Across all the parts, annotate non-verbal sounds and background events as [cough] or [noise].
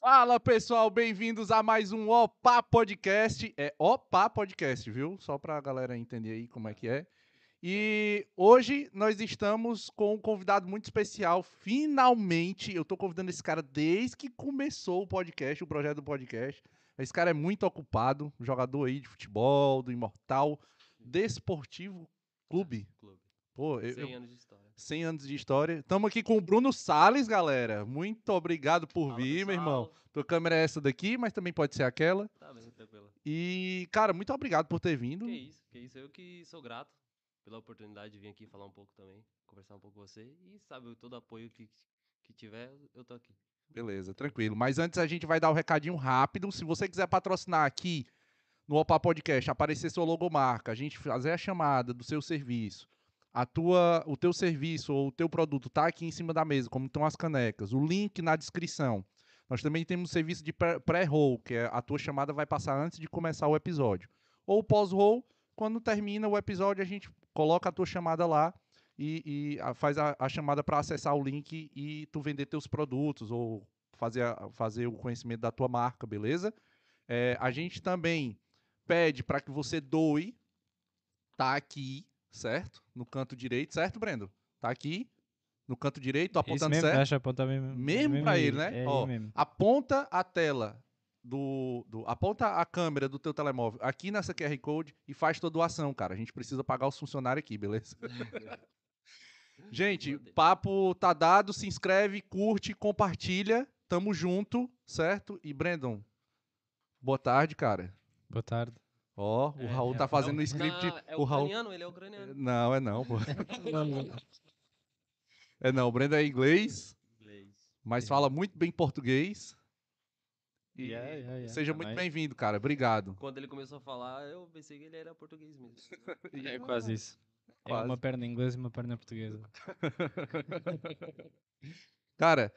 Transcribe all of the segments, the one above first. Fala pessoal, bem-vindos a mais um Opa Podcast. É Opa Podcast, viu? Só pra galera entender aí como é que é. E hoje nós estamos com um convidado muito especial. Finalmente, eu tô convidando esse cara desde que começou o podcast, o projeto do podcast. Esse cara é muito ocupado, um jogador aí de futebol, do Imortal Desportivo Clube. Clube. Pô, eu, 100 eu, anos de história. 100 anos de história. Estamos aqui com o Bruno Salles, galera. Muito obrigado por Fala, vir, meu pessoal. irmão. Tua câmera é essa daqui, mas também pode ser aquela. Tá bem, tranquilo. E, cara, muito obrigado por ter vindo. Que isso, que isso. Eu que sou grato pela oportunidade de vir aqui falar um pouco também, conversar um pouco com você. E sabe, todo apoio que, que tiver, eu [laughs] tô aqui. [laughs] Beleza, tranquilo. Mas antes a gente vai dar um recadinho rápido. Se você quiser patrocinar aqui no Opa Podcast, aparecer sua logomarca, a gente fazer a chamada do seu serviço, a tua, o teu serviço ou o teu produto tá aqui em cima da mesa, como estão as canecas, o link na descrição. Nós também temos o serviço de pré- pré-roll, que é a tua chamada vai passar antes de começar o episódio. Ou pós-roll, quando termina o episódio, a gente coloca a tua chamada lá e, e a- faz a, a chamada para acessar o link e tu vender teus produtos ou fazer, a- fazer o conhecimento da tua marca, beleza? É, a gente também pede para que você doe, tá aqui, certo? No canto direito, certo, Brendo? Tá aqui, no canto direito, tô apontando Isso mesmo, certo. Deixa eu apontar mesmo. Mesmo pra ele, né? É Ó. ele mesmo. Aponta a tela do, do- Aponta a câmera do teu telemóvel aqui nessa QR Code e faz tua doação, cara. A gente precisa pagar os funcionários aqui, [laughs] beleza? Gente, Mandei. papo tá dado. Se inscreve, curte, compartilha. Tamo junto, certo? E Brandon, boa tarde, cara. Boa tarde. Ó, o É, Raul tá não, fazendo o não, script. Não, é o Raul. ucraniano, ele é ucraniano. Não, é não, pô. É não, o Brandon é inglês, Inglês. mas É. fala muito bem português. E Yeah, yeah, yeah. seja Ah, muito mas- bem-vindo, cara. Obrigado. Quando ele começou a falar, eu pensei que ele era português [laughs] mesmo. É quase isso. É Quase. uma perna inglesa e uma perna portuguesa. Cara,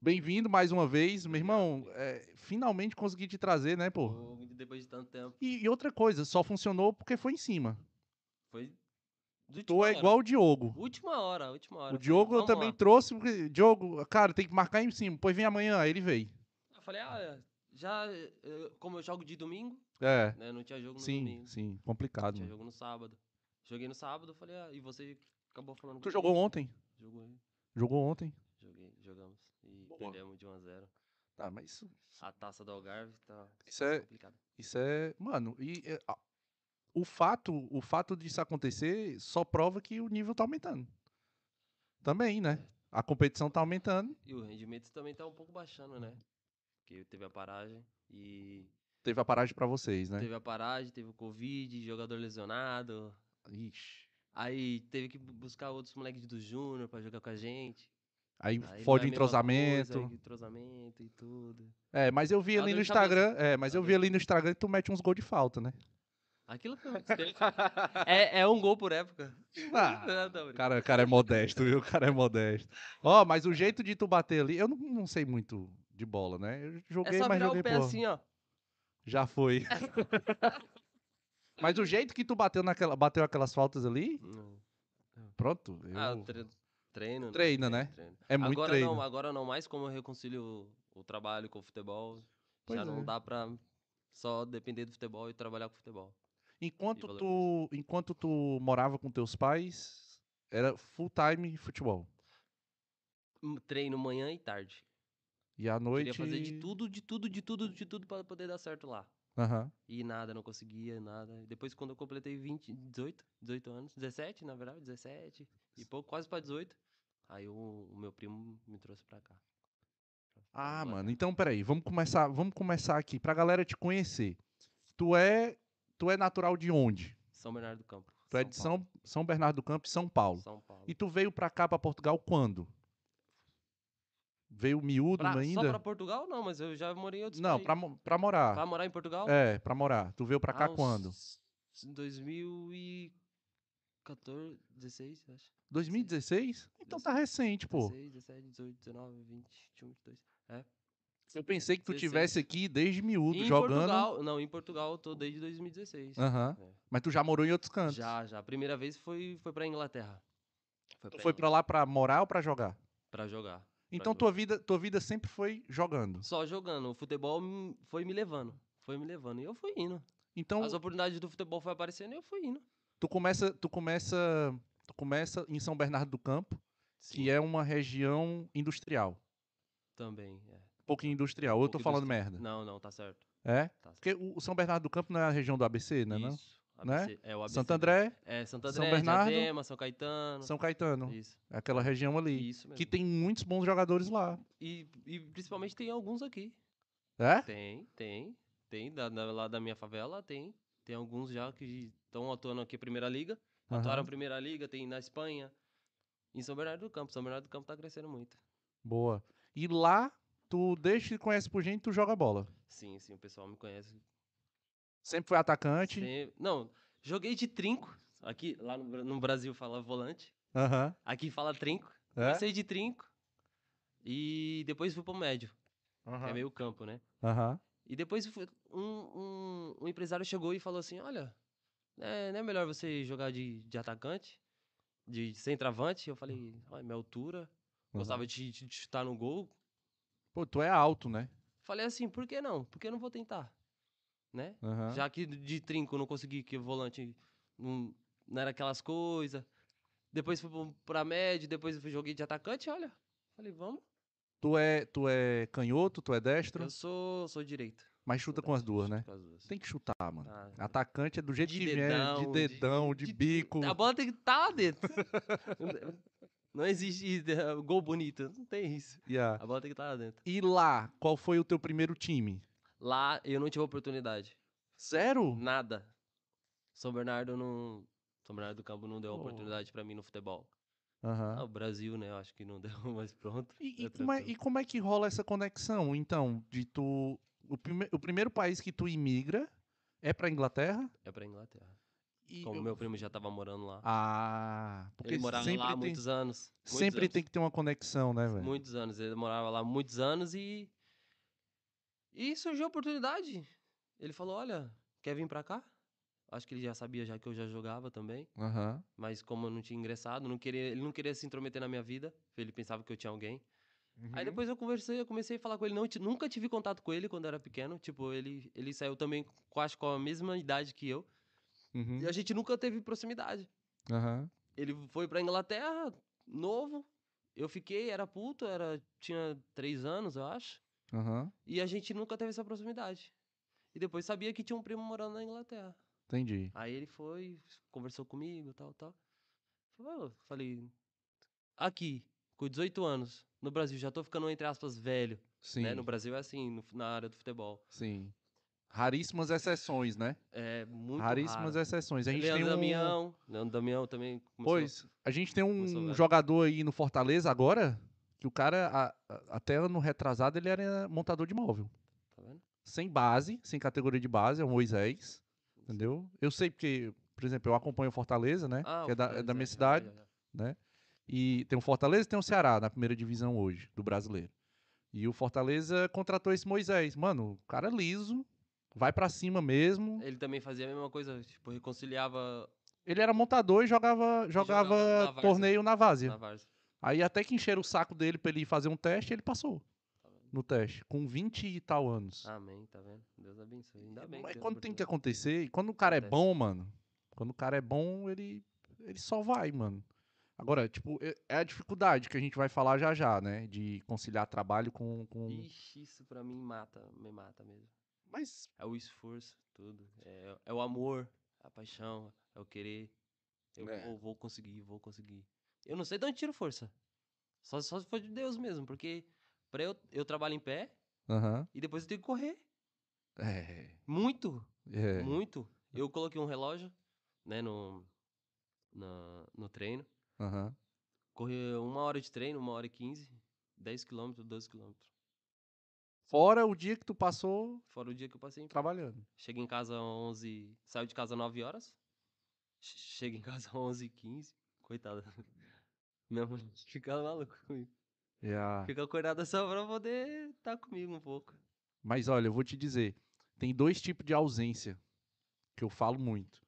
bem-vindo mais uma vez, meu irmão. é, finalmente consegui te trazer, né, pô? Ou Depois de tanto tempo. E, e outra coisa, só funcionou porque foi em cima. Foi. de Tu última é hora. igual o Diogo. Última hora, última hora. O Falei, Diogo eu "Vamos também lá." trouxe, porque, Diogo, cara, tem que marcar em cima, pois vem amanhã, aí ele veio. Eu falei, ah, já. eh, Como eu jogo de domingo, É, né? Não tinha jogo no sim, domingo. sim, complicado. Tinha mano. jogo no sábado. Joguei no sábado, falei, ah, e você acabou falando Tu jogou ontem? Joguei, Jogou ontem? joguei, jogamos. E Boa. perdemos de 1x0. Tá, mas isso, A taça do Algarve tá Isso é- complicada. isso é, mano, e é, a- o fato, o fato disso acontecer só prova que o nível tá aumentando. Também, É. né? A competição tá aumentando. E o rendimento também tá um pouco baixando, né? Porque teve a paragem e. Teve a paragem pra vocês, né? Teve a paragem, teve o Covid, jogador lesionado. Ixi. Aí teve que bu- buscar outros moleques do Júnior pra jogar com a gente. Aí fode o Aí não é a mesma entrosamento. coisa, aí entrosamento e tudo. É, mas eu vi Dá ali dor no de cabeça. Instagram. É, mas Dá eu dor vi de ali no Instagram que tu mete uns gols de falta, [laughs] né? Aquilo foi. é, é um gol por época. Ah, [laughs] Não, tá o brincando. cara, o cara é modesto, viu? O cara é modesto. Ó, mas o jeito de tu bater ali, eu não, não sei muito de bola, né? Eu É joguei, só mas virar joguei o pé pouco. assim, ó. Já foi. mas o jeito que tu bateu naquela, bateu aquelas faltas ali, pronto. Eu... Ah, eu tre- treino. né? Treina, né? treino. é muito agora treino. não, agora não mais como eu reconcilio o, o trabalho com o futebol. Pois já é. não dá pra só depender do futebol e trabalhar com o futebol. Enquanto valoriza. tu, enquanto tu morava com teus pais, era full time futebol. Hum, Treino manhã e tarde. E à noite. Queria fazer de tudo, de tudo, de tudo, de tudo pra poder dar certo lá. Aham. E nada, não conseguia, nada. E Depois, quando eu completei 20, 18, 18 anos, 17, na verdade, 17 e pouco, quase pra 18, aí o, o meu primo me trouxe pra cá. Ah, Agora- mano, então peraí, vamos começar, vamos começar aqui pra galera te conhecer. Tu é, tu é natural de onde? São Bernardo do Campo. Tu é de São, São Bernardo do Campo, São Paulo. São Paulo. E tu veio pra cá, pra Portugal quando? Veio miúdo Pra- Só pra ainda? Portugal, não, mas eu já morei em outros Não, países. pra, mo- pra morar. Pra morar em Portugal? É, pra morar. Tu veio pra cá Ah, uns quando? 2014, 16, eu acho. 2016? Então tá Dezesseis. recente, pô. 16, 17, 18, 19, 20, 21, 22. Eu pensei que tu Dezesseis. tivesse aqui desde miúdo em jogando. Portugal, não, em Portugal eu tô desde 2016. Aham. É. Mas tu já morou em outros cantos. Já, já. A primeira vez foi, foi pra Inglaterra. Foi Então Tu foi pra lá pra morar ou pra jogar? pra jogar. Então tua vida, tua vida sempre foi jogando. Só jogando. O futebol me- foi me levando. Foi me levando. E eu fui indo. Então As oportunidades do futebol foi aparecendo e eu fui indo. tu começa, tu começa, tu começa em São Bernardo do Campo, que é uma região industrial, Também. é. um pouquinho industrial. Ou eu tô Pouco falando industri- merda? Não, não, tá certo. É? Tá certo. Porque o o São Bernardo do Campo não é a região do ABC, né, não? Isso. Né? ABC, É o ABC. Santo André, É, Santo São André, Bernardo, Diadema, São Caetano. São Caetano, Isso. é aquela região ali. Isso mesmo. Que tem muitos bons jogadores lá. E, e principalmente tem alguns aqui. É? Tem, tem. Tem, da, da- lá da minha favela, tem. Tem alguns já que estão atuando aqui Primeira Liga. Atuaram Aham. Primeira Liga, tem na Espanha. Em São Bernardo do Campo. São Bernardo do Campo tá crescendo muito. Boa. E lá, tu desde que conhece por gente, tu joga bola. Sim, sim, o pessoal me conhece. Sempre foi atacante. Sempre- Não, joguei de trinco. Aqui, lá no, Bra- no Brasil fala volante. Aham. Aqui fala trinco. É? Comecei de trinco. E depois fui pro médio, que é Aham. meio campo, né? Aham. E depois fui- um, um- um empresário chegou e falou assim: Olha, é, não é melhor você jogar de, de atacante, de centroavante? Eu falei: Olha, minha altura, gostava de, de- de chutar no gol. Pô, tu é alto, né? Falei assim: Por que não? Por que eu não vou tentar? Né? Aham. Já que de trinco eu não consegui, que o volante não, não era aquelas coisas. Depois fui pro- pra médio, depois fui- joguei de atacante, olha. Falei, vamos. Tu é, tu é canhoto, tu é destro, Eu sou, sou direito. mas chuta com as duas, né? Com as duas. Tem que chutar, mano. Ah, Atacante é do jeito De que vier, dedão, de- de dedão, de, de- tá bico. A bola tem que estar lá dentro. [laughs] não existe eh, gol bonito, não tem isso. Yeah. A bola tem que estar lá dentro. E lá, qual foi o teu primeiro time? Lá eu não tive oportunidade. Zero? Nada. São Bernardo não. São Bernardo do Campo não deu Pô. oportunidade pra mim no futebol. Aham. Ah, o Brasil, né? Eu acho que não [laughs] deu, mas pronto. E, e Tá como é, tranquilo. e como é que rola essa conexão, então, de tu... O, prime- o primeiro país que tu imigra é pra Inglaterra? É pra Inglaterra. E Como eu- meu primo já tava morando lá. Ah, porque ele morava sempre, lá há tem, muitos anos. muitos sempre anos, tem que ter uma conexão, né, velho? Muitos anos. Ele morava lá há muitos anos e. E surgiu a oportunidade. Ele falou: Olha, quer vir pra cá? Acho que ele já sabia já que eu já jogava também. Aham. Mas como eu não tinha ingressado, não queria, ele não queria se intrometer na minha vida. Ele pensava que eu tinha alguém. Uhum. Aí depois eu conversei, eu comecei a falar com ele. Não, ti- nunca tive contato com ele quando era pequeno. Tipo, ele, ele saiu também com, acho, com a mesma idade que eu. Uhum. E a gente nunca teve proximidade. Aham. Ele foi pra Inglaterra, novo. Eu fiquei, era puto, era, tinha três anos, eu acho. Aham. E a gente nunca teve essa proximidade. E depois sabia que tinha um primo morando na Inglaterra. Entendi. Aí ele foi, conversou comigo, tal, tal. Falou, "Ô", Falei, aqui, com 18 anos, no Brasil, já tô ficando, entre aspas, velho. Sim, né? No Brasil é assim, no- na área do futebol. sim. Raríssimas exceções, né? É muito Raríssimas raro. exceções. A gente Leandro tem um... Damião, Leandro Damião também começou. Pois, a gente tem um começou velho. jogador aí no Fortaleza agora, que o cara, a- a- até ano retrasado, ele era montador de móvel. Tá vendo? Sem base, sem categoria de base, é o Moisés, entendeu? Eu sei porque, por exemplo, eu acompanho o Fortaleza, né? Ah, o que é da, é da Fortaleza, minha é, já, cidade. já, já. E tem o Fortaleza e tem o Ceará na primeira divisão hoje, do brasileiro. E o Fortaleza contratou esse Moisés. Mano, o cara é liso, vai pra cima mesmo. Ele também fazia a mesma coisa, tipo, reconciliava Ele era montador e jogava, jogava jogava na várzea. torneio na várzea. na Varsa. Aí até que encheram o saco dele pra ele ir fazer um teste, ele passou Tá no teste, com 20 e tal anos. Amém, tá vendo? Deus abençoe. Ainda bem. Mas deu quando tem que oportunidade. acontecer, e quando o cara é Acontece. bom, mano, quando o cara é bom, ele, ele só vai, mano. Agora, tipo, é- é a dificuldade que a gente vai falar já já, né? De conciliar trabalho com. com... Ixi, isso pra mim mata, me mata mesmo. Mas, É o esforço, tudo. É, é o amor, a paixão, é o querer. Eu É. vou, vou conseguir, vou conseguir. Eu não sei de onde tiro força. Só, só se for de Deus mesmo, porque pra eu, eu trabalho em pé aham. e depois eu tenho que correr. É. Muito, é. muito. Eu coloquei um relógio, né, no, na- no treino. aham. Correr uma hora de treino, uma hora e quinze, 10 quilômetros, 12 quilômetros. Fora o dia que tu passou Fora o dia que eu passei em pé. trabalhando. Cheguei em casa às 11, saiu de casa às 9 horas. che- Cheguei em casa [laughs] às 11 h 15. Coitada. Minha mulher fica maluca comigo. É Yeah. Fica acordada só pra poder estar comigo um pouco. Mas olha, eu vou te dizer, tem dois tipos de ausência que eu falo muito.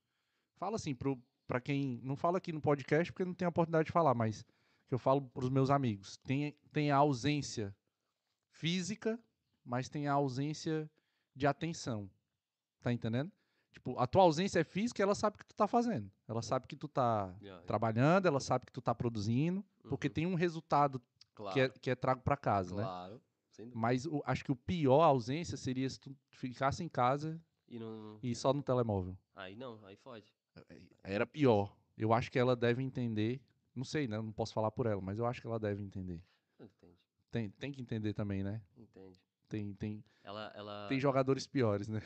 Fala assim, pro, pra quem. Não fala aqui no podcast porque não tem a oportunidade de falar, mas que eu falo para os meus amigos. Tem, tem a ausência física, mas tem a ausência de atenção. Tá entendendo? Tipo, a tua ausência é física, ela sabe o que tu tá fazendo. Ela sabe que tu tá Yeah, trabalhando, ela sabe que tu tá produzindo, porque uhum, tem um resultado claro, que é, que é trago para casa, né? claro, sem dúvida. Mas o- acho que o pior ausência seria se tu ficasse em casa E não... e só no telemóvel. Aí não, aí fode. Era pior. Eu acho que ela deve entender. Não sei, né? Não posso falar por ela, mas eu acho que ela deve entender. Entende, Tem, tem que entender também, né? entende. Tem, tem, Ela, ela... tem jogadores piores, né?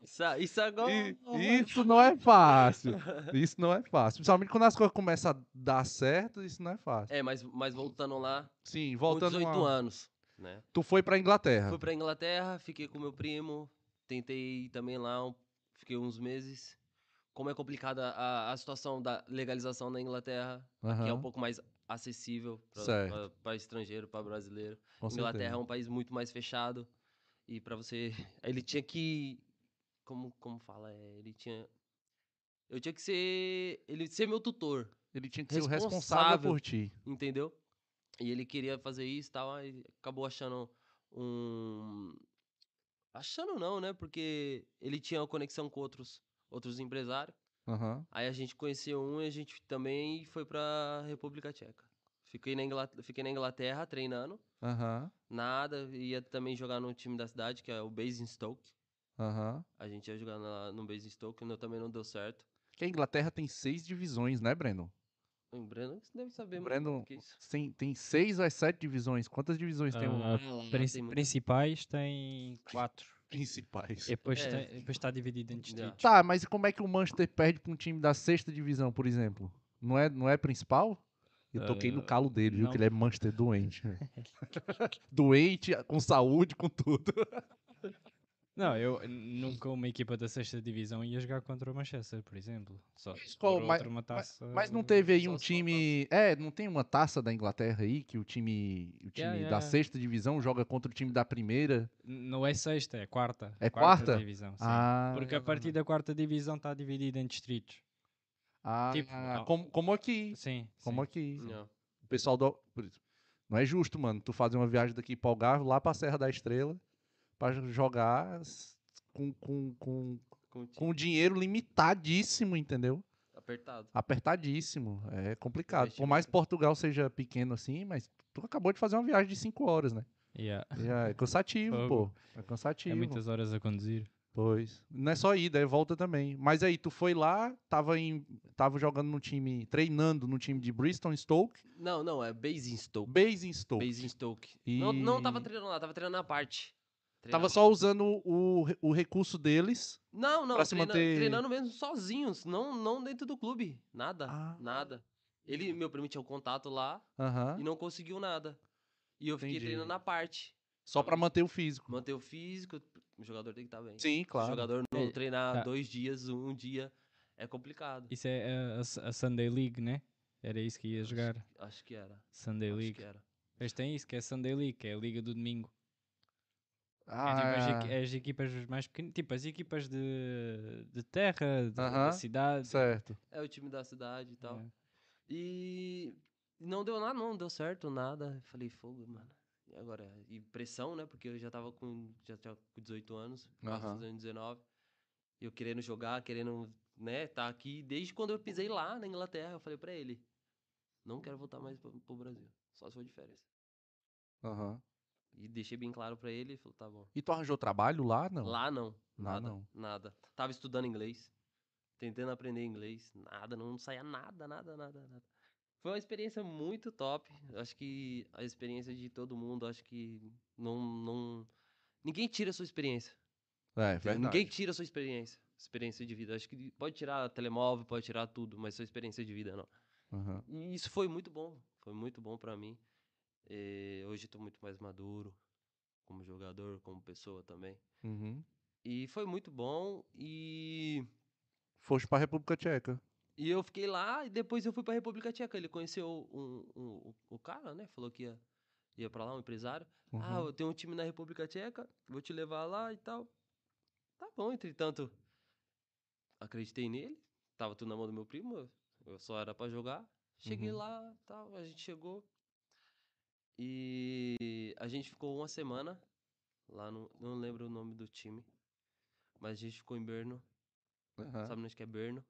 Isso, a- isso agora... um E- isso não é [laughs] fácil. Isso não é fácil. Principalmente quando as coisas começam a dar certo, isso não é fácil. É, mas, mas voltando lá, Sim, com voltando 18 a... anos, né? Tu foi pra Inglaterra. Fui pra Inglaterra, fiquei com meu primo, tentei ir também lá, um- fiquei uns meses. Como é complicada a, a situação da legalização na Inglaterra, que é Aham, um pouco mais acessível pra- Certo. pra- pra estrangeiro, pra brasileiro. com Inglaterra é certeza. um país muito mais fechado e pra você, [laughs] ele tinha que como como fala, é, ele tinha eu tinha que ser ele ser meu tutor, Ele tinha que ser o responsável responsável. por ti. entendeu? E ele queria fazer isso e tal, aí acabou achando um. Achando não, né? Porque ele tinha uma conexão com outros, outros empresários. Aham. Aí a gente conheceu um e a gente também foi pra República Tcheca. Fiquei na Inglaterra, fiquei na Inglaterra treinando, Aham. nada, ia também jogar no time da cidade, que é o Basingstoke. Aham. A gente ia jogar na, no Basingstoke, não, também não deu certo. Que a Inglaterra tem seis divisões, né, Breno? O Breno, você deve saber mais Breno, do que isso. Tem, tem seis ou é sete divisões? Quantas divisões tem o Ah, lá princi- tem muito- principais tem quatro. [laughs] principais? E depois É. tem- depois está dividido em Yeah. distritos. Tá, mas como é que o Manchester perde pra um time da sexta divisão, por exemplo? Não é, não é principal? Eu toquei no Ah, calo dele, viu? não. Que ele é Manchester doente. [laughs] né? doente, com saúde, com tudo. Não, eu nunca uma equipa da sexta divisão ia jogar contra o Manchester, por exemplo. Só Mas se qual- for mas- outra, uma mas- taça- Mas não teve aí Só um se for time. É, não tem uma taça da Inglaterra aí que o time, o time Yeah, da yeah. sexta divisão joga contra o time da primeira? Não é sexta, é quarta. É quarta? divisão, sim. Ah, Porque a partir da quarta divisão está dividida em distritos. ah, tipo, ah, ó. como, como aqui. Sim. Como sim. aqui. Não. O pessoal do. por isso, Não é justo, mano, tu fazer uma viagem daqui pra Algarve, lá pra Serra da Estrela, pra jo- jogar s- com, com, com, Com o time com dinheiro limitadíssimo, entendeu? apertado. Apertadíssimo. É complicado. Por Investimento. mais Portugal seja pequeno assim, mas tu acabou de fazer uma viagem de 5 horas, né? Yeah. Já é cansativo, pô. Fogo. É cansativo. É muitas horas a conduzir. Pois. Não é só ida, é volta também. Mas aí, tu foi lá, tava, em, tava jogando no time, treinando no time de Bristol Stoke, Não, não, é Basingstoke. Basingstoke. Basingstoke. Não, não tava treinando lá, tava treinando na parte. Tava Treinando- só usando o, re- o recurso deles. Não, não, pra se treina- manter- treinando mesmo sozinhos, não, não dentro do clube. Nada, Ah. nada. Ele, meu primo, tinha o contato lá Aham. e não conseguiu nada. E eu fiquei Entendi. treinando na parte. Só pra manter o físico. Manter o físico, o jogador tem que estar bem. Sim, Se o claro. jogador não É, treinar tá. dois dias, um dia, é complicado. Isso é a, a- a Sunday League, né? Era isso que ia Acho- jogar. Acho que era. Sunday Acho League. que era. Mas tem isso, que é Sunday League, que é a Liga do Domingo. É tipo as Ah, equi- as, equipas mais pequenas, tipo as equipas de, de terra, de, da Aham, cidade. certo. É o time da cidade e tal. É. E não deu nada, não deu certo, nada. Eu Falei, fogo, mano. E agora? E pressão, né? Porque eu já tava com, já tava com 18 anos, quase Aham. fazendo 19. E eu querendo jogar, querendo, né, tá aqui. Desde quando eu pisei lá na Inglaterra, eu falei pra ele: não quero voltar mais pro, pro Brasil, só se for de férias. Aham. E deixei bem claro pra ele, ele falou: tá bom. E tu arranjou trabalho lá? Não. Lá não, Então. Lá nada, não. nada. Tava estudando inglês, tentando aprender inglês, nada, não saía nada, nada, nada, nada. Foi uma experiência muito top. Acho que a experiência de todo mundo, acho que não, não ninguém tira a sua experiência. É, entendeu? verdade. Ninguém tira a sua experiência, experiência de vida. Acho que pode tirar telemóvel, pode tirar tudo, mas sua experiência de vida não. Aham. E isso foi muito bom, foi muito bom pra mim. Eh, hoje eu tô muito mais maduro como jogador, como pessoa também. Uhum. E foi muito bom. E, Foste pra República Tcheca. e eu fiquei lá e depois eu fui pra República Tcheca. Ele conheceu um, um, o- o cara, né? Falou que ia, ia pra lá, um empresário. Ah, Uhum. eu tenho um time na República Tcheca, vou te levar lá e tal. Tá bom, entretanto. Acreditei nele, tava tudo na mão do meu primo, eu- eu só era pra jogar. Cheguei Uhum. lá, tal, a gente chegou. E a gente ficou uma semana lá no. Não lembro o nome do time. Mas a gente ficou em Berno. Aham. Sabe onde que é Berno?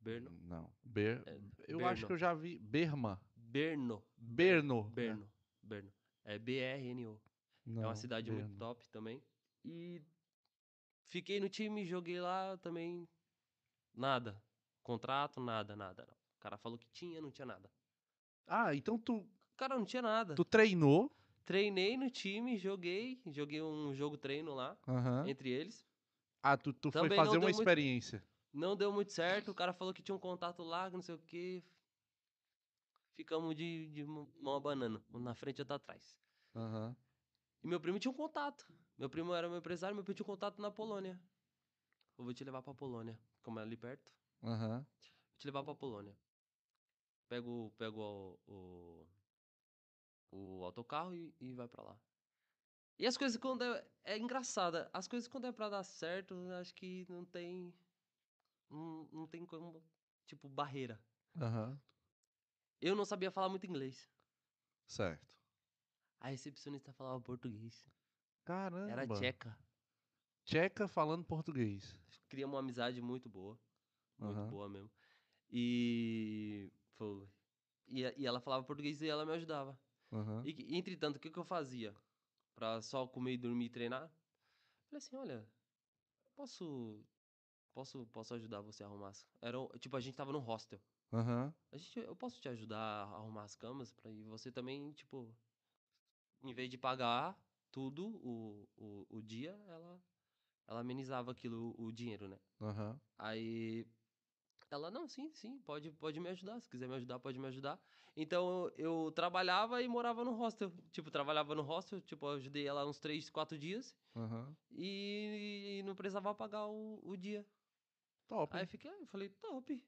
Berno? Não. Ber... É, eu acho Berno. que eu já vi. Berma. Berno. Berno. Berno. Berno. É B-R-N-O. Não, é uma cidade muito Berno. top também. E fiquei no time, joguei lá também. Nada. Contrato, nada, nada. não. O cara falou que tinha, não tinha nada. Ah, então tu, Cara, não tinha nada. tu treinou. Treinei no time, joguei. Joguei um jogo treino lá, Aham. entre eles. Ah, tu, tu foi Também não fazer uma deu muito- experiência. Não deu muito certo. O cara falou que tinha um contato lá, que não sei o quê. Ficamos de, de mão mão a banana. Um na frente e outro atrás. Aham. E meu primo tinha um contato. Meu primo era meu empresário, meu primo tinha um contato na Polônia. Eu vou te levar pra Polônia. Como é ali perto, Aham. vou te levar pra Polônia. Pego, pego o, o, o autocarro e, e vai pra lá. E as coisas quando é, é engraçada, as coisas quando é pra dar certo, eu acho que não tem não, não tem como tipo barreira. Aham. Eu não sabia falar muito inglês. Certo. A recepcionista falava português. Caramba. Era tcheca. Tcheca falando português. Criamos uma amizade muito boa. Muito Aham. boa mesmo. E. Foi. E, e ela falava português e ela me ajudava. Aham. E, que- entretanto, o que, que eu fazia? Pra só comer, dormir e treinar? Falei assim: olha, posso. Posso, posso ajudar você a arrumar. as- Era, o- tipo, a gente tava num hostel. Aham. A gente, eu posso te ajudar a arrumar as camas pra, e você também, tipo. Em vez de pagar tudo o, o, o dia, ela, ela amenizava aquilo, o dinheiro, né? Aham. Aí ela, não, sim, sim, pode, pode me ajudar. Se quiser me ajudar, pode me ajudar. Então eu, eu trabalhava e morava no hostel. Tipo, trabalhava no hostel, tipo, eu ajudei ela uns três quatro dias Aham. e, e não precisava pagar o, o dia. Top. Aí eu fiquei, eu falei, top,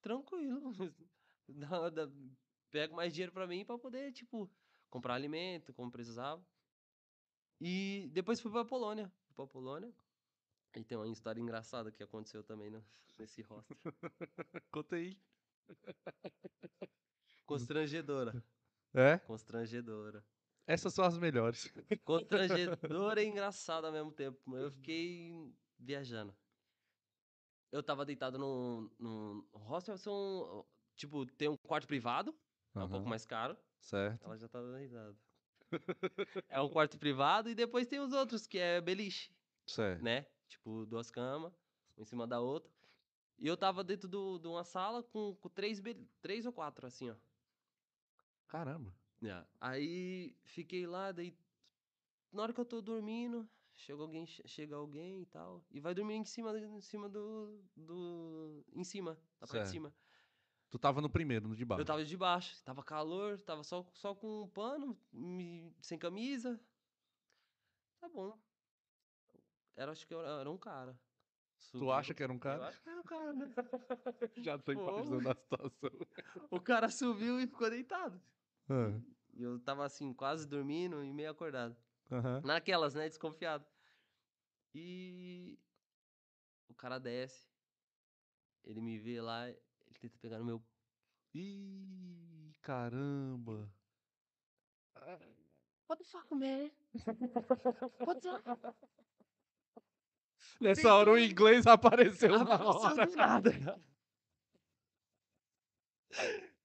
tranquilo. [laughs] Dá- dá- Pega mais dinheiro pra mim pra poder, tipo, comprar alimento, como precisava. E depois fui pra Polônia. Fui pra Polônia. E tem uma história engraçada que aconteceu também no- [laughs] nesse hostel. Conta aí. Constrangedora. É? Constrangedora. Essas são as melhores. Constrangedora e engraçada ao mesmo tempo. mas Eu fiquei viajando. Eu tava deitado num, num hostel, são, tipo, tem um quarto privado, é um pouco Aham. mais caro. Certo. Ela já tá dando risada. é um quarto privado e depois tem os outros, que é beliche, Certo. né? Tipo, duas camas, uma em cima da outra. E eu tava dentro do- de uma sala com, com três, bel- três ou quatro, assim, ó. Caramba. Yeah. É. Aí fiquei lá, daí. Na hora que eu tô dormindo, chega alguém, che- chega alguém e tal. E vai dormir em cima, em cima do. do. Em cima, da parte Certo. Tá. de cima. Tu tava no primeiro, no de baixo. Eu tava de baixo, tava calor, tava só, só com um pano, me- sem camisa. Tá bom. Era, acho que era, era um cara. Tu acha que era um Eu cara? acho que era um cara, né? [laughs] [laughs] Já tô Pô. a situação. O cara subiu e ficou deitado. Ah, E eu tava assim, quase dormindo e meio acordado. Aham. Naquelas, né? Desconfiado. E o cara desce. Ele me vê lá, ele tenta pegar no [laughs] meu. Ih, caramba. What the fuck, man? What the fuck? Nessa hora o inglês apareceu na hora. assim, do nada.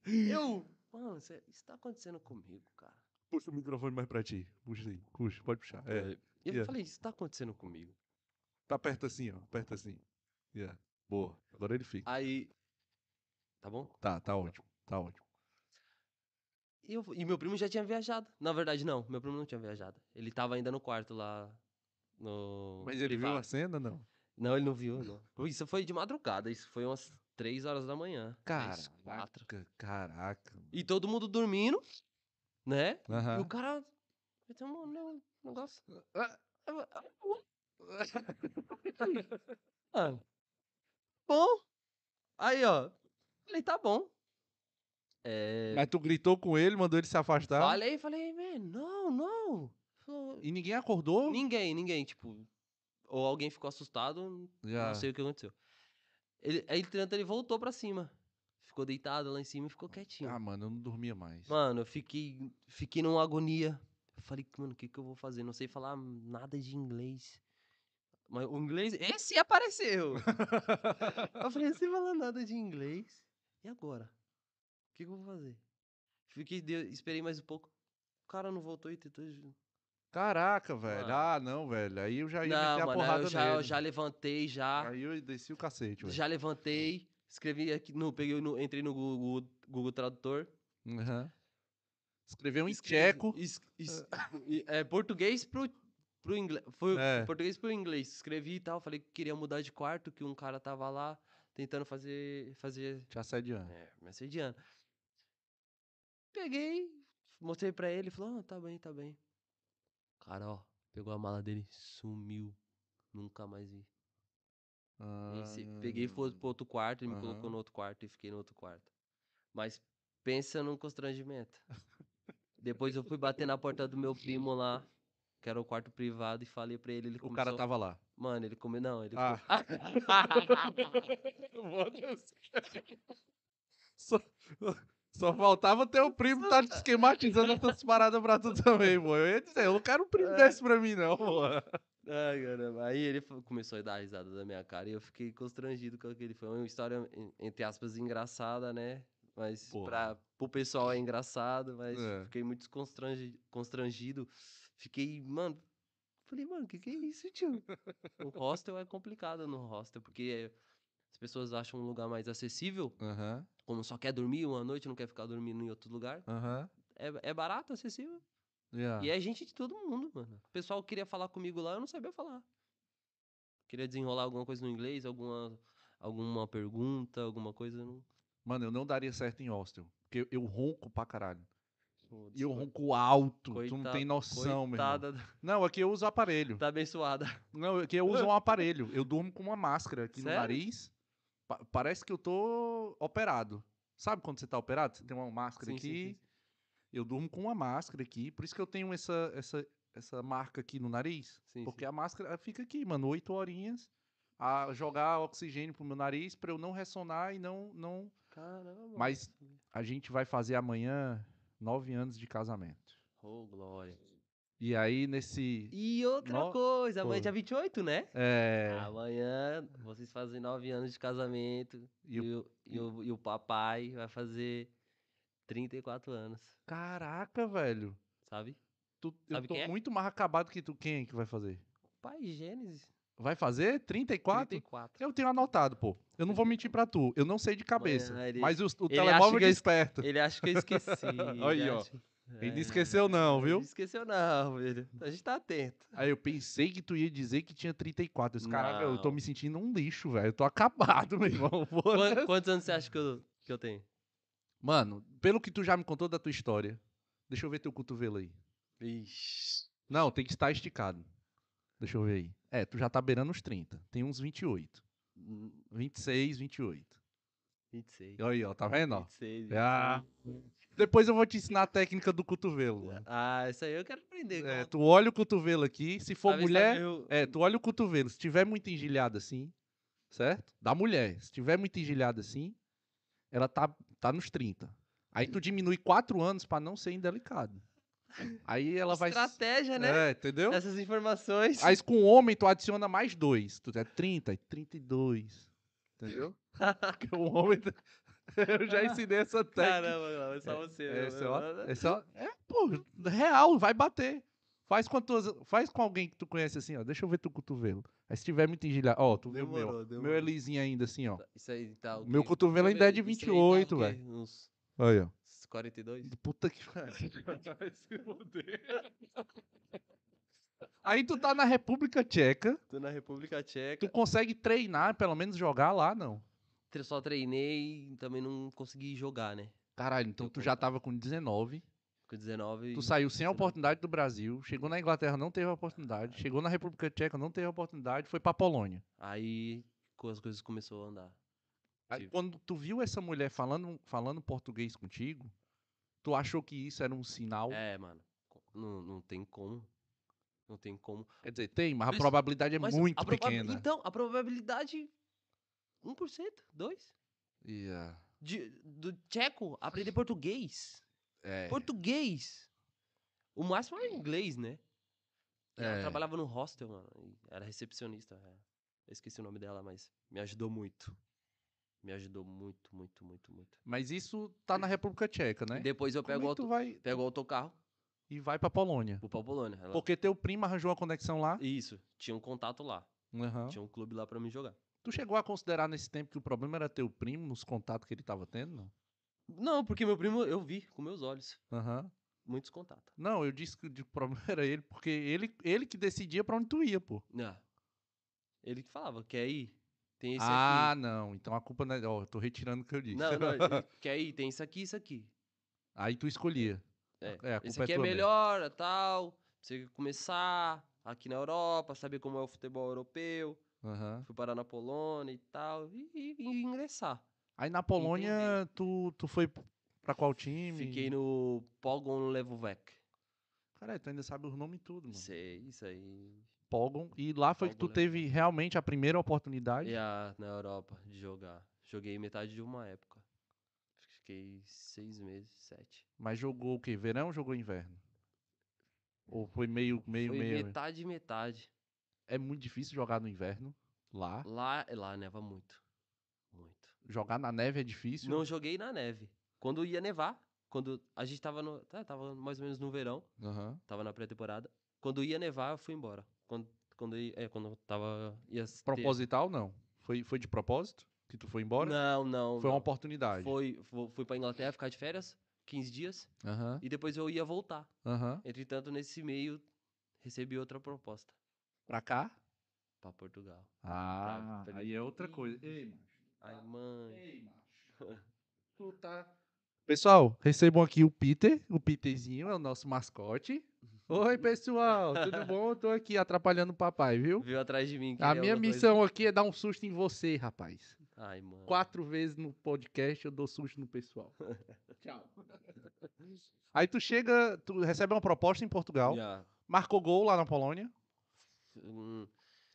Eu. Mano, cê- isso tá acontecendo comigo, cara. Puxa o microfone mais pra ti. Puxa aí. Puxa, pode puxar. É. Eu Yeah. falei, isso tá acontecendo comigo. Tá perto assim, ó. Perto assim. Yeah. Boa. Agora ele fica. Aí. Tá bom? Tá, tá ótimo. Tá ótimo. E, eu, e meu primo já tinha viajado. Na verdade, não. Meu primo não tinha viajado. Ele tava ainda no quarto lá. No Mas ele viu privado. a cena, não? Não, ele não viu, não. Pô, Isso foi de madrugada, isso foi umas 3 horas da manhã. três, quatro. Caraca, caraca. mano. E todo mundo dormindo, né? E o Aham. cara. Ele tem um né, um [laughs] negócio. Ah. Mano. Ah, Bom. Aí, ó. Falei, tá bom. É. Mas tu gritou com ele, mandou ele se afastar. Falei, falei, man, não, tá. não. Falou, E ninguém acordou? Ninguém, ninguém, tipo. Ou alguém ficou assustado, Já. Não sei o que aconteceu. Ele, aí, entretanto, ele voltou pra cima. ficou deitado lá em cima e ficou quietinho. Ah, mano, eu não dormia mais. Mano, eu fiquei, fiquei numa agonia. Eu falei, mano, o que, que eu vou fazer? Não sei falar nada de inglês. Mas o inglês, esse [laughs] apareceu. eu falei, não sei falar nada de inglês. E agora? O que, que eu vou fazer? Fiquei, de- esperei mais um pouco. O cara não voltou e tentou. de- Caraca, velho. Mano. Ah, não, velho. Aí eu já ia Não, meter a mano, porrada eu já, nele. eu já levantei já. Aí eu desci o cacete, velho. Já levantei, escrevi aqui, no, peguei no, entrei no Google, Google Tradutor. Aham. Escreveu em Escrevi- tcheco. es- es- e- é, português pro, pro inglês. Foi É. português pro inglês. Escrevi e tal, falei que queria mudar de quarto, que um cara tava lá tentando fazer. fazer Te assediando. é, me assediando. Peguei, mostrei pra ele, falou: "Ah, tá bem, tá bem. Cara, ó, pegou a mala dele, sumiu. Nunca mais vi. E se- peguei e fui Ah, pro outro quarto, ele me Aham. colocou no outro quarto e fiquei no outro quarto. Mas pensa num constrangimento. Depois eu fui bater na porta do meu primo lá, que era o quarto privado, e falei pra ele. ele O cara começou- tava lá. Mano, ele comeu. Não, ele. Ah. [laughs] só, só faltava ter o primo tá te esquematizando essas paradas pra tu também, pô. Eu ia dizer, eu não quero um primo desse pra mim, não, pô. Ai, caramba. Aí ele fa- começou a dar risada da minha cara e eu fiquei constrangido com aquele. Foi uma história, en- entre aspas, engraçada, né? Mas Porra. pra, pro pessoal é engraçado, mas É. fiquei muito constrangi, constrangido. Fiquei, mano. Falei, mano, o que, que é isso, tio? o hostel é complicado no hostel, porque é- as pessoas acham um lugar mais acessível, Aham, como só quer dormir uma noite, não quer ficar dormindo em outro lugar. aham. É, é barato, acessível. yeah. E é gente de todo mundo, mano. O pessoal queria falar comigo lá, eu não sabia falar. Queria desenrolar alguma coisa no inglês, alguma, alguma pergunta, alguma coisa. eu Não... Mano, eu não daria certo em hostel. Porque eu, eu ronco pra caralho. E eu Desculpa. ronco alto. tu não Coita- tem noção, meu irmão. Coitada, [laughs] Não, aqui eu uso aparelho. tá abençoada. Não, aqui eu uso um aparelho. Eu durmo com uma máscara aqui no Sério? nariz. Pa- parece que eu tô operado. Sabe quando você tá operado? Você tem uma máscara Sim, sim, aqui. sim, sim. Eu durmo com uma máscara aqui. Por isso que eu tenho essa, essa, essa marca aqui no nariz. Sim, porque sim. a máscara fica aqui, mano, oito horinhas a jogar oxigênio pro meu nariz pra eu não ressonar e não. não... Caramba. Mas- A gente vai fazer amanhã nove anos de casamento. Oh, glória. E aí, nesse. E outra No- coisa, amanhã Pô. é dia 28, né? É, Amanhã vocês fazem nove anos de casamento. E E, o- o, e, o, e o papai vai fazer 34 anos, Caraca, velho. sabe? Tu, eu Sabe tô quem é? muito mais acabado que tu. Quem é que vai fazer? Pai Gênesis. Vai fazer? 34? 34. Eu tenho anotado, pô. Eu não vou mentir pra tu. Eu não sei de cabeça. Amanhã ele- mas o, o ele telemóvel acha que é eu- [laughs] esperto. Ele acha que eu [laughs] esqueci. Aí, ó. Ele É. não esqueceu, não, viu? Não [laughs] esqueceu, não, velho. A gente tá atento. Aí eu pensei que tu ia dizer que tinha 34. Eu disse, caraca, eu tô Não. me sentindo um lixo, velho. Eu tô acabado, [laughs] meu [laughs] irmão. Foda-se. Quan- quantos anos você acha que eu, que eu tenho? Mano, pelo que tu já me contou da tua história, deixa eu ver teu cotovelo aí. Vixe. Não, tem que estar esticado. Deixa eu ver aí. É, tu já tá beirando os 30. Tem uns 28. 26, 28. 26. E aí, ó, tá vendo? ó? 26. Ah. Depois eu vou te ensinar a técnica do cotovelo. 26. mano. Ah, isso aí eu quero aprender. É, cara. tu olha o cotovelo aqui. Se for Sabe, sabe, mulher, eu- É, tu olha o cotovelo. Se tiver muito engilhado assim, certo? Da mulher. Se tiver muito engilhado assim, ela tá, tá nos 30. Aí tu diminui 4 anos pra não ser indelicado. Aí ela vai. Estratégia, né? É, entendeu? Essas informações. Aí com o homem tu adiciona mais dois. Tu é 30 e 32. Entendeu? [laughs] Porque o homem. Eu já ensinei essa técnica. Caramba, Glauber, é só você. né? É, só, é, só, é, pô, real, vai bater. Faz com, as tuas- faz com alguém que tu conhece assim, ó. Deixa eu ver teu cotovelo. Aí se tiver muito engilhado, ó, tu viu o meu. Demorou, ó, Meu demorou. é lisinho ainda assim, ó. Isso aí tá. o Meu quê? cotovelo ainda é de Isso aí tá o 28, quê? velho. Uns Aí, ó. 42? Puta que Aí tu tá na República Tcheca, Tô na República Tcheca. tu consegue treinar, pelo menos jogar lá, não. tre- só treinei e também não consegui jogar, né? Caralho, então Eu tu já concordo. tava com 19, Com 19. tu saiu sem a sei lá. oportunidade do Brasil, chegou na Inglaterra, não teve a oportunidade, chegou na República Tcheca, não teve a oportunidade, foi pra Polônia. Aí co- as coisas começaram a andar. Aí, Tive. quando tu viu essa mulher falando, falando português contigo, tu achou que isso era um sinal? É, mano. co- Não, não tem como. Não tem como. Quer dizer, tem, mas a Mas- probabilidade é Mas muito a então um probab- pequena. Então, a probabilidade. 1%? 2%? Yeah. de- do tcheco aprender português. É, Português! O máximo é inglês, né? E Ela É. trabalhava no hostel, mano. e Era recepcionista. é. Eu esqueci o nome dela, mas me ajudou muito. Me ajudou muito, muito, muito, muito. Mas isso tá na República Tcheca, né? Depois eu Como é pego que o, tu auto, vai pego o autocarro e vai pra Polônia? pro Polônia. Ela... Porque teu primo arranjou uma conexão lá. Isso, tinha um contato lá. Aham. Tinha um clube lá pra me jogar. Tu chegou a considerar nesse tempo que o problema era teu primo, nos contatos que ele tava tendo? Não. Não, porque meu primo eu vi com meus olhos. Aham. Muitos contatos. Não, eu disse que o de- [laughs] o problema era ele, porque ele, ele que decidia pra onde tu ia, pô. Ah. Ele que falava, quer ir? Tem esse ah, aqui. não. Então a culpa não é. Ó, eu tô retirando o que eu disse. [laughs] é Não, não, ele, quer ir? Tem isso aqui, isso aqui. Aí tu escolhia. É, É, a esse culpa é aqui é tua mesmo. melhor, é tal. pra Você começar aqui na Europa, saber como é o futebol europeu. Aham. Fui parar na Polônia e tal. E, e- e ingressar. Aí na Polônia, tu, tu foi pra qual time? Fiquei no Pogon Levovec. Hum. Cara, tu ainda sabe os nomes e tudo, mano. Isso aí, isso aí. Pogon. E lá foi que tu Pogon, né? É. teve realmente a primeira oportunidade. E a, na Europa, de jogar. Joguei metade de uma época. Fiquei seis meses, sete. Mas jogou o quê? Verão ou jogou inverno? Ou foi meio, meio, Foi meio. né? metade, metade. É muito difícil jogar no inverno. Lá. Lá, lá neva muito. Muito. Jogar na neve é difícil. Não joguei na neve. Quando ia nevar, quando a gente tava no. tá, Tava mais ou menos no verão, Aham. tava na pré-temporada. Quando ia nevar, eu fui embora. Quando, quando, ia, é, quando eu tava. Ia ter- Proposital, não. Foi, foi de propósito que tu foi embora? Não, não. Foi uma não. oportunidade. Foi, fo- fui pra Inglaterra ficar de férias, 15 dias, Aham, e depois eu ia voltar. aham. Entretanto, nesse meio, recebi outra proposta Pra cá? pra Portugal. Ah, pra- aí é outra coisa. Ei, macho. Ai, mãe. Ei, [laughs] macho. tu tá... Pessoal, recebam aqui o Peter. O Peterzinho é o nosso mascote. Oi, pessoal. [laughs] Tudo bom? Eu tô aqui atrapalhando o papai, viu? Veio atrás de mim. A queria minha alguma coisa. missão aqui é dar um susto em você, rapaz. Ai, mano. Quatro vezes no podcast eu dou susto no pessoal. [laughs] Tchau. Aí tu chega, tu recebe uma proposta em Portugal, Já. marcou gol lá na Polônia. Hum,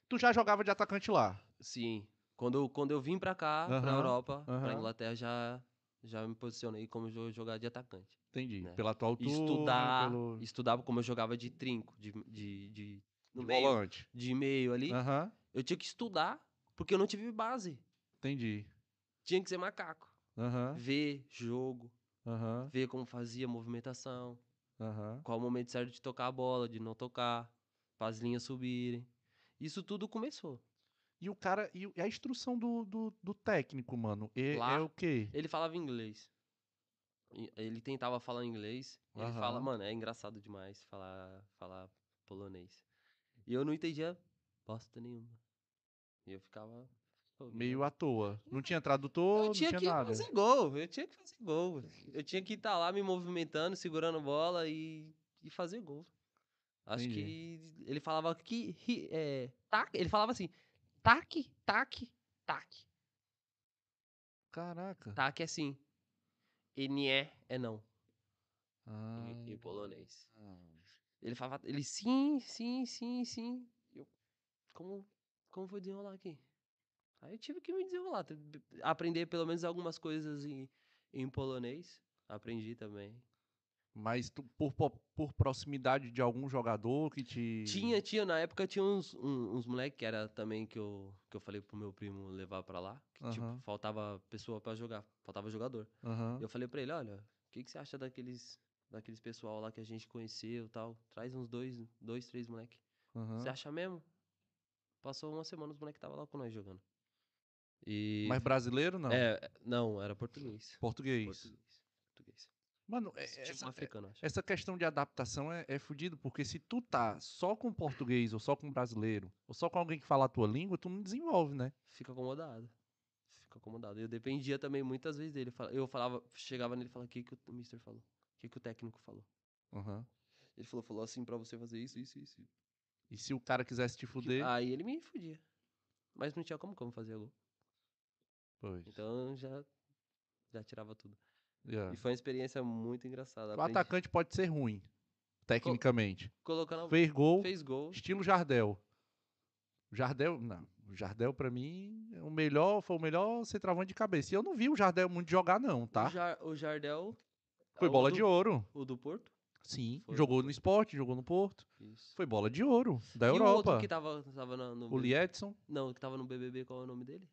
Tu já jogava de atacante lá. Sim. Quando eu, quando eu vim pra cá, pra Aham, Europa, aham. pra Inglaterra, já, já me posicionei como jo- jogar de atacante. Entendi. né? Pela tua altura, Estudar, pelo estudava como eu jogava de trinco, de, de, de, no de meio, volante. de meio ali. Aham, Eu tinha que estudar, porque eu não tive base. entendi. Tinha que ser macaco. Aham, Ver jogo, aham, ver como fazia a movimentação, aham. qual o momento certo de tocar a bola, de não tocar, pra as linhas subirem. Isso tudo começou. E o cara, e o- e a instrução do, do, do técnico, mano, é, Lá? é o quê? Ele falava inglês. E- Ele tentava falar inglês. Ele fala, Aham. mano, é engraçado demais falar, falar polonês. E eu não entendia bosta nenhuma. E eu ficava. "Pô, meu Meio Deus." à toa. Não tinha tradutor, Eu tinha não que tinha nada. fazer gol, eu tinha que fazer gol. Eu tinha que estar lá me movimentando, segurando bola e, e fazer gol. Acho que ele falava que. ri- É, tac, ele falava assim: tac, tac, tac. Caraca. Tac é assim. NE é não. Ah, em, em polonês. Ele falava, ele sim, sim, sim, sim. E Eu, como, como vou desenrolar aqui? Aí eu tive que me desenrolar, te- be- aprender pelo menos algumas coisas em, em polonês. Aprendi também. Mas tu, por, po- por proximidade de algum jogador que te. Tinha, tinha, na época tinha uns, um- uns moleques que era também que eu, que eu falei pro meu primo levar pra lá. Que, Aham. tipo, faltava pessoa pra jogar, faltava jogador. Aham. Eu falei pra ele, olha, o que, que você acha daqueles, daqueles pessoal lá que a gente conheceu e tal? Traz uns dois, dois, três moleque. aham. Você acha mesmo? Passou uma semana, os moleques estavam lá com nós jogando. E. Mas brasileiro, não. É, não, era português. Português. Português. português. Mano, é, Tipo essa, um africano, acho. Essa questão de adaptação é, é fudido, porque se tu tá só com português, ou só com brasileiro, ou só com alguém que fala a tua língua, tu não desenvolve, né? Fica acomodado. Fica acomodado. Eu dependia também muitas vezes dele. Fala- Eu falava, chegava nele e falava, o que, que o mister falou? O que, que o técnico falou? Aham. Ele falou, falou assim pra você fazer isso, isso, isso. isso. E se o cara quisesse te fuder. Aí ele me fudia. Mas não tinha como, como fazer gol. Pois. é. Então já, já tirava tudo. Yeah. E foi uma experiência muito engraçada. O Aprendi- atacante pode ser ruim, tecnicamente. Colocando, Fez gol, Então, fez gol. estilo Jardel. Jardel, não. O Jardel, pra mim, é o melhor, foi o melhor centroavante de cabeça. E eu não vi o Jardel muito jogar, não, tá? O, Jar- o Jardel. Foi o bola do- de ouro. O do Porto? Sim. Foi. jogou no esporte, jogou no Porto. Isso. Foi bola de ouro da E o Europa. outro que tava, tava na- no. O B- Liedson. Não, que tava no BBB, qual é o nome dele?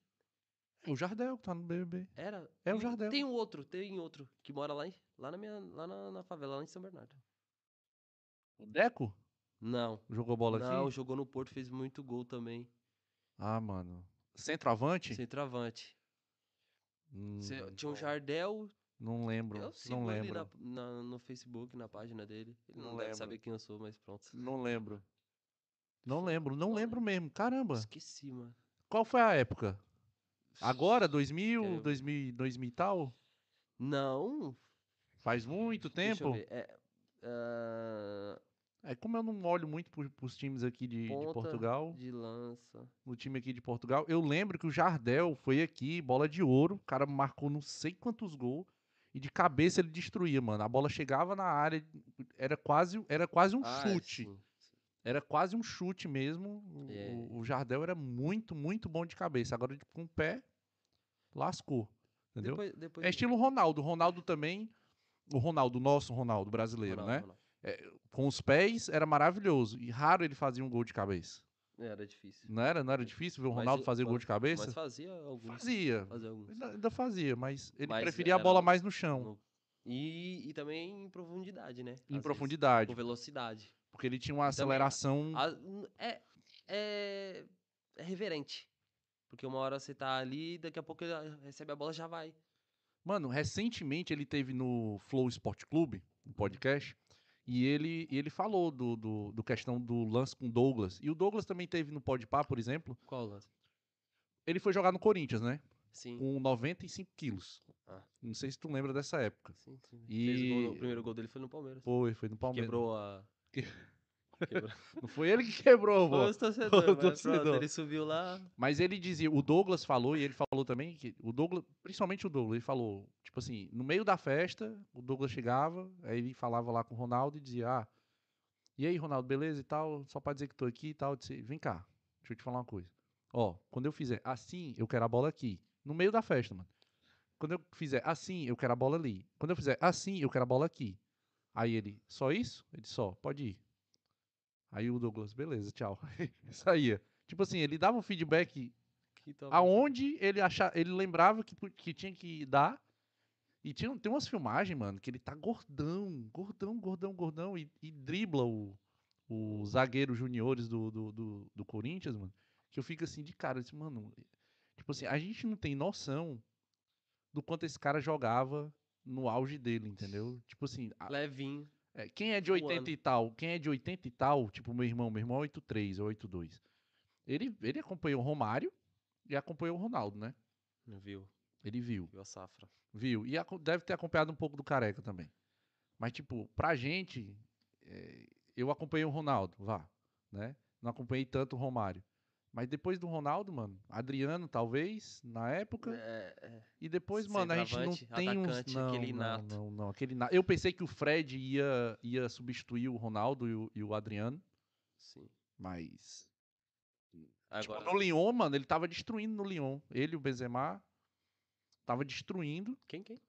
O Jardel, que tá no BBB. Era? É o E Jardel. Tem um outro, tem outro, que mora lá, em, lá, na, minha, lá na, na favela, lá em São Bernardo. O Deco Não. jogou bola não, assim? jogou no Porto, fez muito gol também. Ah, mano. Centroavante? Centroavante. Hum, Cê- Tinha um Jardel, não lembro. eu Não sigo ele lembro. na- na- no Facebook, na página dele. Ele Não não, deve lembro. saber quem eu sou, mas pronto. Não lembro. Não lembro, não lembro mesmo. Caramba. Esqueci, mano. Qual foi a época? Agora, Quer 2000, ver? 2000, 2000 e tal? Não. Faz muito Deixa tempo. eu ver, É, ah, É como eu não olho muito pro- pros times aqui de, de Ponta. Portugal, de lança. no time aqui de Portugal, eu lembro que o Jardel foi aqui, bola de ouro, o cara marcou não sei quantos gols e de cabeça ele destruía, mano. A bola chegava na área, era quase, era quase um Ah, é, chute. sim. Era quase um chute mesmo. O, É. o- o Jardel era muito, muito bom de cabeça. Agora, tipo, com o pé, lascou. Entendeu? Depois, depois é estilo Ronaldo. Ronaldo também. O Ronaldo, nosso Ronaldo brasileiro, né? Com os pés era maravilhoso. E raro ele fazia um gol de cabeça. Era difícil. Não era? Não era difícil ver o Mas Ronaldo o- fazer gol de Mas cabeça? fazia alguns. Fazia. Fazia alguns. Ainda, ainda fazia, mas ele Mas preferia a era bola um- mais no chão, no- E, e também em profundidade, né? em Às vezes, Então, profundidade. Com velocidade. Porque ele tinha uma E também a- aceleração. A- n- é, é, é reverente. Porque uma hora você tá ali, daqui a pouco ele ah, recebe a bola e já vai. Mano, recentemente ele teve no Flow Sport Clube, um podcast, e ele, e ele falou do, do, do questão do lance com o Douglas. E o Douglas também teve no Podpah, por exemplo. Qual o lance? Ele foi jogar no Corinthians, né? Sim. Com 95 quilos. Ah. Não sei se tu lembra dessa época. sim, sim. Fez o, gol- o E- primeiro gol dele foi no Palmeiras. Foi, foi no Palmeiras. Quebrou a. Que- Quebrou. Não foi ele que quebrou, Foi pô. os torcedores. mas torcedor. pronto, ele subiu lá. Mas ele dizia, o Douglas falou, e ele falou também que o Douglas, principalmente o Douglas, ele falou, tipo assim, no meio da festa, o Douglas chegava, aí ele falava lá com o Ronaldo e dizia, ah, e aí, Ronaldo, beleza e tal, só pra dizer que tô aqui e tal, eu disse, vem cá, deixa eu te falar uma coisa. Ó, quando eu fizer assim, eu quero a bola aqui, no meio da festa, mano. Quando eu fizer assim, eu quero a bola ali. Quando eu fizer assim, eu quero a bola aqui. Aí ele, só isso? Ele só, pode ir. Aí o Douglas, beleza, tchau. [laughs] Saía. Tipo assim, ele dava um feedback Que tal- aonde ele achar, ele lembrava que, pu- que tinha que dar. E tinha, tem umas filmagens, mano, que ele tá gordão, gordão, gordão, gordão, e, e dribla o, o zagueiro juniores do, do, do, do Corinthians, mano. Que eu fico assim de cara, assim, mano. Tipo assim, a gente não tem noção do quanto esse cara jogava no auge dele, entendeu? Tipo assim, a- um Levinho. é, quem é de Voando. 80 e tal, quem é de 80 e tal, tipo meu irmão, meu irmão é 83 ou 82. Ele, ele acompanhou o Romário e acompanhou o Ronaldo, né? Viu? Ele viu, Viu a safra. viu. E aco- deve ter acompanhado um pouco do Careca também. Mas, tipo, pra gente, é, eu acompanhei o Ronaldo, vá, né? Não acompanhei tanto o Romário. Mas depois do Ronaldo, mano, Adriano, talvez, na época. É, é. E depois, mano, a gente não Centroavante, tem uns... atacante, não, aquele não, nato. Não, não, aquele nato. Eu pensei que o Fred ia, ia substituir o Ronaldo e o, e o Adriano, Sim. mas... Agora, Tipo, no Lyon, mano, ele tava destruindo no Lyon. Ele, o Benzema, tava destruindo quem, quem?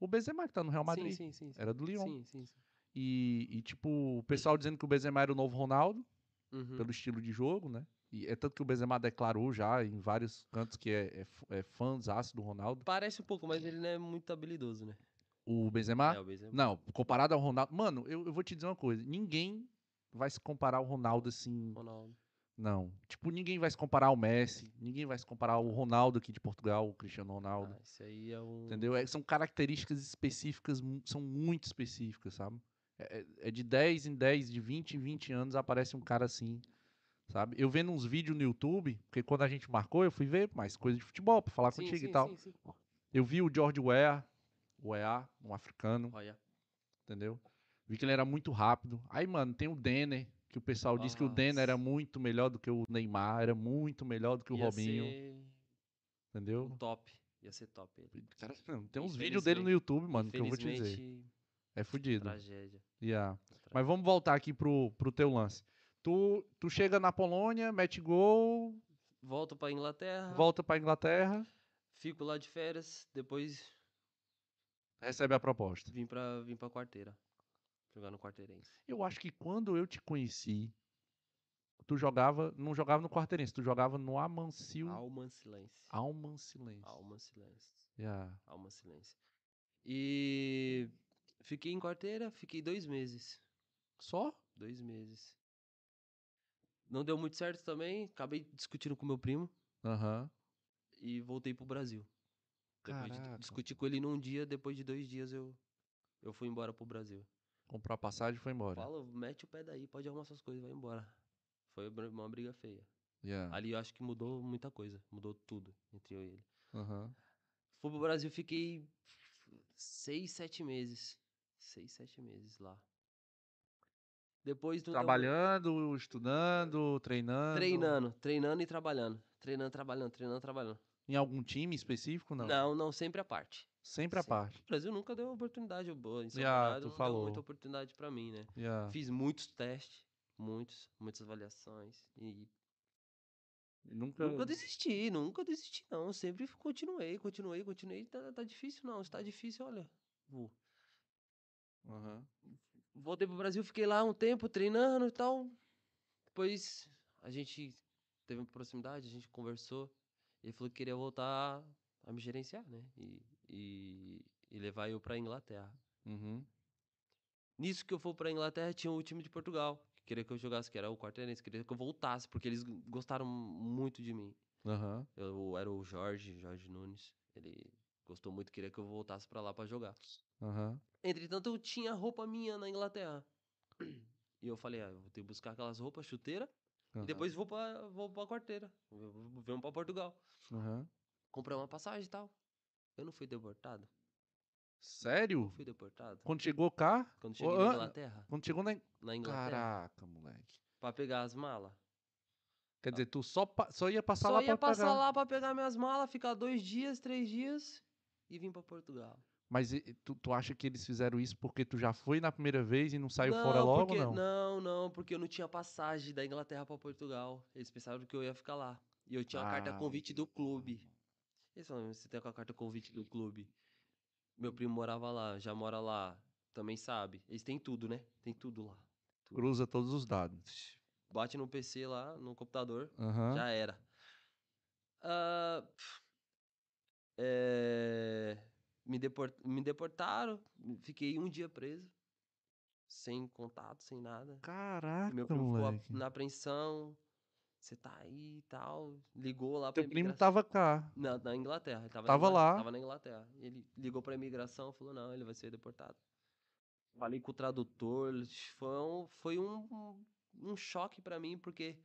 o Benzema, que tá no Real Madrid. Sim, sim, sim. sim. Era do Lyon. Sim, sim, sim. E, e, tipo, o pessoal dizendo que o Benzema era o novo Ronaldo, Uhum. pelo estilo de jogo, né? E é tanto que o Benzema declarou já em vários cantos que é, é, f- é fãzaço do Ronaldo. Parece um pouco, mas ele não é muito habilidoso, né? O Benzema... É, o Benzema. Tá? Não, comparado ao Ronaldo. Mano, eu, eu vou te dizer uma coisa. Ninguém vai se comparar ao Ronaldo assim. Ronaldo. Não. Tipo, ninguém vai se comparar ao Messi. Ninguém vai se comparar ao Ronaldo aqui de Portugal, o Cristiano Ronaldo. Ah, esse aí é um... Entendeu? É- são características específicas, mu- são muito específicas, sabe? É, é- é de 10 em 10, de 20 em 20 anos aparece um cara assim, sabe? Eu vendo uns vídeos no YouTube, porque quando a gente marcou, eu fui ver mais coisa de futebol pra falar Sim, contigo sim, e tal. sim, sim. Eu vi o George Weah, Weah, um africano Olha, entendeu? Vi que ele era muito rápido. Aí, mano, tem o Denner, que o pessoal disse que o Denner era Nossa. muito melhor do que o Neymar, era muito melhor do que o ia Robinho, ser um entendeu? top. Ia ser top ele. Cara, [laughs] não, tem uns vídeos dele no Infelizmente- YouTube, mano, que eu vou te dizer. Infelizmente, É fudido. tragédia. Yeah. Tra- Mas vamos voltar aqui pro, pro teu lance. Tu, tu chega na Polônia, mete gol, volto pra Inglaterra, Volta pra Inglaterra, fico lá de férias, depois recebe a proposta. vim pra, vim pra quarteira. Jogar no quarteirense. Eu acho que quando eu te conheci, tu jogava, não jogava no Quarteirense, tu jogava no Amancio Alma silêncio. Almancilense. Alma silêncio. Yeah. Alma silêncio. E fiquei em quarteira, fiquei dois meses. Só? Dois meses. Não deu muito certo também, acabei discutindo com meu primo Aham. e voltei pro Brasil. Depois de- Caraca. discuti com ele num dia, depois de dois dias eu, eu fui embora pro Brasil. Comprou a passagem e foi embora. Fala, mete o pé daí, pode arrumar suas coisas, vai embora. Foi br- uma briga feia. Yeah. Ali eu acho que mudou muita coisa, mudou tudo entre eu e ele. Aham. Fui pro Brasil, fiquei seis, sete meses. Seis, sete meses lá. Depois não deu muito- Trabalhando, estudando, treinando. Treinando, treinando e trabalhando. Treinando, trabalhando, treinando, trabalhando. Em algum time específico, não? Não, não, sempre à parte. Sempre à Sim. parte. O Brasil nunca deu oportunidade boa. Em São Já, Bernardo Ah, tu não falou. Tá. deu muita oportunidade pra mim, né? Yeah. Fiz muitos testes, muitos, muitas avaliações. E Nunca. nunca desisti, nunca desisti, não. Sempre continuei, continuei, continuei. Tá, tá difícil, não. Se tá difícil, olha. Vou. Aham. voltei pro Brasil, fiquei lá um tempo treinando e tal. Depois a gente teve uma proximidade, a gente conversou. Ele falou que queria voltar a me gerenciar, né? E, e, e levar eu pra Inglaterra. Uhum. Nisso que eu for pra Inglaterra, tinha o time de Portugal, que queria que eu jogasse, que era o quarteirense, queria que eu voltasse, porque eles gostaram muito de mim. Aham. Eu era o Jorge, Jorge Nunes. Ele gostou muito, queria que eu voltasse pra lá pra jogar. Aham. Entretanto, eu tinha roupa minha na Inglaterra. E eu falei, ah, eu vou ter que buscar aquelas roupas, chuteira, aham, e depois vou pra, vou pra quarteira. v- v- Vamos pra Portugal. aham. Comprar uma passagem e tal. Eu não fui deportado? Não Sério? fui deportado? Quando chegou cá? Quando cheguei Ô, na ah, Inglaterra, Quando chegou na. In- na Inglaterra, Caraca, moleque. pra pegar as malas. Quer dizer, tu só, pa- só ia passar Tá. Só lá ia pra passar pegar. lá pra pegar minhas malas, ficar dois dias, três dias e vim pra Portugal. Mas e- e tu, tu acha que eles fizeram isso porque tu já foi na primeira vez Tá, e não saiu fora logo, porque- não? Não, não, porque eu não tinha passagem da Inglaterra pra Portugal. Eles pensaram que eu ia ficar lá. E eu tinha a carta Ah, convite do clube. entendi. Eles falaram, você tem com a carta convite do clube. Meu primo morava lá, já mora lá, também sabe. Eles têm tudo, né? Tem tudo lá. Cruza todos os dados. Bate no PC lá, no computador, Aham. já era. Ah, pf, é, me, deport- me deportaram, fiquei um dia preso, sem contato, sem nada. E Caraca, meu primo ficou moleque. ap- na apreensão. Você tá aí e tal. Ligou lá Teu pra primo imigra- tava cá. na, na Inglaterra. Ele tava, na Tava Ingla- lá. Tava na Inglaterra. Ele ligou pra imigração falou: não, ele vai ser deportado. Falei com o tradutor. Foi um, foi um, um- um choque pra mim, porque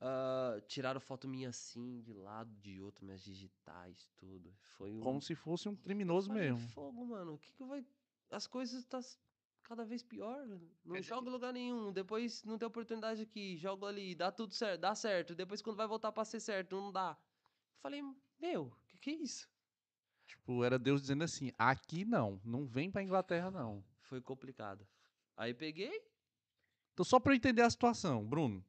ah, tiraram foto minha assim, de lado, de outro, minhas digitais, tudo. Foi um. Como se fosse um criminoso falei, mesmo. Fogo, mano. O que que vai. As coisas tá s- cada vez pior. Não Quer dizer joga em lugar nenhum. Depois não tem oportunidade aqui. Joga ali, dá tudo certo, dá certo. Depois quando vai voltar pra ser certo, não dá. Falei, meu, que que é isso? Tipo, era Deus dizendo assim: aqui não, não vem pra Inglaterra, não. Foi complicado. Aí peguei, Então, só pra eu entender a situação, Bruno.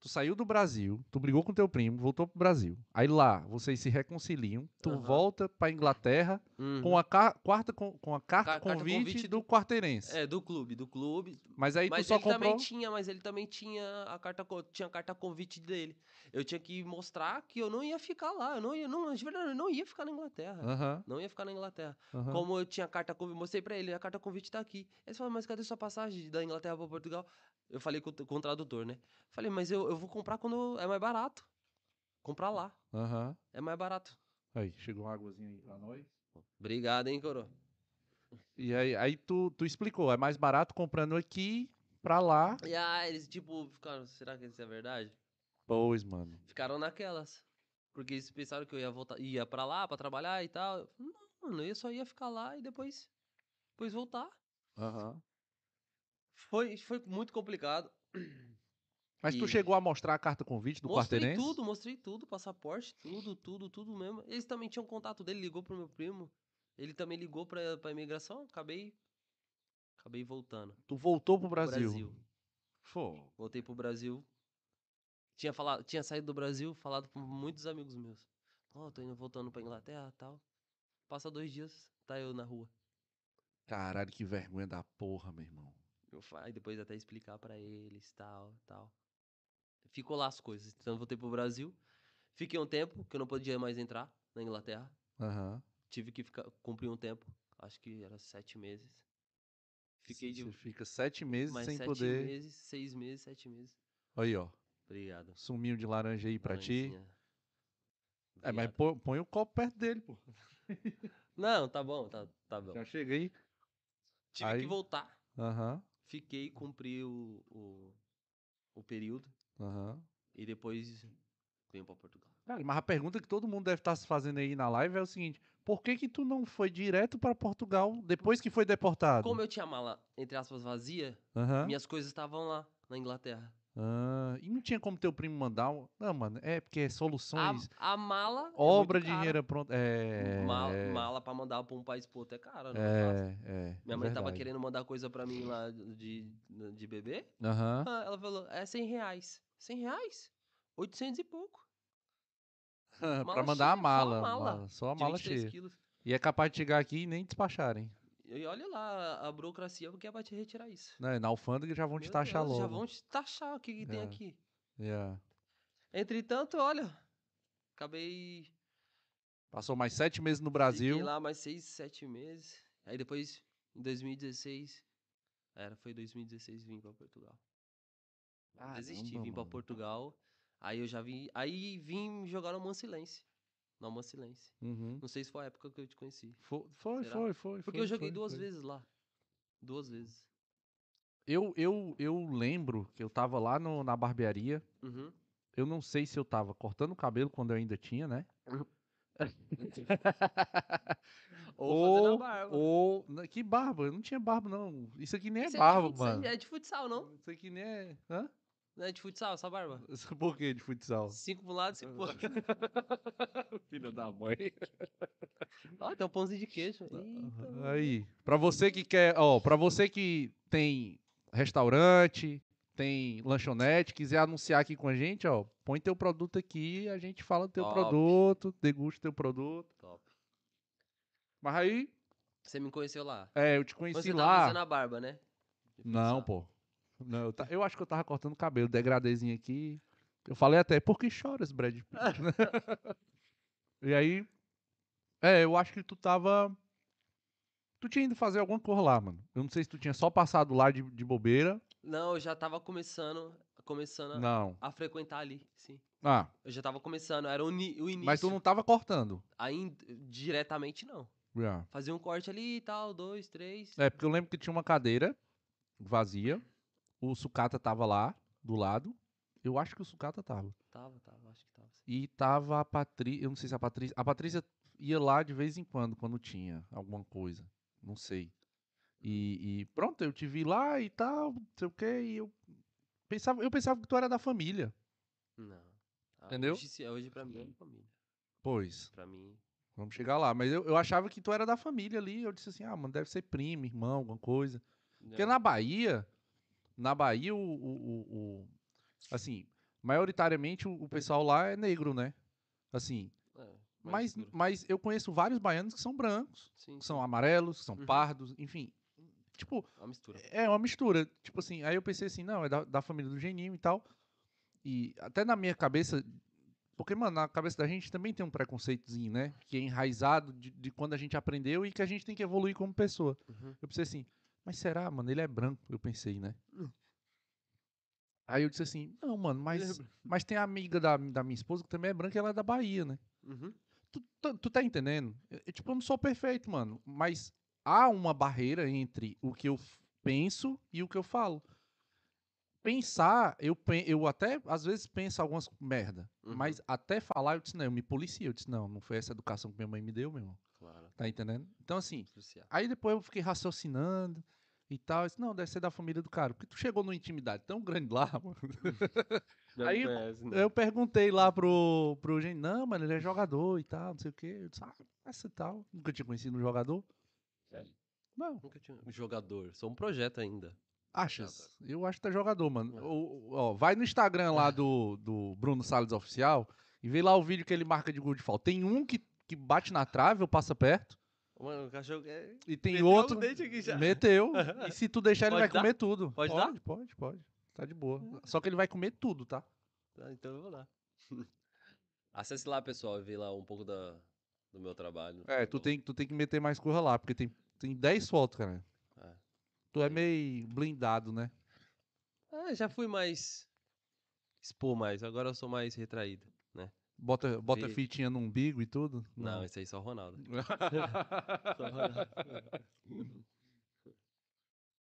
Tu saiu do Brasil, tu brigou com teu primo, voltou pro Brasil. Aí lá, vocês se reconciliam, tu Aham. volta pra Inglaterra Uhum. com a ca- quarta con- com a carta Ca- carta convite, convite do quarteirense. É, do clube, do clube. Mas aí mas tu só ele também comprou. tinha, mas ele também tinha a carta, co- tinha a carta convite dele. Eu tinha que mostrar que eu não ia ficar lá. Eu não ia, não, de verdade, eu não ia ficar na Inglaterra. Aham, Não ia ficar na Inglaterra. ahã. Como eu tinha carta convite, mostrei pra ele, a carta convite tá aqui. Ele falou, mas cadê sua passagem da Inglaterra pra Portugal? Eu falei com, o t- com o tradutor, né? Falei, mas eu, eu vou comprar quando eu- é mais barato. Comprar lá, Aham. é mais barato. Aí, chegou uma águazinha aí pra nós. Obrigado, hein, coroa. E aí, aí tu, tu explicou, é mais barato comprando aqui pra lá. E aí eles, tipo, ficaram, será que isso é verdade? Pois, mano. Ficaram naquelas. Porque eles pensaram que eu ia voltar, ia pra lá pra trabalhar e tal. Eu falei, Não, mano, eu só ia ficar lá e depois, depois voltar. Aham. Foi, foi muito complicado. Mas tu E- chegou a mostrar a carta convite do mostrei quarteirense? tudo, mostrei tudo, passaporte, tudo, tudo, tudo mesmo. Eles também tinham contato dele, ligou pro meu primo. Ele também ligou pra, pra imigração, acabei. Acabei voltando. Tu voltou pro pro Brasil. Pô. Voltei pro Brasil. Tinha, falado, tinha saído do Brasil, falado com muitos amigos meus. Ó, tô indo voltando pra Inglaterra tal. Passa dois dias, tá eu na rua. Caralho, que vergonha da porra, meu irmão. Eu fa- Aí depois até explicar pra eles, tal, tal. Ficou lá as coisas. Então eu voltei pro Brasil. Fiquei um tempo que eu não podia mais entrar na Inglaterra. Aham. Tive que ficar, cumprir um tempo. Acho que era sete meses. Fiquei de Você fica sete meses mais sem sete poder. meses, seis meses, sete meses. Aí, ó. Obrigado. Suminho de laranja aí pra ti. Laranjinha. É, mas Obrigado. pô- põe o copo perto dele, pô. Não, tá bom, tá, tá bom. Já cheguei. Tive aí- que voltar. Aham. Fiquei, cumpri o, o, o período. Aham. E depois vim pra Portugal. Cara, mas a pergunta que todo mundo deve estar se fazendo aí na live é o seguinte: por que que tu não foi direto pra Portugal depois que foi deportado? Como eu tinha mala, entre aspas, vazia, Aham. minhas coisas estavam lá, na Inglaterra. Ah, e não tinha como teu primo mandar um. Não, mano, é porque é A, soluções, a mala. é obra, muito cara. dinheiro pronto. É. Mala, é, mala pra mandar pra um país pro outro é cara, não é fácil. é, é, Minha mãe tava verdade. querendo mandar coisa pra mim lá de, de bebê. [laughs] Aham. Ah, Ela falou, é 100 reais. 100 reais? 800 e pouco. pra Mala mandar a cheia, só a mala, mala. mala, Só a de mala 23 cheia. quilos. E é capaz de chegar aqui e nem despacharem. E olha lá, a burocracia que é pra te retirar isso. Né? Na alfândega já vão te Meu taxar Deus, logo. Já vão te taxar o que, que tem É. aqui. Yeah. Entretanto, olha, acabei Passou mais sete meses no Brasil. Fiquei lá mais seis, sete meses. Aí depois, em 2016. Era, foi 2016 vim pra Portugal. Caramba, Desisti, vim pra mano. Portugal. Aí eu já vim. Aí vim jogar no Mancilense. No Mancilense. Uhum. Não sei se foi a época que eu te conheci. Fo- Foi, Será? foi, foi. Porque foi, eu joguei foi, duas foi. vezes lá. Duas vezes. Eu, eu, eu lembro que eu tava lá no- na barbearia. Uhum. Eu não sei se eu tava cortando o cabelo quando eu ainda tinha, né? Uhum. [laughs] fazendo a ou, barba. ou. na- Que barba? Eu não tinha barba, não. Isso aqui nem é Isso de barba, futsal- mano. É de futsal, não? Isso aqui nem é. Hã? [laughs] Não é de futsal essa barba? Por que de futsal? Cinco pro lado, cinco pro outro. [laughs] Filha da mãe. Ó, tem um pãozinho de queijo. Tá. Eita. Aí, pra você que quer, ó, para você que tem restaurante, tem lanchonete, quiser anunciar aqui com a gente, ó, põe teu produto aqui, a gente fala do teu Top. produto, degusta teu produto. Top. Mas aí, Você me conheceu lá. é, eu te Mas conheci então, você tava lá. fazendo a barba, né? De Não, futsal. pô. Não, eu, ta- eu acho que eu tava cortando cabelo, degradezinho aqui. Eu falei até, por que choras, Brad? Pitt?" [laughs] e aí, é, eu acho que tu tava. Tu tinha ido fazer alguma coisa lá, mano. Eu não sei se tu tinha só passado lá de, de bobeira. Não, eu já tava começando, começando a- Não. a frequentar ali, sim. Ah, Eu já tava começando, era o, ni- o início. mas tu não tava cortando. Ainda, diretamente não. Yeah. Fazia um corte ali e tal, dois, três. É, porque eu lembro que tinha uma cadeira vazia. O sucata tava lá, do lado. Eu acho que o sucata tava. Tava, tava, acho que tava. sim. E tava a Patrícia. Eu não sei se a Patrícia. A Patrícia ia lá de vez em quando, quando tinha alguma coisa. Não sei. E, e pronto, eu te vi lá e tal, não sei o quê. E eu pensava, eu pensava que tu era da família. Não. Ah, Entendeu? Hoje, sim, hoje pra mim é família. Pois, Pra mim. né, vamos chegar lá. Mas eu, eu achava que tu era da família ali. Eu disse assim, ah, mano, deve ser primo, irmão, alguma coisa. Porque não. na Bahia, na Bahia, o. o- o- o- assim, maioritariamente o, o pessoal lá é negro, né? Assim, É, mais mas, escuro. mas eu conheço vários baianos que são brancos. Sim, que são amarelos, que são Uhum. pardos, enfim. Tipo, sim, uma mistura. é uma mistura. Tipo assim, aí eu pensei assim, não, é da, da família do Geninho e tal. E até na minha cabeça. Porque, mano, na cabeça da gente também tem um preconceitozinho, né? Que é enraizado de, de quando a gente aprendeu e que a gente tem que evoluir como pessoa. Uhum. Eu pensei assim, mas será, mano, ele é branco? Eu pensei, né? Aí eu disse assim, não, mano, mas, mas tem a amiga da, da minha esposa que também é branca e ela é da Bahia, né? Uhum. Tu, tu, tu tá entendendo? Eu, eu, tipo, eu não sou perfeito, mano. Mas há uma barreira entre o que eu f- penso e o que eu falo. Pensar, eu, pe- eu até às vezes penso algumas merda. Uhum. Mas até falar, eu disse, não, eu me policio. Eu disse, não, não foi essa educação que minha mãe me deu, meu irmão. Claro. Tá entendendo? Então, assim, Crucial. aí depois eu fiquei raciocinando e tal. Eu disse, não, deve ser da família do cara. Porque tu chegou numa intimidade tão grande lá, [laughs] mano. Aí, Eu perguntei lá pro, pro gente, não, mano, ele é jogador e tal, não sei o quê. Eu disse, ah, essa e tal. Nunca tinha conhecido um jogador. Não. Nunca tinha. Jogador. É. Sou um projeto ainda. Achas? Eu acho que tá jogador, mano. O- o- ó, vai no Instagram lá do, do Bruno Salles Oficial e vê lá o vídeo que ele marca de gol de falta. Tem um que, que bate na trave ou passa perto. Mano, o cachorro. É... E tem Meteu outro. o dente aqui já. Meteu. e se tu deixar, ele Pode vai dar? comer tudo. Pode dar? pode, Pode, pode. Tá de boa. Só que ele vai comer tudo, tá? Ah, então eu vou lá. [laughs] Acesse lá, pessoal, e vê lá um pouco da, do meu trabalho. É, tu tem, tu tem que meter mais curra lá, porque tem, tem 10 fotos, cara. É. Tu é meio blindado, né? Ah, já fui mais. Expor mais. Agora eu sou mais retraído. Bota, bota Vi. fitinha no umbigo e tudo. Não, esse aí é só o Ronaldo.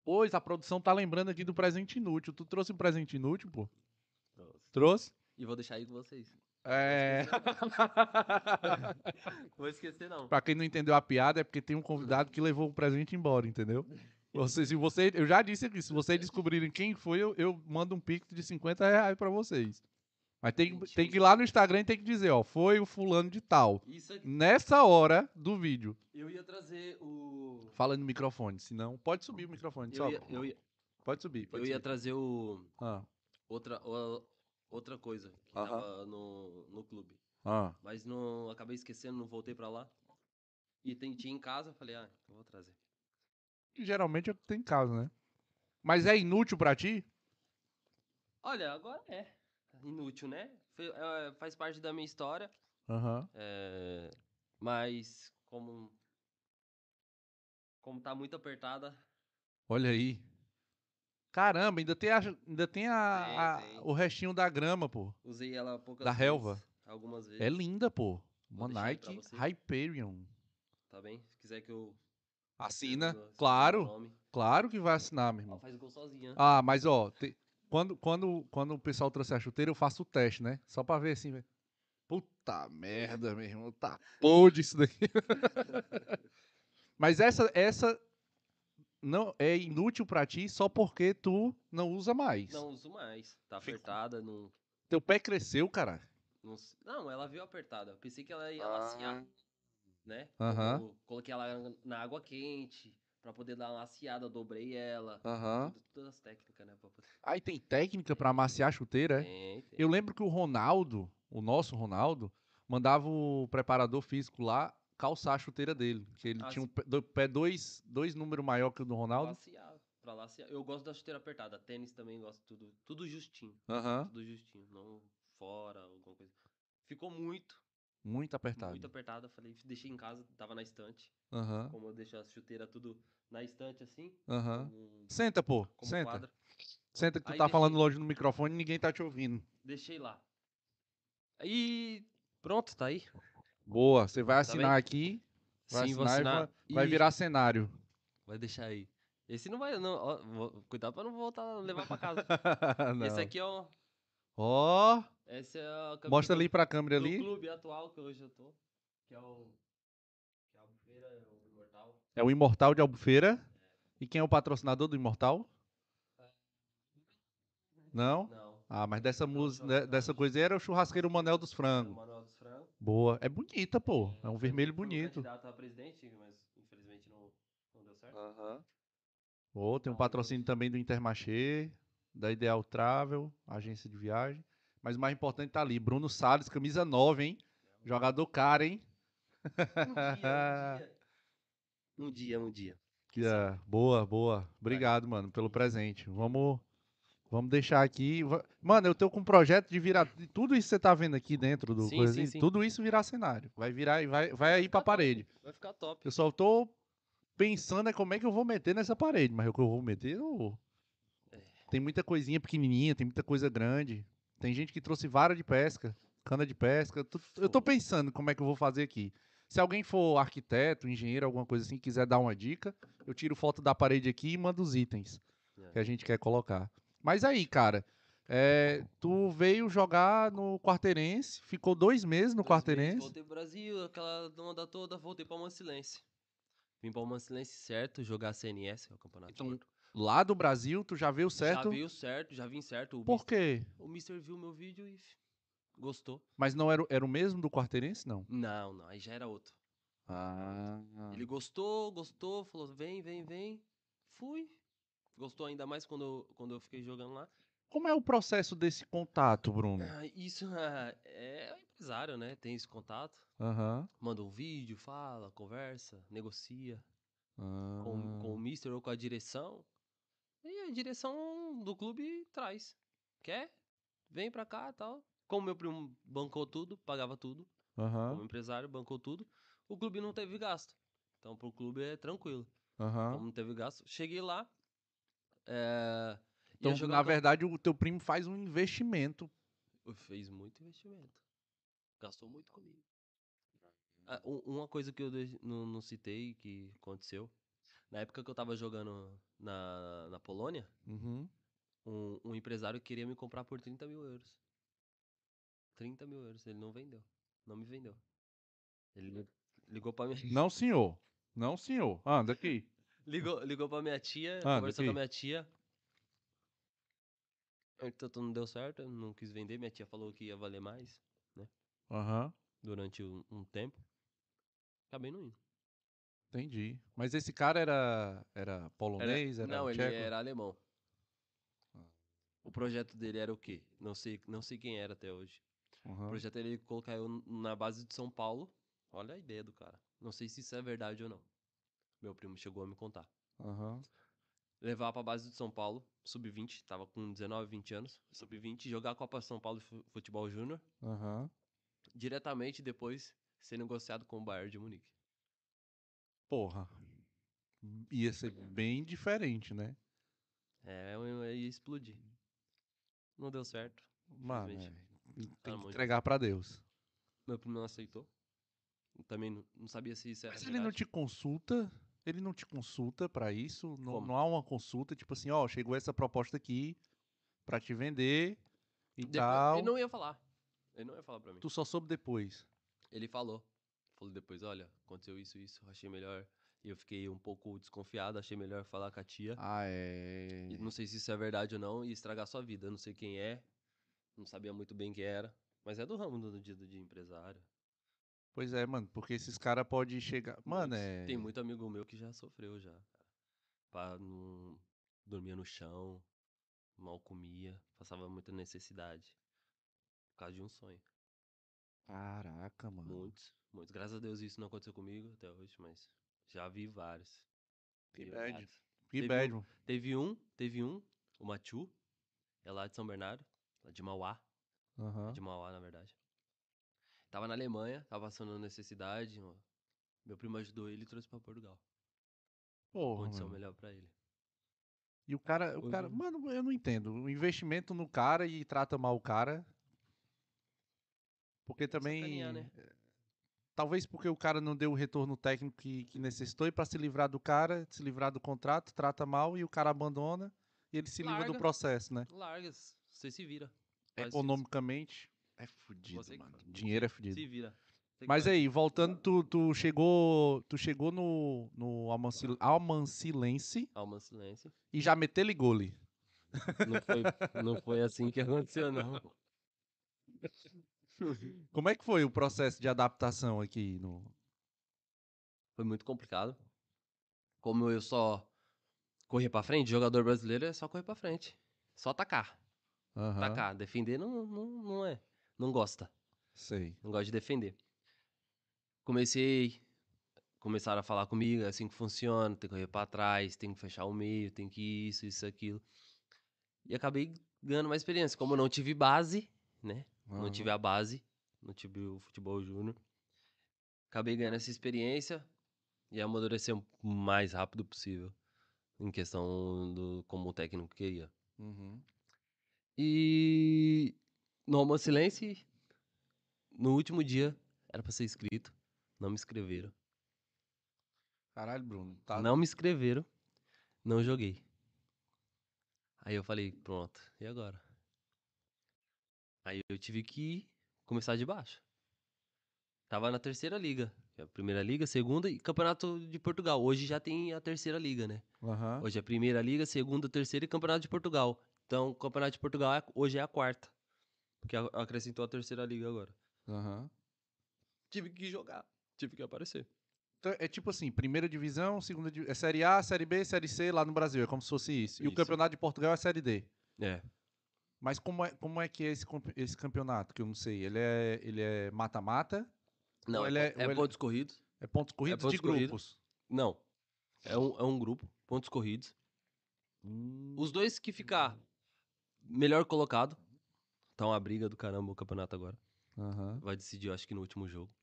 Pois, a produção tá lembrando aqui do presente inútil. Tu trouxe um presente inútil, pô? Trouxe. Trouxe? E vou deixar aí com vocês. É. [laughs] [laughs] Vou esquecer, não. pra quem não entendeu a piada, é porque tem um convidado que levou o presente embora, entendeu? Você, se você, eu já disse aqui, se vocês descobrirem quem foi, eu, eu mando um pix de 50 reais pra vocês. Mas tem, que- tem que ir lá no Instagram e tem que dizer, ó, foi o fulano de tal. Isso aqui. Nessa hora do vídeo. Eu ia trazer o. Fala no microfone, senão. Pode subir o microfone, só. Eu ia, eu ia, Pode subir. eu Pode ia subir. trazer o. Ah, Outra, o- outra coisa que Aham. tava no, no clube. ah. Mas não. Acabei esquecendo, não voltei pra lá. E tem, tinha em casa, falei, ah, eu vou trazer. Que Geralmente é o que tem em casa, né? Mas é inútil pra ti? Olha, agora é. Inútil, né? Fe- é, Faz parte da minha história. Aham. É, mas como como tá muito apertada, Olha aí. Caramba, ainda tem, a, ainda tem, a, Tem, a- tem. o restinho da grama, pô. usei ela poucas Da vezes, relva? algumas vezes. É linda, pô. Uma deixar aí pra Nike você. Hyperion. Tá bem? Se quiser que eu Assina, eu dou- o claro. nome. Claro que vai assinar, meu Ela irmão. faz gol sozinha. Ah, mas ó, te- quando, quando, quando o pessoal trouxer a chuteira, eu faço o teste, né? Só pra ver assim, velho. Puta merda, meu irmão. Tá podre isso daqui. mas essa, essa não é inútil pra ti só porque tu não usa mais. Não uso mais. Tá Ficou. apertada, não, Teu pé cresceu, cara. não s- Não, ela veio apertada. Eu pensei que ela ia laciar, né? Aham. Eu coloquei ela na- na água quente pra poder dar uma laciada, eu dobrei ela. Aham. Tudo- todas as técnicas, né, pra poder. Aí tem técnica pra amaciar a chuteira, é? Tem, tem. Eu lembro que o Ronaldo, o nosso Ronaldo, mandava o preparador físico lá calçar a chuteira dele. Que ele Ah, tinha um sim. pé, do- pé dois, dois números maior que o do Ronaldo. Laciar, pra laciar. Eu gosto da chuteira apertada. Tênis também gosto, tudo, tudo justinho. Aham. Tudo justinho, não fora, alguma coisa. Ficou muito, Muito apertado. muito apertada. Falei, deixei em casa, tava na estante. Aham. Como eu deixo a chuteira tudo na estante assim, Aham. como, Senta, pô. como Senta. quadra. Senta que tu Aí tá deixei. falando longe no microfone e ninguém tá te ouvindo. Deixei lá. Aí, pronto, tá aí. Boa, você vai Tá assinar bem? aqui, Vai Sim, vou assinar e assinar. vai Ih, virar cenário. Vai deixar aí. Esse não vai, não. ó, vou- cuidado pra não voltar levar pra casa. [laughs] Não. [laughs] Esse aqui é o. Ó, Esse é a camisa mostra do- ali pra câmera ali. Do clube atual que hoje eu tô. Que é o. Que é a Albufeira, é o Imortal. É o Imortal de Albufeira. E quem é o patrocinador do Imortal? É. Não? Não. Ah, mas dessa Não, música, não, né, não. dessa coisa aí era o churrasqueiro Manel dos É o Frangos. Manuel dos Frangos. Boa. É bonita, pô. É um Eu vermelho fui bonito. candidato a tá, presidente, mas infelizmente não, não deu certo. Pô, tem um patrocínio também do Intermarché, da Ideal Travel, agência de viagem. Mas o mais importante tá ali. Bruno Salles, camisa 9, hein? Jogador cara, hein? [laughs] Um dia, um dia. Yeah, é boa, boa. Obrigado, mano, pelo presente. Vamos, vamos deixar aqui. Va- Mano, eu tô com um projeto de virar de tudo isso que você tá vendo aqui dentro do Sim, coisa, sim, assim, sim. tudo isso virar cenário. Vai virar e vai, vai aí pra Tá top. parede. Vai ficar top. Eu só tô pensando é como é que eu vou meter nessa parede, mas o que eu vou meter, eu... tem muita coisinha pequenininha, tem muita coisa grande. Tem gente que trouxe vara de pesca, cana de pesca. tu- Eu tô Fogo. pensando como é que eu vou fazer aqui. Se alguém for arquiteto, engenheiro, alguma coisa assim, quiser dar uma dica, eu tiro foto da parede aqui e mando os itens que a gente quer colocar. Mas aí, cara, é, tu veio jogar no Quarteirense, ficou dois meses no Quarteirense. Voltei pro Brasil, aquela onda toda, voltei pra Mancilense. Vim pra Mancilense certo, jogar a CNS, que é o campeonato. Então, curto. Lá do Brasil, tu já veio certo. Já veio certo, já vim certo. O, Por quê? Mister, o Mister viu meu vídeo e f- gostou. Mas não era, o- era o mesmo do Quarteirense, não? Não, não, aí já era outro. Ah. Ele gostou, gostou, falou: vem, vem, vem. Fui. Gostou ainda mais quando eu, quando eu fiquei jogando lá. Como é o processo desse contato, Bruno? Ah, isso ah, é o empresário, né? Tem esse contato. Aham. Manda um vídeo, fala, conversa, negocia Ah. com, com o mister ou com a direção. E a direção do clube traz. Quer? Vem pra cá tal. Como meu primo bancou tudo, pagava tudo. Como Aham. empresário, bancou tudo. O clube não teve gasto. Então pro clube é tranquilo. Aham. Então não teve gasto. Cheguei lá. É... ia Então, jogar na com- verdade, o teu primo faz um investimento. Eu Fez muito investimento. Gastou muito comigo. Ah, u- uma coisa que eu deix- não, não citei que aconteceu. Na época que eu tava jogando na, na Polônia, Uhum. um, um empresário queria me comprar por 30 mil euros. 30 mil euros. Ele não vendeu. Não me vendeu. Ele li- [laughs] ligou pra minha, Não, senhor. Não, senhor. Anda aqui. ligou, ligou pra minha tia, Ah, conversou com Davi. a minha tia. Então tu não deu certo, eu não quis vender. Minha tia falou que ia valer mais. Aham. durante um, um tempo. Acabei não indo. Entendi. Mas esse cara era, era polonês? Era, não, ele tcheco? era alemão. O projeto dele era o quê? Não sei, não sei quem era até hoje. O Aham. projeto ele colocou eu n- na base de São Paulo. Olha a ideia do cara. Não sei se isso é verdade ou não. Meu primo chegou a me contar. Aham. Levar pra base de São Paulo, sub-20, tava com 19, 20 anos, sub-20, jogar a Copa São Paulo de fu- Futebol Júnior, Aham. diretamente depois ser negociado com o Bayern de Munique. Porra. Ia ser bem diferente, né? É, eu eu ia explodir. Não deu certo. Mano, Infelizmente. é, tem Pelo amor que de entregar pra Deus. Meu primo não aceitou. Eu Também não, não sabia se isso era Mas ele não verdade. te consulta? Ele não te consulta pra isso? Não, Como? não há uma consulta, tipo assim, ó, chegou essa proposta aqui pra te vender e Depois- tal. Ele não ia falar. Ele não ia falar pra mim. Tu só soube depois. Ele falou. Falou depois, olha, aconteceu isso, isso, achei melhor. E eu fiquei um pouco desconfiado, achei melhor falar com a tia. Ah, é. E não sei se isso é verdade ou não, e estragar sua vida. Eu Não sei quem é, não sabia muito bem quem era. Mas é do ramo do dia de empresário. Pois é, mano, porque esses caras podem chegar. Mano, Muitos- é. Tem muito amigo meu que já sofreu já. Pá, não... Dormia no chão, mal comia, passava muita necessidade. Por causa de um sonho. Caraca, mano. Muitos, muitos. Graças a Deus isso não aconteceu comigo até hoje, mas já vi vários. Que Vi bad. vários. Que Teve bad, um- mano. Teve um, teve um, o Machu, é lá de São Bernardo, lá de Mauá. Aham. De Mauá, na verdade. Tava na Alemanha, tava passando necessidade. ó. Meu primo ajudou ele e trouxe pra Portugal. Porra, Condição mano. melhor pra ele. E o cara, o Pois cara, é. mano, eu não entendo. O investimento no cara e trata mal o cara. Porque também. sacanear, né? eh, Talvez porque o cara não deu o retorno técnico que, que necessitou e pra se livrar do cara, se livrar do contrato, trata mal e o cara abandona e ele se livra do Larga. processo, né? Larga, se- você se vira. Faz isso, É Economicamente é fudido, Você que mano. faz. Dinheiro é Se fudido. se vira. Você que Mas é faz. aí, voltando, tu, tu chegou, tu chegou no, no Almancil- Almancilense Alma silêncio. e já meteu-lhe gole. Não foi, não foi assim que aconteceu, não. Como é que foi o processo de adaptação aqui no. Foi muito complicado. Como eu só corria pra frente, jogador brasileiro é só correr pra frente. Só atacar. Aham, Atacar. Defender não, não, não é. Não gosta. Sei. Não gosta de defender. Comecei. Começaram a falar comigo, é assim que funciona, tem que correr pra trás, tem que fechar o meio, tem que isso, isso, aquilo. E acabei ganhando mais experiência. Como eu não tive base, né? Não Aham. tive a base, não tive o futebol júnior. Acabei ganhando essa experiência e amadurecer o mais rápido possível em questão do como o técnico queria. Uhum. E no Almoço Silêncio, no último dia, era pra ser inscrito. Não me inscreveram. Caralho, Bruno. Tá... Não me inscreveram. Não joguei. Aí eu falei, pronto, e agora? Aí eu tive que começar de baixo. Tava na terceira liga. que é a Primeira liga, segunda e campeonato de Portugal. Hoje já tem a terceira liga, né? Aham. Hoje é a primeira liga, segunda, terceira e campeonato de Portugal. Então, o campeonato de Portugal é- hoje é a quarta. Porque a- acrescentou a terceira liga agora. Aham. Tive que jogar, tive que aparecer. Então, é tipo assim, primeira divisão, segunda divi- é Série A, Série B, Série C lá no Brasil, é como se fosse isso. E o Isso. campeonato de Portugal é Série D. É. Mas como é, como é que é esse, campe- esse campeonato? Que eu não sei. Ele é ele é mata-mata? Não, Ou é, ele é- po- ou é ele- pontos corridos. É pontos corridos pontos de corridos. grupos. Não. É um, é um grupo, pontos corridos. Hum. Os dois que ficar melhor colocado. Tá uma briga do caramba o campeonato agora. Aham. Vai decidir, eu acho que no último jogo.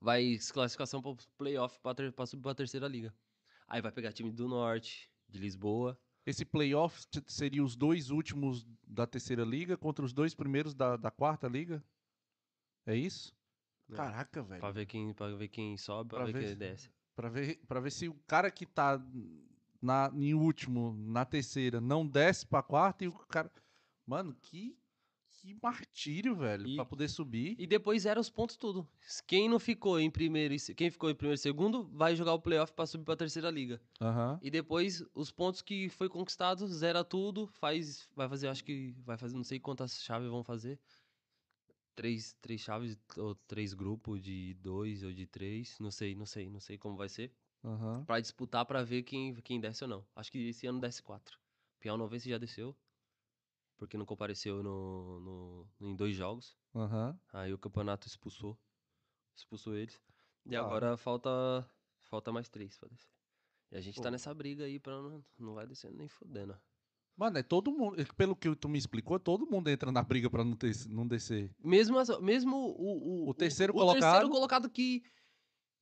Vai se classificação para playoff pra, ter, pra subir pra terceira liga. Aí vai pegar time do norte, de Lisboa. Esse playoff t- seria os dois últimos da terceira liga contra os dois primeiros da, da quarta liga? É isso? É. Caraca, velho. Pra ver quem, pra ver quem sobe, pra, Pra ver ver quem se- desce. Pra ver, pra ver se o cara que tá na, em último, na terceira, não desce pra quarta e o cara. Mano, que, que martírio, velho, E- pra poder subir. E depois zera os pontos tudo. Quem não ficou em primeiro e se- quem ficou em primeiro e segundo vai jogar o playoff pra subir pra terceira liga. Aham. E depois os pontos que foi conquistado, zera tudo, faz vai fazer, acho que vai fazer não sei quantas chaves vão fazer. Três, três chaves ou três grupos de dois ou de três, não sei, não sei, não sei como vai ser. Aham. Pra disputar pra ver quem quem desce ou não. Acho que esse ano desce quatro. Piau não vê se já desceu. Porque não compareceu no, no- em dois jogos. Aham. Aí o campeonato expulsou. Expulsou eles. E Claro. agora falta falta mais três pra descer. E a gente Pô. tá nessa briga aí pra não, não vai descendo nem fudendo. Mano, é todo mundo. Pelo que tu me explicou, todo mundo entra na briga pra não, ter, não descer. Mesmo, as- mesmo o, O terceiro terceiro colocado. colocado que,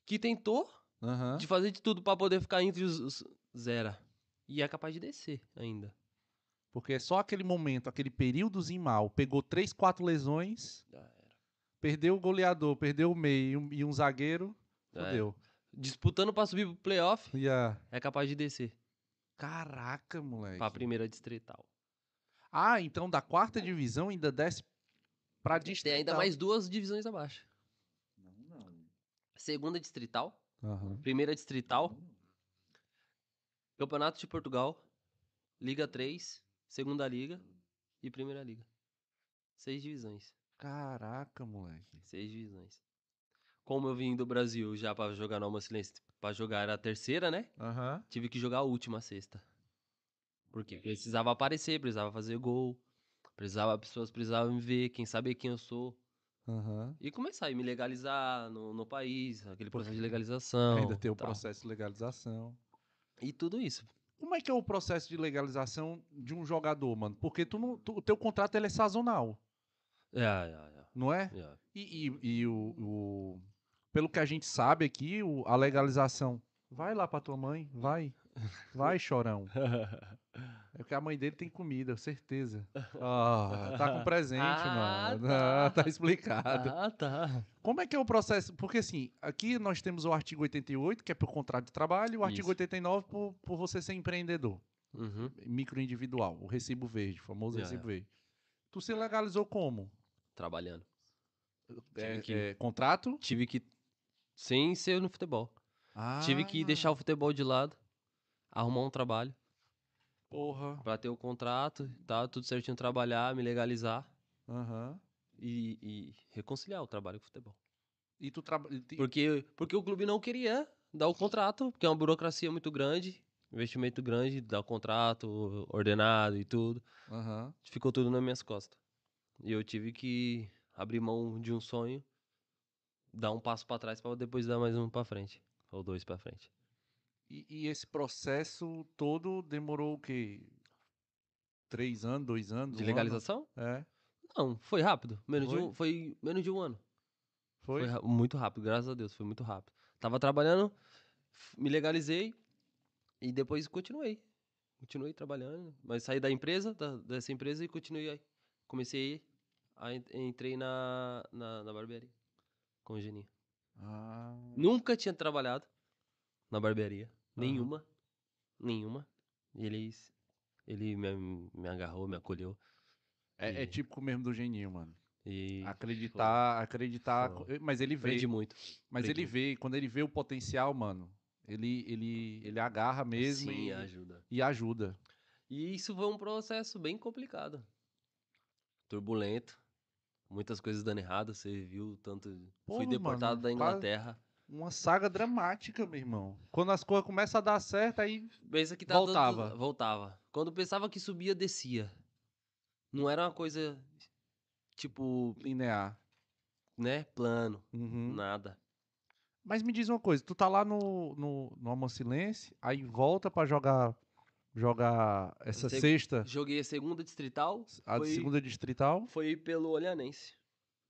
que tentou Aham. de fazer de tudo pra poder ficar entre os, os zera. E é capaz de descer ainda. Porque é só aquele momento, aquele períodozinho mal. Pegou três, quatro lesões, Já era. perdeu. perdeu o goleador, perdeu o meio e um, e um zagueiro. Já era. Fudeu. Disputando pra subir pro playoff, E a... é capaz de descer. Caraca, moleque. Pra primeira distrital. Ah, então da quarta divisão ainda desce pra Tem distrital. ainda mais duas divisões abaixo. Não, não. Segunda distrital, Aham. Primeira Distrital. Campeonato de Portugal. Liga 3. Segunda Liga. E Primeira Liga. Seis divisões. Caraca, moleque. Seis divisões. Como eu vim do Brasil já pra jogar no Alma Silêncio, pra jogar era a terceira, né? Aham. Tive que jogar a última, a sexta. Por quê? Precisava aparecer, precisava fazer gol. Precisava, as pessoas precisavam me ver, quem saber quem eu sou. Aham. E começar a me legalizar no, no país, aquele processo de legalização. Ainda tem o tal. processo de legalização. E tudo isso. Como é que é o processo de legalização de um jogador, mano? Porque tu não, tu- o teu contrato ele é sazonal, É, é, não é? é, é. E, e- e o, o- Pelo que a gente sabe aqui, o- a legalização. Vai lá pra tua mãe, vai. Vai, [laughs] chorão. É porque a mãe dele tem comida, certeza. Ah, tá com presente, Ah, mano. tá. Ah, Tá explicado. Ah, tá. Como é que é o processo? Porque assim, aqui nós temos o artigo 88, que é por contrato de trabalho, e o artigo Isso. 89 por, por você ser empreendedor, Uhum. microindividual, o recibo verde, o famoso É, recibo verde. Tu se legalizou como? Trabalhando. É, Tive que- é, contrato? Tive que. Sem ser no futebol. Tive que deixar o. o futebol de lado, arrumar um trabalho, Porra. pra ter o contrato, tá tudo certinho, trabalhar, me legalizar Aham. e, e reconciliar o trabalho com o futebol. E tu trabalha. Porque, porque o clube não queria dar o contrato, porque é uma burocracia muito grande, investimento grande, dar o contrato ordenado e tudo. Aham. Ficou tudo nas minhas costas. E eu tive que abrir mão de um sonho, dar um passo pra trás pra depois dar mais um pra frente. Ou dois pra frente. E, e esse processo todo demorou o quê? Três anos, dois anos? De um ano? legalização? É. Não, foi rápido. Menos de Foi? um, foi menos de um ano. Foi? ra- muito rápido, graças a Deus, foi muito rápido. Tava trabalhando, f- me legalizei e depois continuei. Continuei trabalhando, mas saí da empresa, da- dessa empresa e continuei aí. Comecei a en- entrei na, na, na barbearia com o Geninho. Ah. Nunca tinha trabalhado na barbearia. Aham. Nenhuma. Nenhuma. E eles. Ele me, me agarrou, me acolheu. É, é E- típico mesmo do geninho, mano. E. Ah, Acreditar, acreditar. co- Mas ele vê. Aprendi muito. mas ele aprendi. vê. Quando ele vê o potencial, mano, ele, ele, ele agarra mesmo Sim, e, ajuda. e ajuda. E isso foi um processo bem complicado. Turbulento. Muitas coisas dando errado, você viu tanto. Porra, Fui mano, deportado da quase- Inglaterra. uma saga dramática, meu irmão. Quando as coisas começam a dar certo, aí. Pensa que tá Voltava. dando- voltava. Quando pensava que subia, descia. Não era uma coisa, tipo, Linear. né, plano, Uhum. nada. Mas me diz uma coisa, tu tá lá no, no, no Amoncilense, aí volta pra jogar jogar essa Seg- sexta, Joguei a segunda distrital, a foi- segunda distrital. foi pelo Olhanense.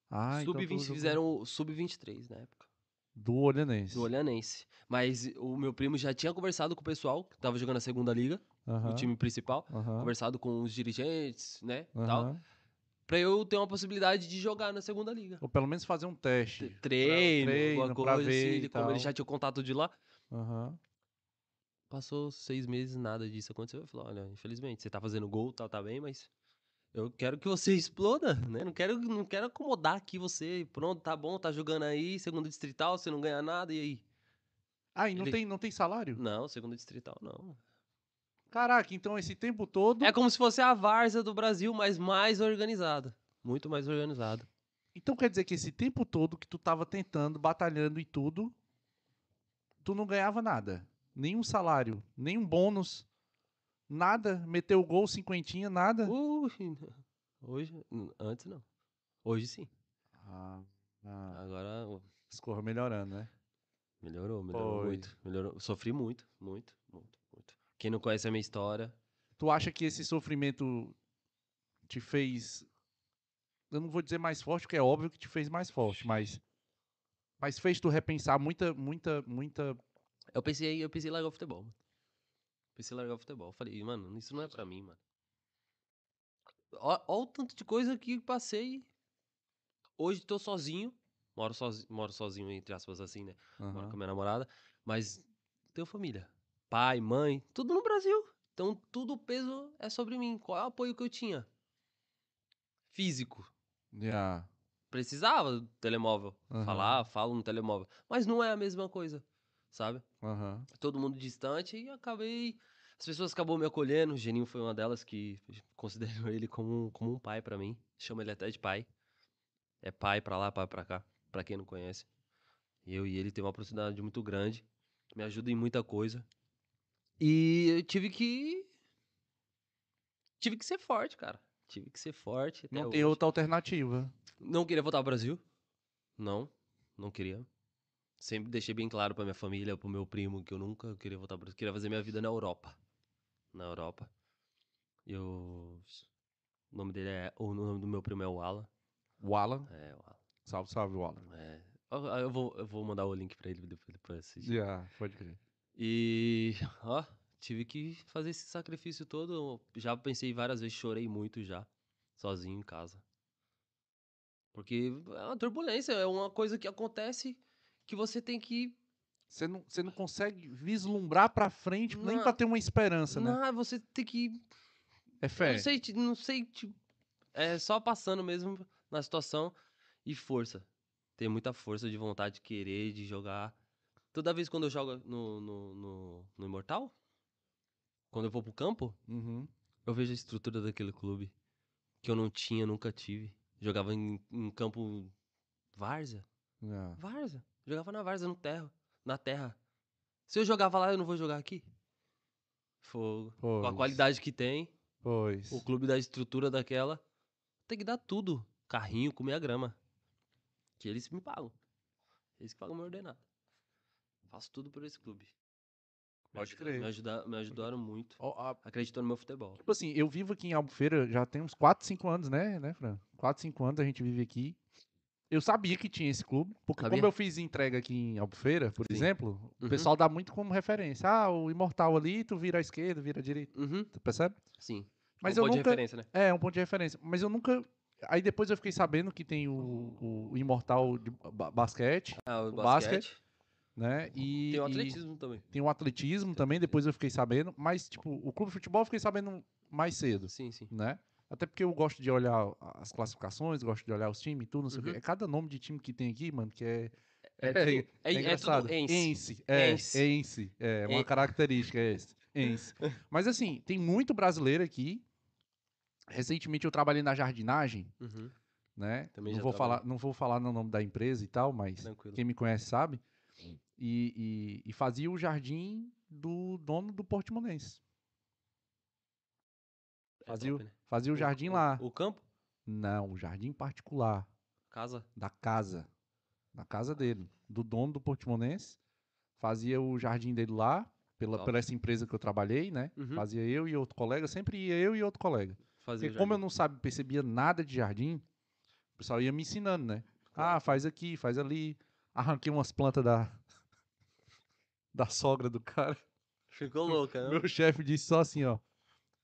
Ah, então tu Sub-20 jogou fizeram o Sub-23 na época. do Olhanense. Do Olhanense. Mas o meu primo já tinha conversado com o pessoal que tava jogando a segunda liga, Aham, o time principal. aham, Conversado com os dirigentes, né? Tal, aham. pra eu ter uma possibilidade de jogar na segunda liga. Ou pelo menos fazer um T- teste. Treino, treino, alguma pra coisa ver assim. e ele- Como tal. ele já tinha o contato de lá. Aham. Passou seis meses, nada disso aconteceu. Eu falei, olha, infelizmente, você tá fazendo gol, tal, tá bem, mas eu quero que você exploda, né? Não quero, não quero acomodar aqui você. Pronto, tá bom, tá jogando aí, segundo distrital, você não ganha nada, e aí? Ah, e não, Ele- tem, não tem salário? Não, segundo distrital, não. Caraca, então esse tempo todo. É como se fosse a Várzea do Brasil, mas mais organizada. Muito mais organizada. Então quer dizer que esse tempo todo que tu tava tentando, batalhando e tudo, tu não ganhava nada. Nenhum salário, nenhum bônus, nada. Meteu o gol, cinquentinha, nada. Ui, hoje, antes não. Hoje sim. Ah, ah, Agora ó, as coisas melhorando, né? melhorou, melhorou Foi. muito. Melhorou. Sofri muito, muito, muito, muito. Quem não conhece a minha história, Tu acha que esse sofrimento te fez. Eu não vou dizer mais forte, porque é óbvio que te fez mais forte, mas. Mas fez tu repensar muita, muita, muita. Eu pensei, eu pensei em largar o futebol, mano. Pensei em largar o futebol. Falei, mano, isso não é pra mim, mano. Ó, ó o tanto de coisa que passei. Hoje tô sozinho. Moro sozinho, moro sozinho entre aspas, assim, né? Moro Aham. com a minha namorada. Mas tenho família. Pai, mãe, tudo no Brasil. Então tudo o peso é sobre mim. Qual é o apoio que eu tinha? Físico Yeah. precisava do telemóvel. Aham. Falar, falo no telemóvel. Mas não é a mesma coisa, sabe? Aham. Todo mundo distante e acabei. As pessoas acabou me acolhendo. O Geninho foi uma delas que [laughs] considero ele como, um- como um pai pra mim. Chamo ele até de pai. É pai pra lá, pai pra cá. Pra quem não conhece. Eu e ele tem uma proximidade muito grande. Me ajuda em muita coisa. E eu tive que. Tive que ser forte, cara. Tive que ser forte. até Não tem hoje. outra alternativa. Não queria voltar ao Brasil. Não, não queria. Sempre deixei bem claro pra minha família, pro meu primo, que eu nunca queria voltar ao Brasil. Queria fazer minha vida na Europa. Na Europa. Eu. O nome dele é. O nome do meu primo é o Alan. O Alan. É, o Alan. Salve, salve, Alan. É. Eu, eu vou, eu vou mandar o link pra ele depois pra assistir. Yeah, pode crer. E, [laughs] ó, tive que fazer esse sacrifício todo. Já pensei várias vezes, chorei muito já, sozinho em casa. Porque é uma turbulência, é uma coisa que acontece que você tem que. Você não, você não consegue vislumbrar pra frente nem Não. pra ter uma esperança, né? Ah, você tem que. É eu fé. Não sei, te- não sei. te- É só passando mesmo na situação e força. Ter muita força de vontade de querer, de jogar. Toda vez quando eu jogo no, no, no, no Imortal, quando eu vou pro campo, Uhum. Eu vejo a estrutura daquele clube que eu não tinha, nunca tive. Jogava em, em campo Várzea. Yeah. Várzea. Jogava na Várzea, no terra, na terra. Se eu jogava lá, eu não vou jogar aqui. Fogo. Com a Pois, qualidade que tem, Pois. o clube da estrutura daquela, tem que dar tudo. Carrinho, comer a grama. Que eles me pagam. Eles que pagam meu ordenado. Faço tudo por esse clube. Me Pode ajuda- crer. Me, ajuda- me ajudaram muito. Ó, a- Acreditou no meu futebol. Tipo assim, eu vivo aqui em Albufeira já tem uns 4, 5 anos, né, né, Fran? 4, 5 anos a gente vive aqui. Eu sabia que tinha esse clube, porque Sabia? como eu fiz entrega aqui em Albufeira, por Sim. exemplo, o Uhum. pessoal dá muito como referência. Ah, o Imortal ali, tu vira à esquerda, vira à direita, Uhum, tu percebe? sim. Mas um eu ponto de nunca, referência, né? É, um ponto de referência. Mas eu nunca. Aí depois eu fiquei sabendo que tem o, o- o Imortal de ba- basquete, Ah, o, O basquete, basquete. né? E Tem o e atletismo também. tem o atletismo também, depois eu fiquei sabendo. Mas, tipo, o clube de futebol eu fiquei sabendo mais cedo, Sim, sim. né? Até porque eu gosto de olhar as classificações, gosto de olhar os times e tudo, não sei o Uhum. quê. É cada nome de time que tem aqui, mano, que é. É, tudo, é, É é engraçado. tudo ence. Ence. É, Ence. ence. É, uma En- característica é esse. [laughs] Ence. Mas assim, tem muito brasileiro aqui. Recentemente eu trabalhei na jardinagem, Uhum, né? Também não já vou trabalhei. falar, não vou falar no nome da empresa e tal, mas tranquilo. Hum. quem me conhece sabe. E, e- e fazia o jardim do dono do Portimonense. É Fazia, top, o- né? fazia o jardim lá. O campo? Não, o jardim particular Casa. da casa. Na casa dele, do dono do Portimonense. Fazia o jardim dele lá, pela, Top. pela essa empresa que eu trabalhei, né? Uhum. Fazia eu e outro colega, sempre ia eu e outro colega. Fazia Porque o como eu jardim. não sabe, percebia nada de jardim, o pessoal ia me ensinando, né? Ah, faz aqui, faz ali. Arranquei umas plantas da [laughs] da sogra do cara. Ficou louca, né? Meu chefe disse só assim, ó: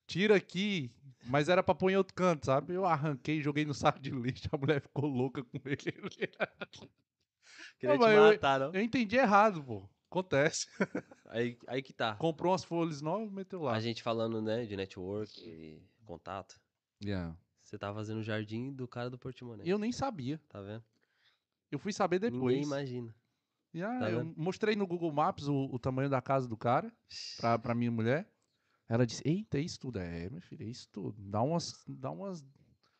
"Tira aqui", mas era pra pôr em outro canto, sabe? Eu arranquei, joguei no saco de lixo, a mulher ficou louca com ele. Queria Não, mas te eu- matar, não? Eu entendi errado, pô. Acontece. [laughs] Aí, aí que tá. Comprou umas folhas novas, meteu lá. A gente falando, né, de network e contato. Yeah. Você tá fazendo o jardim do cara do Portimonense. Eu nem sabia. Tá vendo? Eu fui saber depois. Ninguém imagina. E, ah, Tá eu mostrei no Google Maps o, o tamanho da casa do cara pra, pra minha mulher. Ela disse: Eita, isso tudo. É, meu filho, é isso tudo. Dá umas. Dá umas.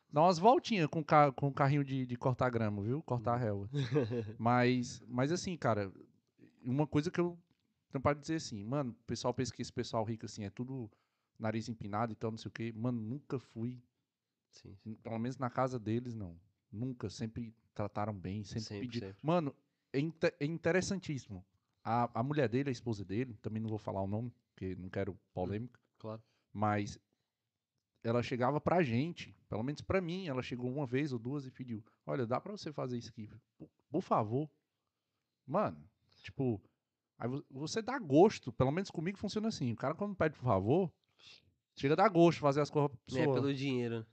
Dá umas voltinhas com, ca- com o carrinho de, de cortar grama, viu? Cortar Uhum. relva. [laughs] mas, mas assim, cara, uma coisa que eu tenho pra dizer assim, mano, o pessoal pensa que esse pessoal rico assim é tudo nariz empinado e tal, não sei o quê. Mano, nunca fui. Sim. Pelo menos na casa deles, não. Nunca. Sempre trataram bem, sempre, Sempre, pediram. sempre. Mano, é, inte- é interessantíssimo. A, a mulher dele, a esposa dele, também não vou falar o nome, porque não quero polêmica, Claro. mas ela chegava pra gente, pelo menos pra mim, ela chegou uma vez ou duas e pediu: Olha, dá pra você fazer isso aqui, por, por favor. Mano, tipo, aí vo- você dá gosto, pelo menos comigo funciona assim. O cara, quando pede por favor, chega a dar gosto fazer as coisas pra pessoa. É pelo dinheiro.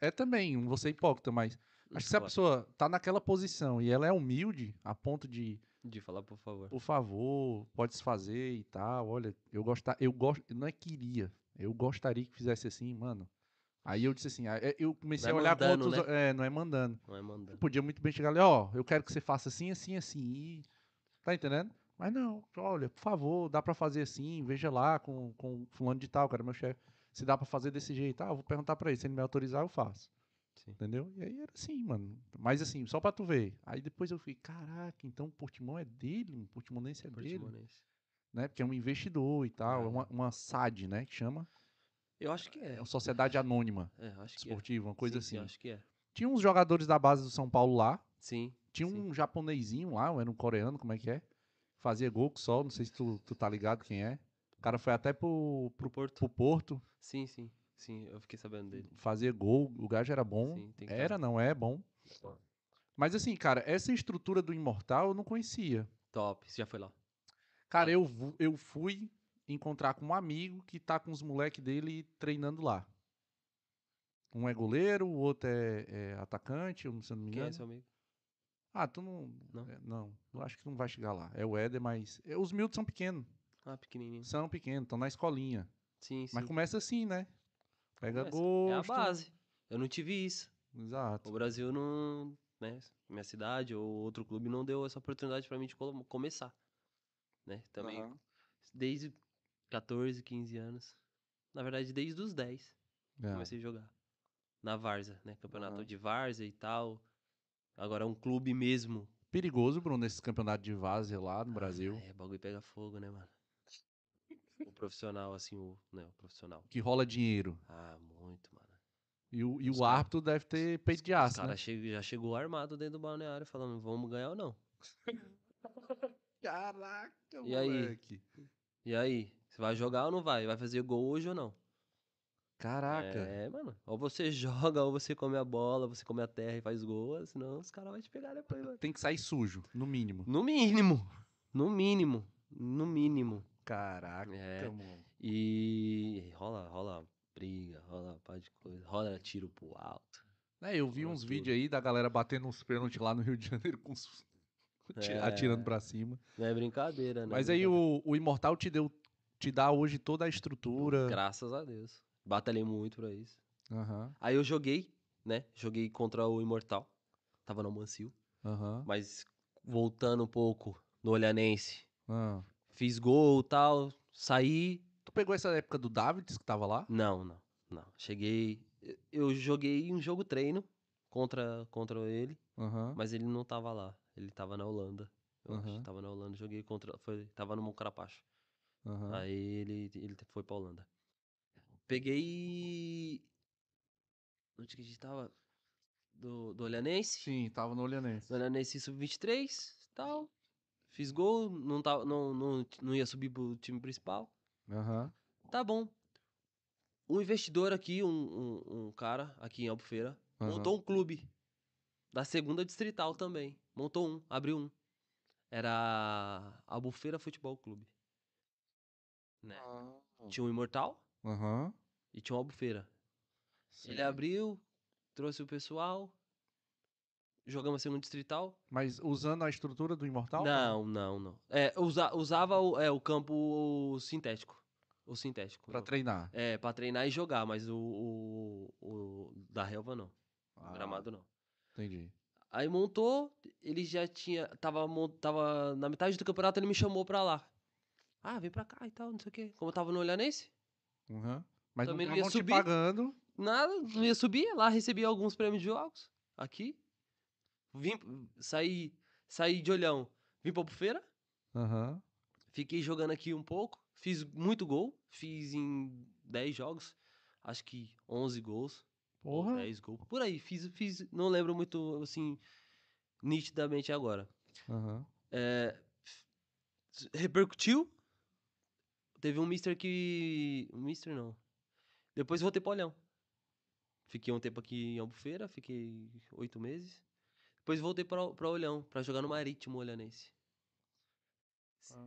É também, um você hipócrita, mas acho que se a Claro. pessoa tá naquela posição e ela é humilde a ponto de, De falar, por favor. por favor, pode se fazer e tal, olha, eu gostar, eu gosto, não é queria, eu gostaria que fizesse assim, mano. Aí eu disse assim, aí é- eu comecei Não é a olhar mandando, com outros, é, não é mandando. Não é Eu mandando. podia muito bem chegar ali, ó, eu quero que você faça assim, assim, assim, e- tá entendendo? Mas não, olha, por favor, dá pra fazer assim, veja lá com, com fulano de tal, cara, meu chefe, se dá pra fazer desse jeito, ah, eu vou perguntar pra ele, se ele me autorizar, eu faço. Sim. Entendeu? E aí era assim, mano. Mas assim, só pra tu ver. Aí depois eu fiquei, caraca, então o Portimão é dele, o Portimonense é dele, Portimonense. né? Porque é um investidor e tal, é Ah. uma, uma SAD, né? Que chama. Eu acho que é. É uma sociedade anônima É, eu acho que é. esportiva, uma coisa Sim, sim, eu assim. acho que é. Tinha uns jogadores da base do São Paulo lá. Sim. Tinha sim. um japonesinho lá, ou era um coreano, como é que é? Fazia gol com sol, não sei se tu, tu tá ligado quem é. O cara foi até pro, pro, Porto. pro Porto, Sim, sim. Sim, eu fiquei sabendo dele. fazia gol, o gajo era bom. Sim, tem que tá- era, não é bom. Mas assim, cara, essa estrutura do Imortal eu não conhecia. Top. Você já foi lá. Cara, eu, vu- eu fui encontrar com um amigo que tá com os moleques dele treinando lá. Um é goleiro, o outro é, é atacante, eu- se eu não me Quem engano. é seu amigo? Ah, tu não. Não? é, não, eu acho que não vai chegar lá. É o Éder, mas. é, Os miúdos são pequenos. Ah, pequenininho. São pequenos, estão na escolinha. Sim, sim. Mas começa assim, né? Pega Começa. gosto. É a base. Eu não tive isso. O Exato. Brasil não. Né? Minha cidade ou outro clube não deu essa oportunidade pra mim de co- começar. Né? Também. Aham. Desde 14, 15 anos. Na verdade, desde os 10. É. comecei a jogar. Na Varza, né? Campeonato Aham. de Varza e tal. Agora é um clube mesmo. Perigoso, Bruno, esse campeonato de várzea lá no Brasil. É, o bagulho pega fogo, né, mano? O profissional, assim, o. Né, o profissional. Que rola dinheiro. Ah, muito, mano. E o, e Os o cara- árbitro deve ter peito de Os aço, né? caras che- já chegou armado dentro do balneário falando, vamos ganhar ou não? Caraca, E aí? E aí, você vai jogar ou não vai? Vai fazer gol hoje ou não? Caraca. É, mano. Ou você [laughs] joga, ou você come a bola, você come a terra e faz gol, ou senão os caras vão te pegar depois, mano. Tem que sair sujo, no mínimo. No mínimo. No mínimo. No mínimo. Caraca, É. mano. E rola, rola briga, rola pá de coisa, rola tiro pro alto. É, eu vi Rola uns tudo. vídeos aí da galera batendo uns pênaltis lá no Rio de Janeiro com os- [laughs] ati- É. atirando pra cima. Não é brincadeira, né? Mas aí o, o Imortal te deu te dá hoje toda a estrutura. Graças a Deus. Batalhei muito pra isso. Aham. Aí eu joguei, né? Joguei contra o Imortal. Tava no Mancil. Aham. Mas voltando um pouco no Olhanense. ah. Fiz gol tal, saí. Tu pegou essa época do Davids que tava lá? Não, não, não. Cheguei. eu- Eu joguei um jogo treino contra, contra ele, Aham. mas ele não tava lá. Ele tava na Holanda. Eu acho. Aham. Tava na Holanda, joguei contra. Foi, tava no Moncarapacho. Aham. Aí ele, ele foi pra Holanda. Peguei. Onde que a gente tava? Do, do Olhanense. Sim, tava no Olhanense. Do Olhanense sub-23 tal. Fiz gol, não, tava, não, não, não ia subir pro time principal. Aham. Tá bom. Um investidor aqui, um, um, um cara aqui em Albufeira, Aham. montou um clube. Da segunda distrital também. Montou um, abriu um. Era Albufeira Futebol Clube. Né? Ah. Tinha um Imortal Aham. e tinha um Albufeira. Ele Sim. abriu, trouxe o pessoal, jogamos a segunda distrital. Mas usando a estrutura do Imortal? Não, não, não. É, usa- usava o, é, o campo sintético. O sintético. Pra não. treinar. É, pra treinar e jogar, mas o, o, o da relva não. Ah, O É, um gramado não. Entendi. Aí montou, ele já tinha. Tava, mon- tava na metade do campeonato, ele me chamou pra lá. Ah, vem pra cá e tal, não sei o quê. Como eu tava no Olhanense, Aham. Mas Também não não ia estavam te subir. pagando. nada, não ia subir, lá recebia alguns prêmios de jogos, aqui. Vim, saí, saí de olhão, vim pra Albufeira, Aham. fiquei jogando aqui um pouco, fiz muito gol, fiz em 10 jogos, acho que 11 gols. ou Porra. 10 gols. Por aí, fiz, fiz. Não lembro muito, assim, nitidamente agora. Aham. É, s- repercutiu. Teve um Mister que. Um Mister não. Depois voltei pra Olhão. Fiquei um tempo aqui em Albufeira, fiquei oito meses. Depois voltei pra, pra Olhão, pra jogar no Marítimo Olhanense.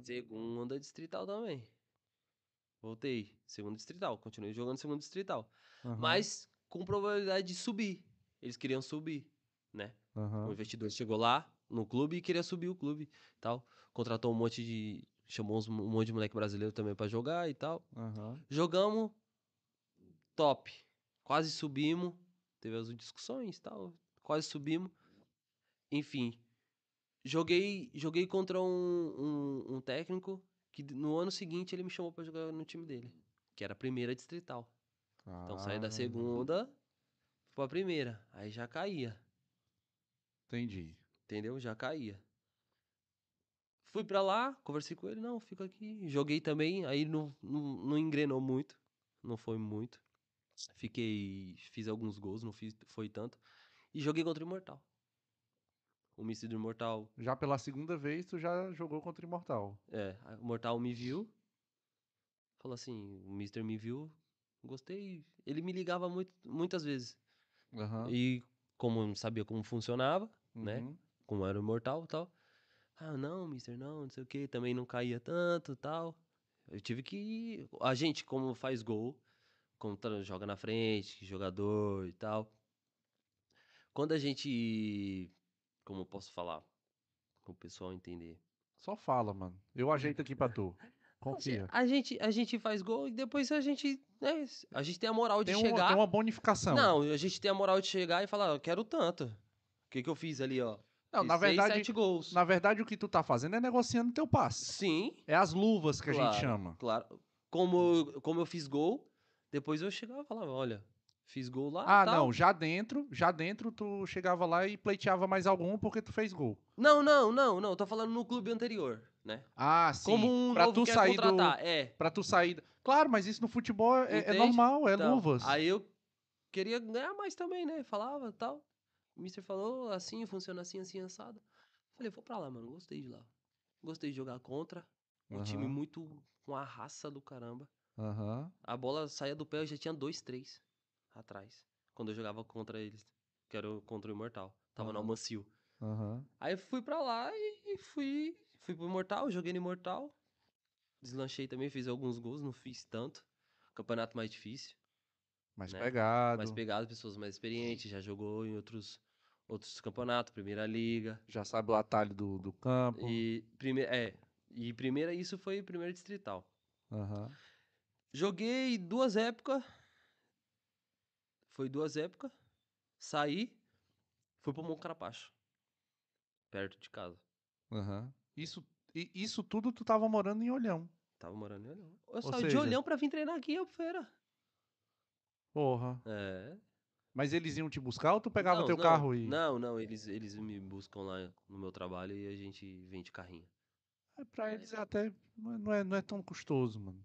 Segunda distrital também. Voltei. Segunda distrital. Continuei jogando segunda distrital Aham. mas com probabilidade de subir. Eles queriam subir, né? Aham. O investidor chegou lá no clube e queria subir o clube, tal. Contratou um monte de chamou uns- um monte de moleque brasileiro também pra jogar e tal. Aham. Jogamos top. Quase subimos. Teve as discussões e tal. Quase subimos. Enfim. Joguei, joguei contra um, um, um técnico que no ano seguinte ele me chamou pra jogar no time dele, que era a primeira distrital. Então saí da Ah, segunda pra primeira. Aí já caía. Entendi. Entendeu? Já caía. Fui pra lá, conversei com ele, não, fica aqui. Joguei também, aí não, não, não engrenou muito. Não foi muito. Fiquei. Fiz alguns gols, não fiz, foi tanto. E joguei contra o Imortal. O Mister do Imortal. Já pela segunda vez, tu já jogou contra o Imortal. É, aí o Imortal me viu. Falou assim, o Mister me viu. Gostei. Ele me ligava muito, muitas vezes. Aham. E como eu não sabia como funcionava, né? Uhum. como era imortal e tal. Ah, não, mister, não, não sei o que, também não caía tanto e tal. Eu tive que. A gente, como faz gol, como tá- joga na frente, jogador e tal. Quando a gente. Como eu posso falar? Para o pessoal entender. Só fala, mano. Eu ajeito aqui pra [laughs] tu. Confia. A gente, a gente faz gol e depois a gente. né, a gente tem a moral de Tem, um- tem chegar. uma bonificação. Não, a gente tem a moral de chegar e falar, "Eu quero tanto. O que, que eu fiz ali, ó? Não, na Fiz seis, verdade, sete gols. na verdade, o que tu tá fazendo é negociando teu passe. Sim, É as luvas que a gente Claro. chama. Claro. Como, eu- como eu fiz gol, depois eu chegava e falava, olha, fiz gol lá. Ah, tal. não, já dentro, já dentro tu chegava lá e pleiteava mais algum porque tu fez gol. Não, não, não, não. Tô falando no clube anterior, né? Ah, sim. Como um pra novo tu quer sair contratar. do É. Pra tu sair. do- Claro, mas isso no futebol é, é Entende? normal, é então, luvas. Aí eu queria ganhar mais também, né? Falava tal. O mister falou assim, funciona assim, assim, assado. Falei, vou pra lá, mano. Gostei de lá. Gostei de jogar contra. Um time Aham, muito com a raça do caramba. Aham. A bola saía do pé, eu já tinha dois, três atrás. Quando eu jogava contra eles. Que era o- contra o Imortal. Tava no Aham. Almancil. Aham. Aí eu fui pra lá e, e fui, fui pro Imortal, joguei no Imortal. Deslanchei também, fiz alguns gols, não fiz tanto. Campeonato mais difícil, Mais Né? pegado. mais pegado, pessoas mais experientes, já jogou em outros, outros campeonatos, Primeira Liga. Já sabe o atalho do, do campo. E, prime é, e primeira, isso foi primeira distrital. Aham. Joguei duas épocas. Foi duas épocas. Saí. Fui pro Moncarapacho. Perto de casa. Aham. Isso, e- isso tudo tu tava morando em Olhão. Tava morando em Olhão. Eu Ou saí de seja- Olhão pra vir treinar aqui em Albufeira. Porra. É. Mas eles iam te buscar ou tu pegava Não, teu não, carro e. Não, não, eles, eles me buscam lá no meu trabalho e a gente vem de carrinho. É, Pra eles é até. Não é- não é, não é tão custoso, mano.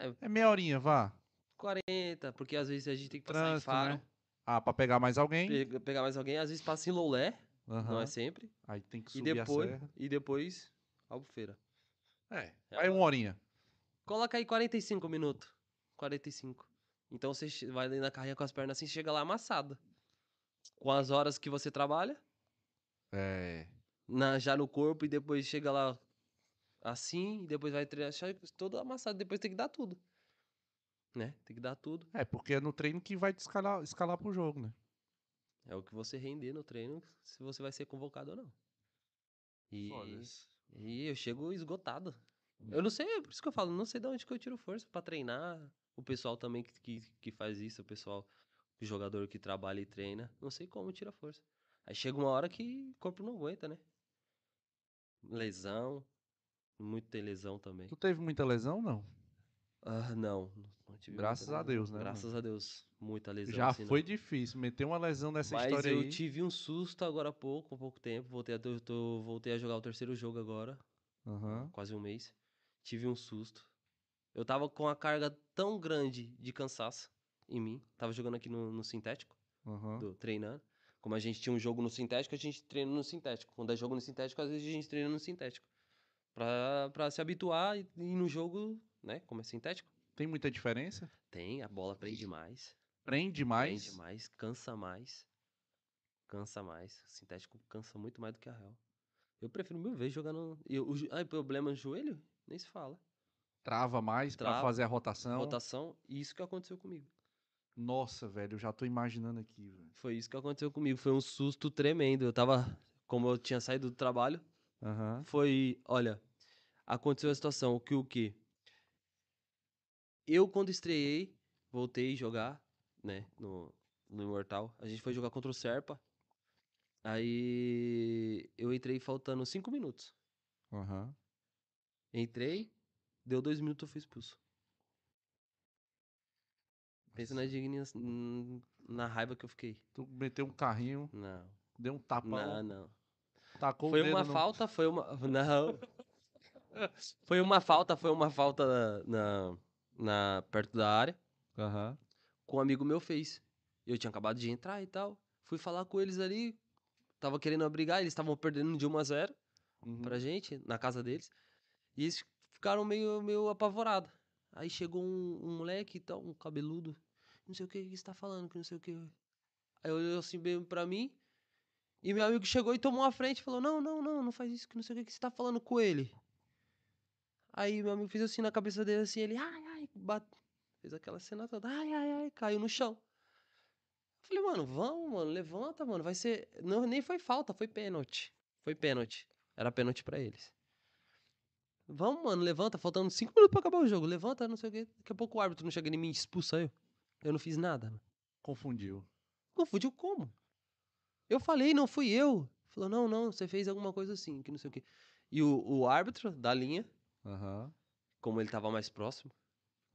É. É meia horinha, vá. 40, porque às vezes a gente tem que passar Trânsito, em Faro, né? Ah, pra pegar mais alguém? pega- pegar mais alguém, às vezes passa em Loulé, não Aham. é sempre, Aí tem que e subir depois, a serra. e depois Albufeira. É, É vai uma horinha. Coloca aí 45 minutos. 45. Então você che- vai ali na carrinha com as pernas assim, chega lá amassado. Com as horas que você trabalha, É. na- já no corpo, e depois chega lá assim, e depois vai treinar, chega todo amassado, depois tem que dar tudo. Né? Tem que dar tudo. É, porque é no treino que vai te escalar, escalar pro jogo, né? É o que você render no treino, se você vai ser convocado ou não. E, Foda-se. Hum. e eu chego esgotado. Eu não sei, é por isso que eu falo, não sei de onde que eu tiro força pra treinar. O pessoal também que, que, que faz isso, o pessoal, o jogador que trabalha e treina, não sei como tira força. Aí chega uma hora que o corpo não aguenta, né? Lesão. Muito tem lesão também. Tu teve muita lesão, não? Ah, não. não- não tive muita Graças a lesão. Deus, né, mano? Graças a Deus. Muita lesão. Já assim, não. foi difícil. Meter uma lesão nessa Mas história eu aí. tive um susto agora há pouco, há pouco tempo. Voltei a, eu tô- voltei a jogar o terceiro jogo agora, Aham. quase um mês. Tive um susto. Eu tava com a carga tão grande de cansaço em mim. Tava jogando aqui no, no sintético, Aham. do- treinando. Como a gente tinha um jogo no sintético, a gente treina no sintético. Quando é jogo no sintético, às vezes a gente treina no sintético. Pra, pra se habituar e, e no jogo, né? Como é sintético. Tem muita diferença? Tem, a bola prende mais. Prende Prende mais. mais, cansa mais. Cansa mais. O sintético cansa muito mais do que a real. Eu prefiro mil vezes jogar no. E o jo- ai, problema no joelho? Nem se fala. Trava mais pra Trava. fazer a rotação. Rotação, e isso que aconteceu comigo. Nossa, velho, eu já tô imaginando aqui, velho. Foi isso que aconteceu comigo. Foi um susto tremendo. Eu tava. Como eu tinha saído do trabalho, Aham. foi. Olha, aconteceu a situação. O que o que? Eu, quando estreiei, voltei a jogar, né? No, no Imortal. A gente foi jogar contra o Serpa. Aí eu entrei faltando cinco minutos. Aham. Entrei, deu dois minutos eu fui expulso. Pensa na indignação, na raiva que eu fiquei. Tu meteu um carrinho, Não, deu um tapa, não, não. tacou o Foi dedo uma no- falta, foi uma. [laughs] Não. Foi uma falta, foi uma falta na, na, perto da área Aham. com um amigo meu fez. Eu tinha acabado de entrar e tal. Fui falar com eles ali. Tava querendo abrigar, eles estavam perdendo de 1 a 0 Uhum. pra gente, na casa deles. E eles ficaram meio, meio apavorados. Aí chegou um, um moleque e tal, um cabeludo. Não sei o que que você tá falando, que não sei o que. Aí olhou assim bem pra mim. E meu amigo chegou e tomou a frente e falou: Não, não, não, não faz isso, que não sei o que que você tá falando com ele. Aí meu amigo fez assim na cabeça dele, assim, ele, ai, ai, bate, fez aquela cena toda, ai, ai, ai, caiu no chão. Eu falei, mano, vamos, mano, levanta, mano, vai ser. Não, nem foi falta, foi pênalti. Foi pênalti. Era pênalti pra eles. Vamos, mano, levanta, faltando cinco minutos pra acabar o jogo. Levanta, não sei o quê. Daqui a pouco o árbitro não chega em mim e expulsa eu. Eu não fiz nada. mano. Confundiu. Confundiu como? Eu falei, não fui eu. Falou, não, não, você fez alguma coisa assim, que não sei o quê. E o, o árbitro da linha, Aham. como ele tava mais próximo,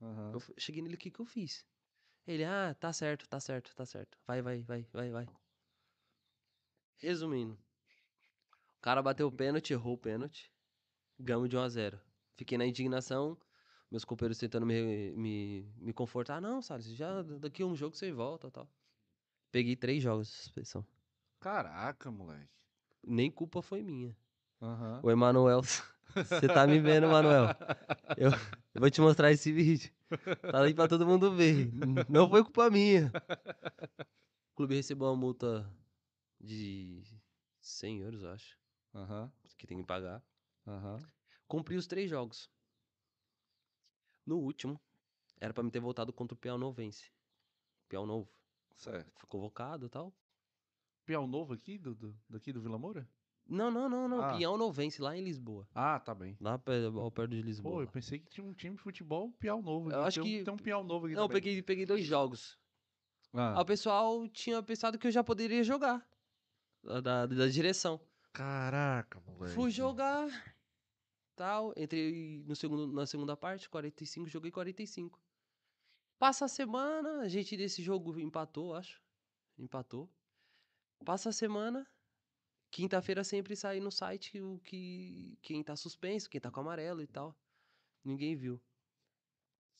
Aham. eu f- cheguei nele, o que que eu fiz? Ele, ah, tá certo, tá certo, tá certo. Vai, vai, vai, vai, vai. Resumindo. O cara bateu o pênalti, errou o pênalti. Ganhamos de 1 a 0 Fiquei na indignação. Meus companheiros tentando me, me, me confortar. Não, Salles, já daqui a um jogo você volta tal. Peguei três jogos de suspensão. Caraca, moleque. Nem culpa foi minha. Aham. O Emanuel, [laughs] você tá me vendo, [laughs] Emanuel. Eu, eu [laughs] vou te mostrar esse vídeo. Tá aí pra todo mundo ver. Não foi culpa minha. O clube recebeu uma multa de 100 euros, eu acho, Aham. que tem que pagar. Aham. Cumpri os três jogos. No último, era pra me ter voltado contra o Piau Novense. Piau Novo. Certo. Fui convocado e tal. Piau novo aqui, do, do- daqui do Vila Moura? Não, não, não, não. Ah. Piau Novense, lá em Lisboa. Ah, tá bem. Lá pe- ao perto de Lisboa. Pô, eu lá. pensei que tinha um time de futebol Piau Novo. Eu aqui. tem acho um, que- Tem um Piau Novo aqui Não, eu também. peguei, peguei dois jogos. Ah, Aí o pessoal tinha pensado que eu já poderia jogar. Da, da- da direção. Caraca, moleque. Fui jogar. Tal. Entrei no segundo, na segunda parte, 45, joguei 45. Passa a semana, a gente desse jogo empatou, acho. empatou. Passa a semana, quinta-feira sempre sai no site o que quem tá suspenso, quem tá com amarelo e tal. Ninguém viu.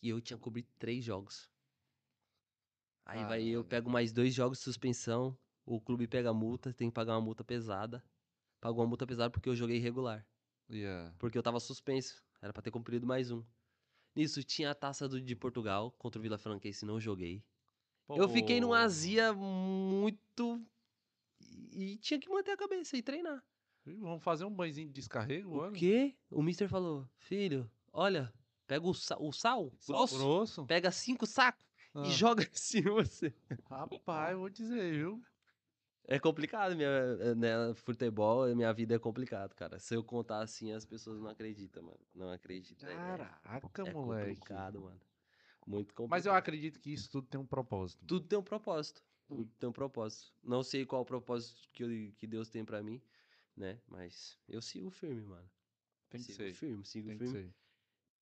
E eu tinha cobrido três jogos. Aí vai eu Caralho. pego mais dois jogos de suspensão, o clube pega multa, tem que pagar uma multa pesada. Pagou uma multa pesada porque eu joguei irregular. Yeah. Porque eu tava suspenso. Era pra ter cumprido mais um. Nisso, tinha a taça do- de Portugal contra o Vila Franquense, não joguei. Eu fiquei Oh. numa azia muito. E tinha que manter a cabeça e treinar. Ih, Vamos fazer um banhozinho de descarrego O agora? quê? O mister falou: Filho, olha, pega o, sa- o sal, Sal grosso, grosso? pega cinco sacos Ah. e joga [laughs] assim em você. Rapaz, eu vou dizer, viu? É complicado, minha, eh, né, futebol, eh, minha vida é complicado, cara. Se eu contar assim, as pessoas não acreditam, mano. Não acreditam. é- Caraca, é, é moleque. complicado, mano. Muito complicado. Mas eu acredito que isso tudo tem um propósito. Tudo tem um propósito. Tudo Hum. tem um propósito. Não sei qual o propósito que, eu- que Deus tem pra mim, né? Mas eu sigo firme, mano. Tem que sigo ser. firme, sigo Tem que firme. ser.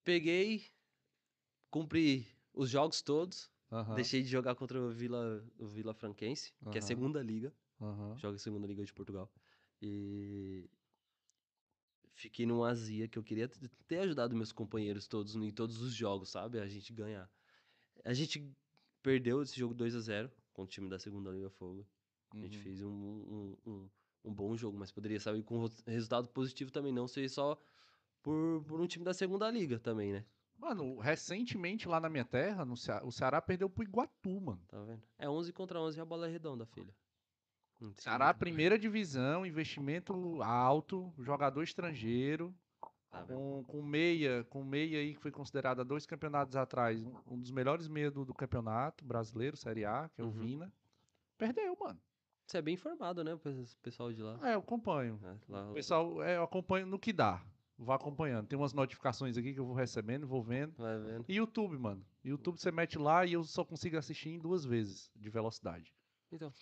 Peguei, cumpri os jogos todos. Aham, Deixei de jogar contra o Vila, o Vila Franquense, que é a Aham. segunda liga. aham. Joga a segunda liga de Portugal. E fiquei numa azia que eu queria t- ter ajudado meus companheiros todos em todos os jogos, sabe? A gente ganhar. A gente perdeu esse jogo 2 a 0 com o time da segunda liga Fogo. A gente Uhum. fez um, um, um, um bom jogo, mas poderia sair com ro- resultado positivo também, não ser só por, por um time da segunda liga também, né? Mano, recentemente lá na minha terra, no Ceará, o Ceará perdeu pro Iguatu, mano. Tá vendo? É 11 contra 11 e a bola é redonda, filho. Não tem Ceará, muito- primeira divisão, investimento alto, jogador estrangeiro, Tá vendo? com, com meia, com meia aí que foi considerada dois campeonatos atrás, um, um dos melhores meias do, do campeonato brasileiro, Série A, que é o Uhum. Vina. Perdeu, mano. Você é bem informado, né, o pes- pessoal de lá. É, eu acompanho. né? Lá- O pessoal, é, eu acompanho no que dá. Vou acompanhando. Tem umas notificações aqui que eu vou recebendo, vou vendo. Vai vendo. E YouTube, mano. YouTube você mete lá e eu só consigo assistir em duas vezes de velocidade. Então.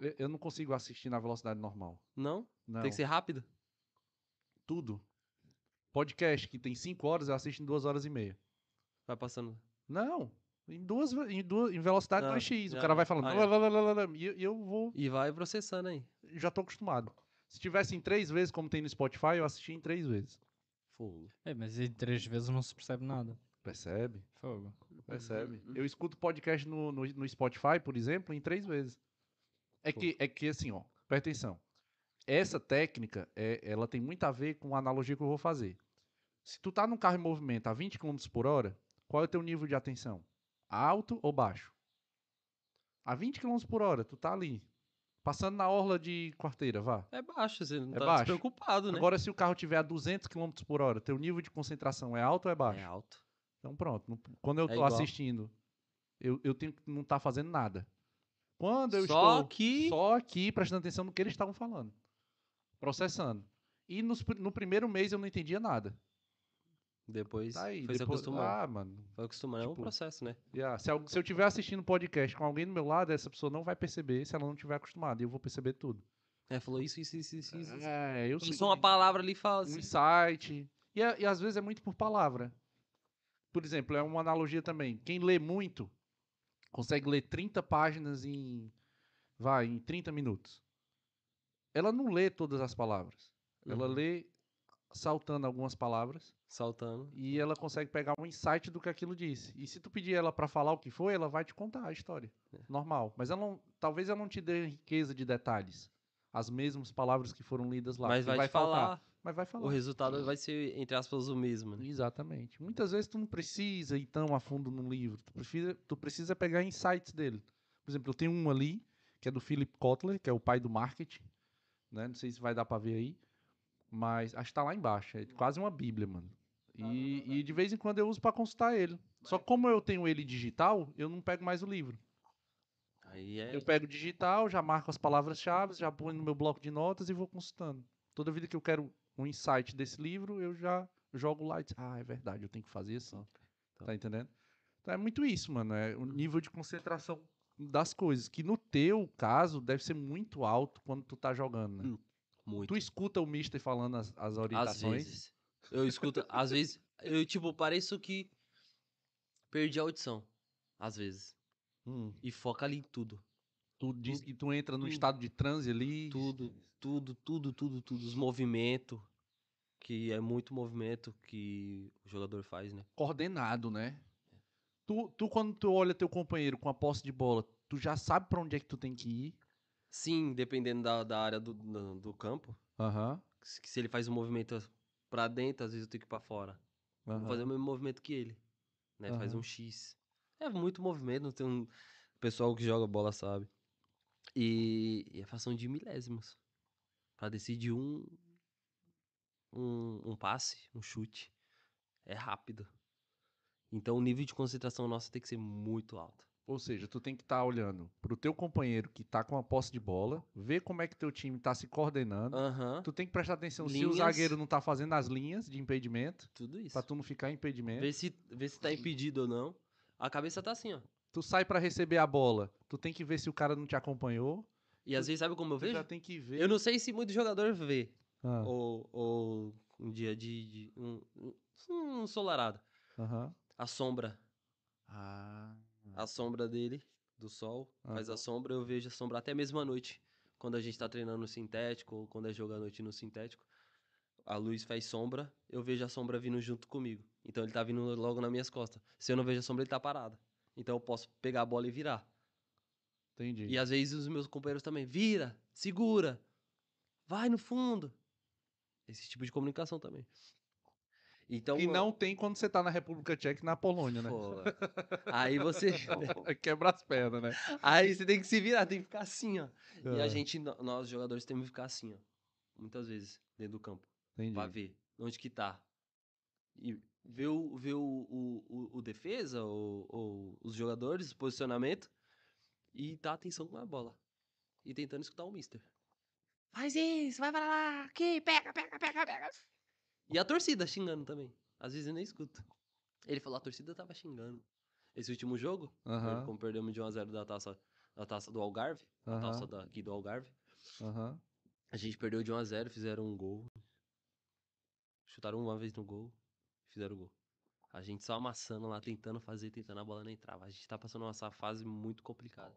Eu, eu não consigo assistir na velocidade normal. Não? Não. Tem que ser rápido? tudo. Podcast que tem cinco horas, eu assisto em duas horas e meia. Vai passando. Não. Em duas, ve- em duas, em velocidade Não, 2x. não, O cara vai não. falando. Ah, "Lá, lá, lá, lá, lá", E eu- e eu vou. E vai processando aí. Já tô acostumado. Se tivesse em três vezes, como tem no Spotify, eu assisti em três vezes. Fogo. É, mas em três vezes não se percebe nada. Percebe? Fogo. Uhum, Percebe? Eu escuto podcast no, no, no Spotify, por exemplo, em três vezes. É Pô. que, é que assim, ó, presta atenção. Essa técnica, é, ela tem muito a ver com a analogia que eu vou fazer. Se tu tá num carro em movimento a 20 km por hora, qual é o teu nível de atenção? Alto ou baixo? A 20 km por hora, tu tá ali. Passando na orla de quarteira, vá. É baixo, você não É tá baixo. preocupado, né? Agora, se o carro tiver a 200 km por hora, teu nível de concentração é alto ou é baixo? é alto. Então pronto. não- Quando eu É tô igual. assistindo, eu, eu tenho que não estar fazendo nada. Quando eu Só estou que. só aqui prestando atenção no que eles estavam falando, processando. E nos pri- no primeiro mês eu não entendia nada. Depois Tá aí, foi se depois- acostumando. Ah, mano. Foi acostumando. é um tipo, processo, né? yeah, Se, al- se eu estiver assistindo podcast com alguém do meu lado, essa pessoa não vai perceber se ela não estiver acostumada. E eu vou perceber tudo. É, falou isso, isso, isso, isso. isso. isso. É, eu Lançou uma palavra ali e fala um assim. insight. E, a- e às vezes é muito por palavra. Por exemplo, é uma analogia também. Quem lê muito consegue ler 30 páginas em vai, em 30 minutos. Ela não lê todas as palavras. Ela Uhum. lê saltando algumas palavras Saltando. e ela consegue pegar um insight do que aquilo disse. E se tu pedir ela pra falar o que foi, ela vai te contar a história. É. Normal. Mas ela não, talvez ela não te dê riqueza de detalhes. As mesmas palavras que foram lidas lá. Mas porque vai, te falar. Mas vai falar. O resultado vai ser, entre aspas, o mesmo, né? Exatamente. Muitas vezes tu não precisa ir tão a fundo num livro. Tu precisa, tu precisa pegar insights dele. Por exemplo, eu tenho um ali, que é do Philip Kotler, que é o pai do marketing. né? Não sei se vai dar pra ver aí. Mas acho que tá lá embaixo. É quase uma bíblia, mano. E, e de vez em quando eu uso pra consultar ele. Só que como eu tenho ele digital, eu não pego mais o livro. Aí é. Eu pego digital, já marco as palavras-chave, já ponho no meu bloco de notas e vou consultando. Toda vida que eu quero um insight desse livro, eu já jogo lá e diz, ah, é verdade, eu tenho que fazer isso. Tá entendendo? Então é muito isso, mano. É Uhum. o nível de concentração das coisas, que no teu caso deve ser muito alto quando tu tá jogando, né? Hum, Muito. Tu escuta o Mister falando as, as Às orientações. vezes. Eu escuto, às vezes, eu, tipo, pareço que perdi a audição. Às vezes. Hum, E foca ali em tudo. Tu diz que tu entra no estado de transe ali. Uhum. Tudo, tudo, tudo, tudo, tudo. Os movimentos, que é muito movimento que o jogador faz, né? Coordenado, né? Tu, tu, quando tu olha teu companheiro com a posse de bola, tu já sabe pra onde é que tu tem que ir. Sim, dependendo da, da área do, do, do campo, Aham. se se ele faz um movimento pra dentro, às vezes eu tenho que ir pra fora. Vou aham. fazer o mesmo movimento que ele. Né? Faz Aham. um X. É muito movimento, não tem um. O pessoal que joga bola sabe. E, e é fração de milésimos. Pra decidir um, um. um passe, um chute. É rápido. Então o nível de concentração nossa tem que ser muito alto. Ou seja, tu tem que estar olhando pro teu companheiro que tá com a posse de bola, ver como é que teu time tá se coordenando. Aham. Tu tem que prestar atenção se o Linhas. zagueiro não tá fazendo as linhas de impedimento, Tudo isso. pra tu não ficar em impedimento. Ver se, ver se tá impedido ou não. A cabeça tá assim, ó. Tu sai pra receber a bola, tu tem que ver se o cara não te acompanhou. E às vezes, sabe como eu Tu já vejo? tem que ver. Eu não sei se muito jogador vê. Ah, ou, ou um dia de, de- um, um ensolarado. aham. A sombra, Ah, a sombra dele, do sol, faz a Aham. sombra, eu vejo a sombra até mesmo à noite, quando a gente tá treinando no sintético, ou quando é jogo à noite no sintético, a luz faz sombra, eu vejo a sombra vindo junto comigo. Então ele tá vindo logo nas minhas costas. Se eu não vejo a sombra, ele tá parado. Então eu posso pegar a bola e virar. entendi. E é às vezes os meus companheiros também, vira, segura, vai no fundo. Esse tipo de comunicação também. Então, E eu- não tem quando você tá na República Tcheca e na Polônia, né? Pô, velho. aí [laughs] você, Quebra as pernas, né? [laughs] aí você tem que se virar, tem que ficar assim, ó. E Ah, a gente, no- nós jogadores temos que ficar assim, ó. Muitas vezes dentro do campo, entendi. pra ver onde que tá. E ver o, ver o, o, o- o defesa ou, ou os jogadores, posicionamento e dar atenção com a bola. E tentando escutar o mister. Faz isso, vai pra lá, aqui, pega, pega, pega, pega. E a torcida xingando também. Às vezes eu nem escuto. Ele falou, a torcida tava xingando. Esse último jogo, Aham, como perdemos de 1x0 da taça, da taça do Algarve, a aham, taça da- aqui do Algarve, aham. a gente perdeu de 1x0, fizeram um gol. Chutaram uma vez no gol, fizeram o gol. A gente só amassando lá, tentando fazer, tentando a bola não entrava. A gente tá passando uma fase muito complicada.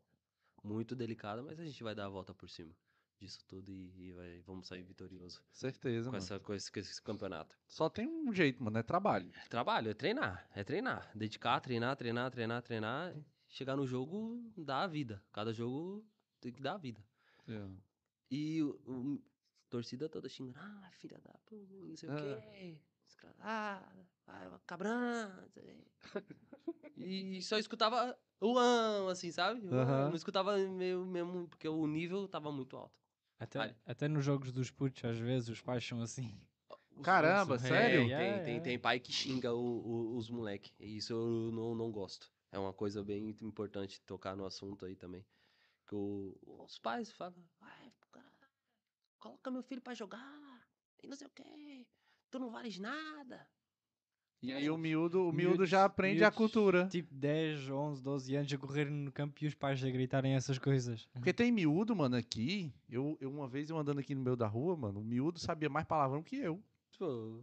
Muito delicada, mas a gente vai dar a volta por cima disso tudo e, e vai- vamos sair vitorioso Certeza, com, mano. essa, com, esse, com esse campeonato. Só tem um jeito, mano, é trabalho. Trabalho, é treinar, é treinar. Dedicar, treinar, treinar, treinar, treinar. Chegar no jogo, dar a vida. Cada jogo tem que dar a vida. É. E o, o- torcida toda xingando, ah, filha da puta, não sei Ah. o quê. Desgraçada, É, vai, uma cabrão, não sei o quê." E só escutava o ão, assim, sabe? O Aham. ão, Não escutava meio, mesmo, porque o nível tava muito alto. Até, Olha. até nos jogos dos putos, às vezes, os pais são assim. Os- Caramba, os- sério? Tem, É, tem, tem, é. tem pai que xinga o- o- os moleque. E isso eu não, não gosto. É uma coisa bem importante tocar no assunto aí também. Que o- os pais falam, "Ai, cara, coloca meu filho pra jogar, e não sei o quê, tu não vales nada. É E aí o miúdo, o miúdo Miúdos- já aprende a miúdos, cultura. Tipo 10, 11, 12 anos a correrem no campo e os pais a gritarem essas coisas. Porque tem miúdo, mano, aqui. Eu, eu uma vez eu andando aqui no meio da rua, mano, o miúdo sabia mais palavrão que eu.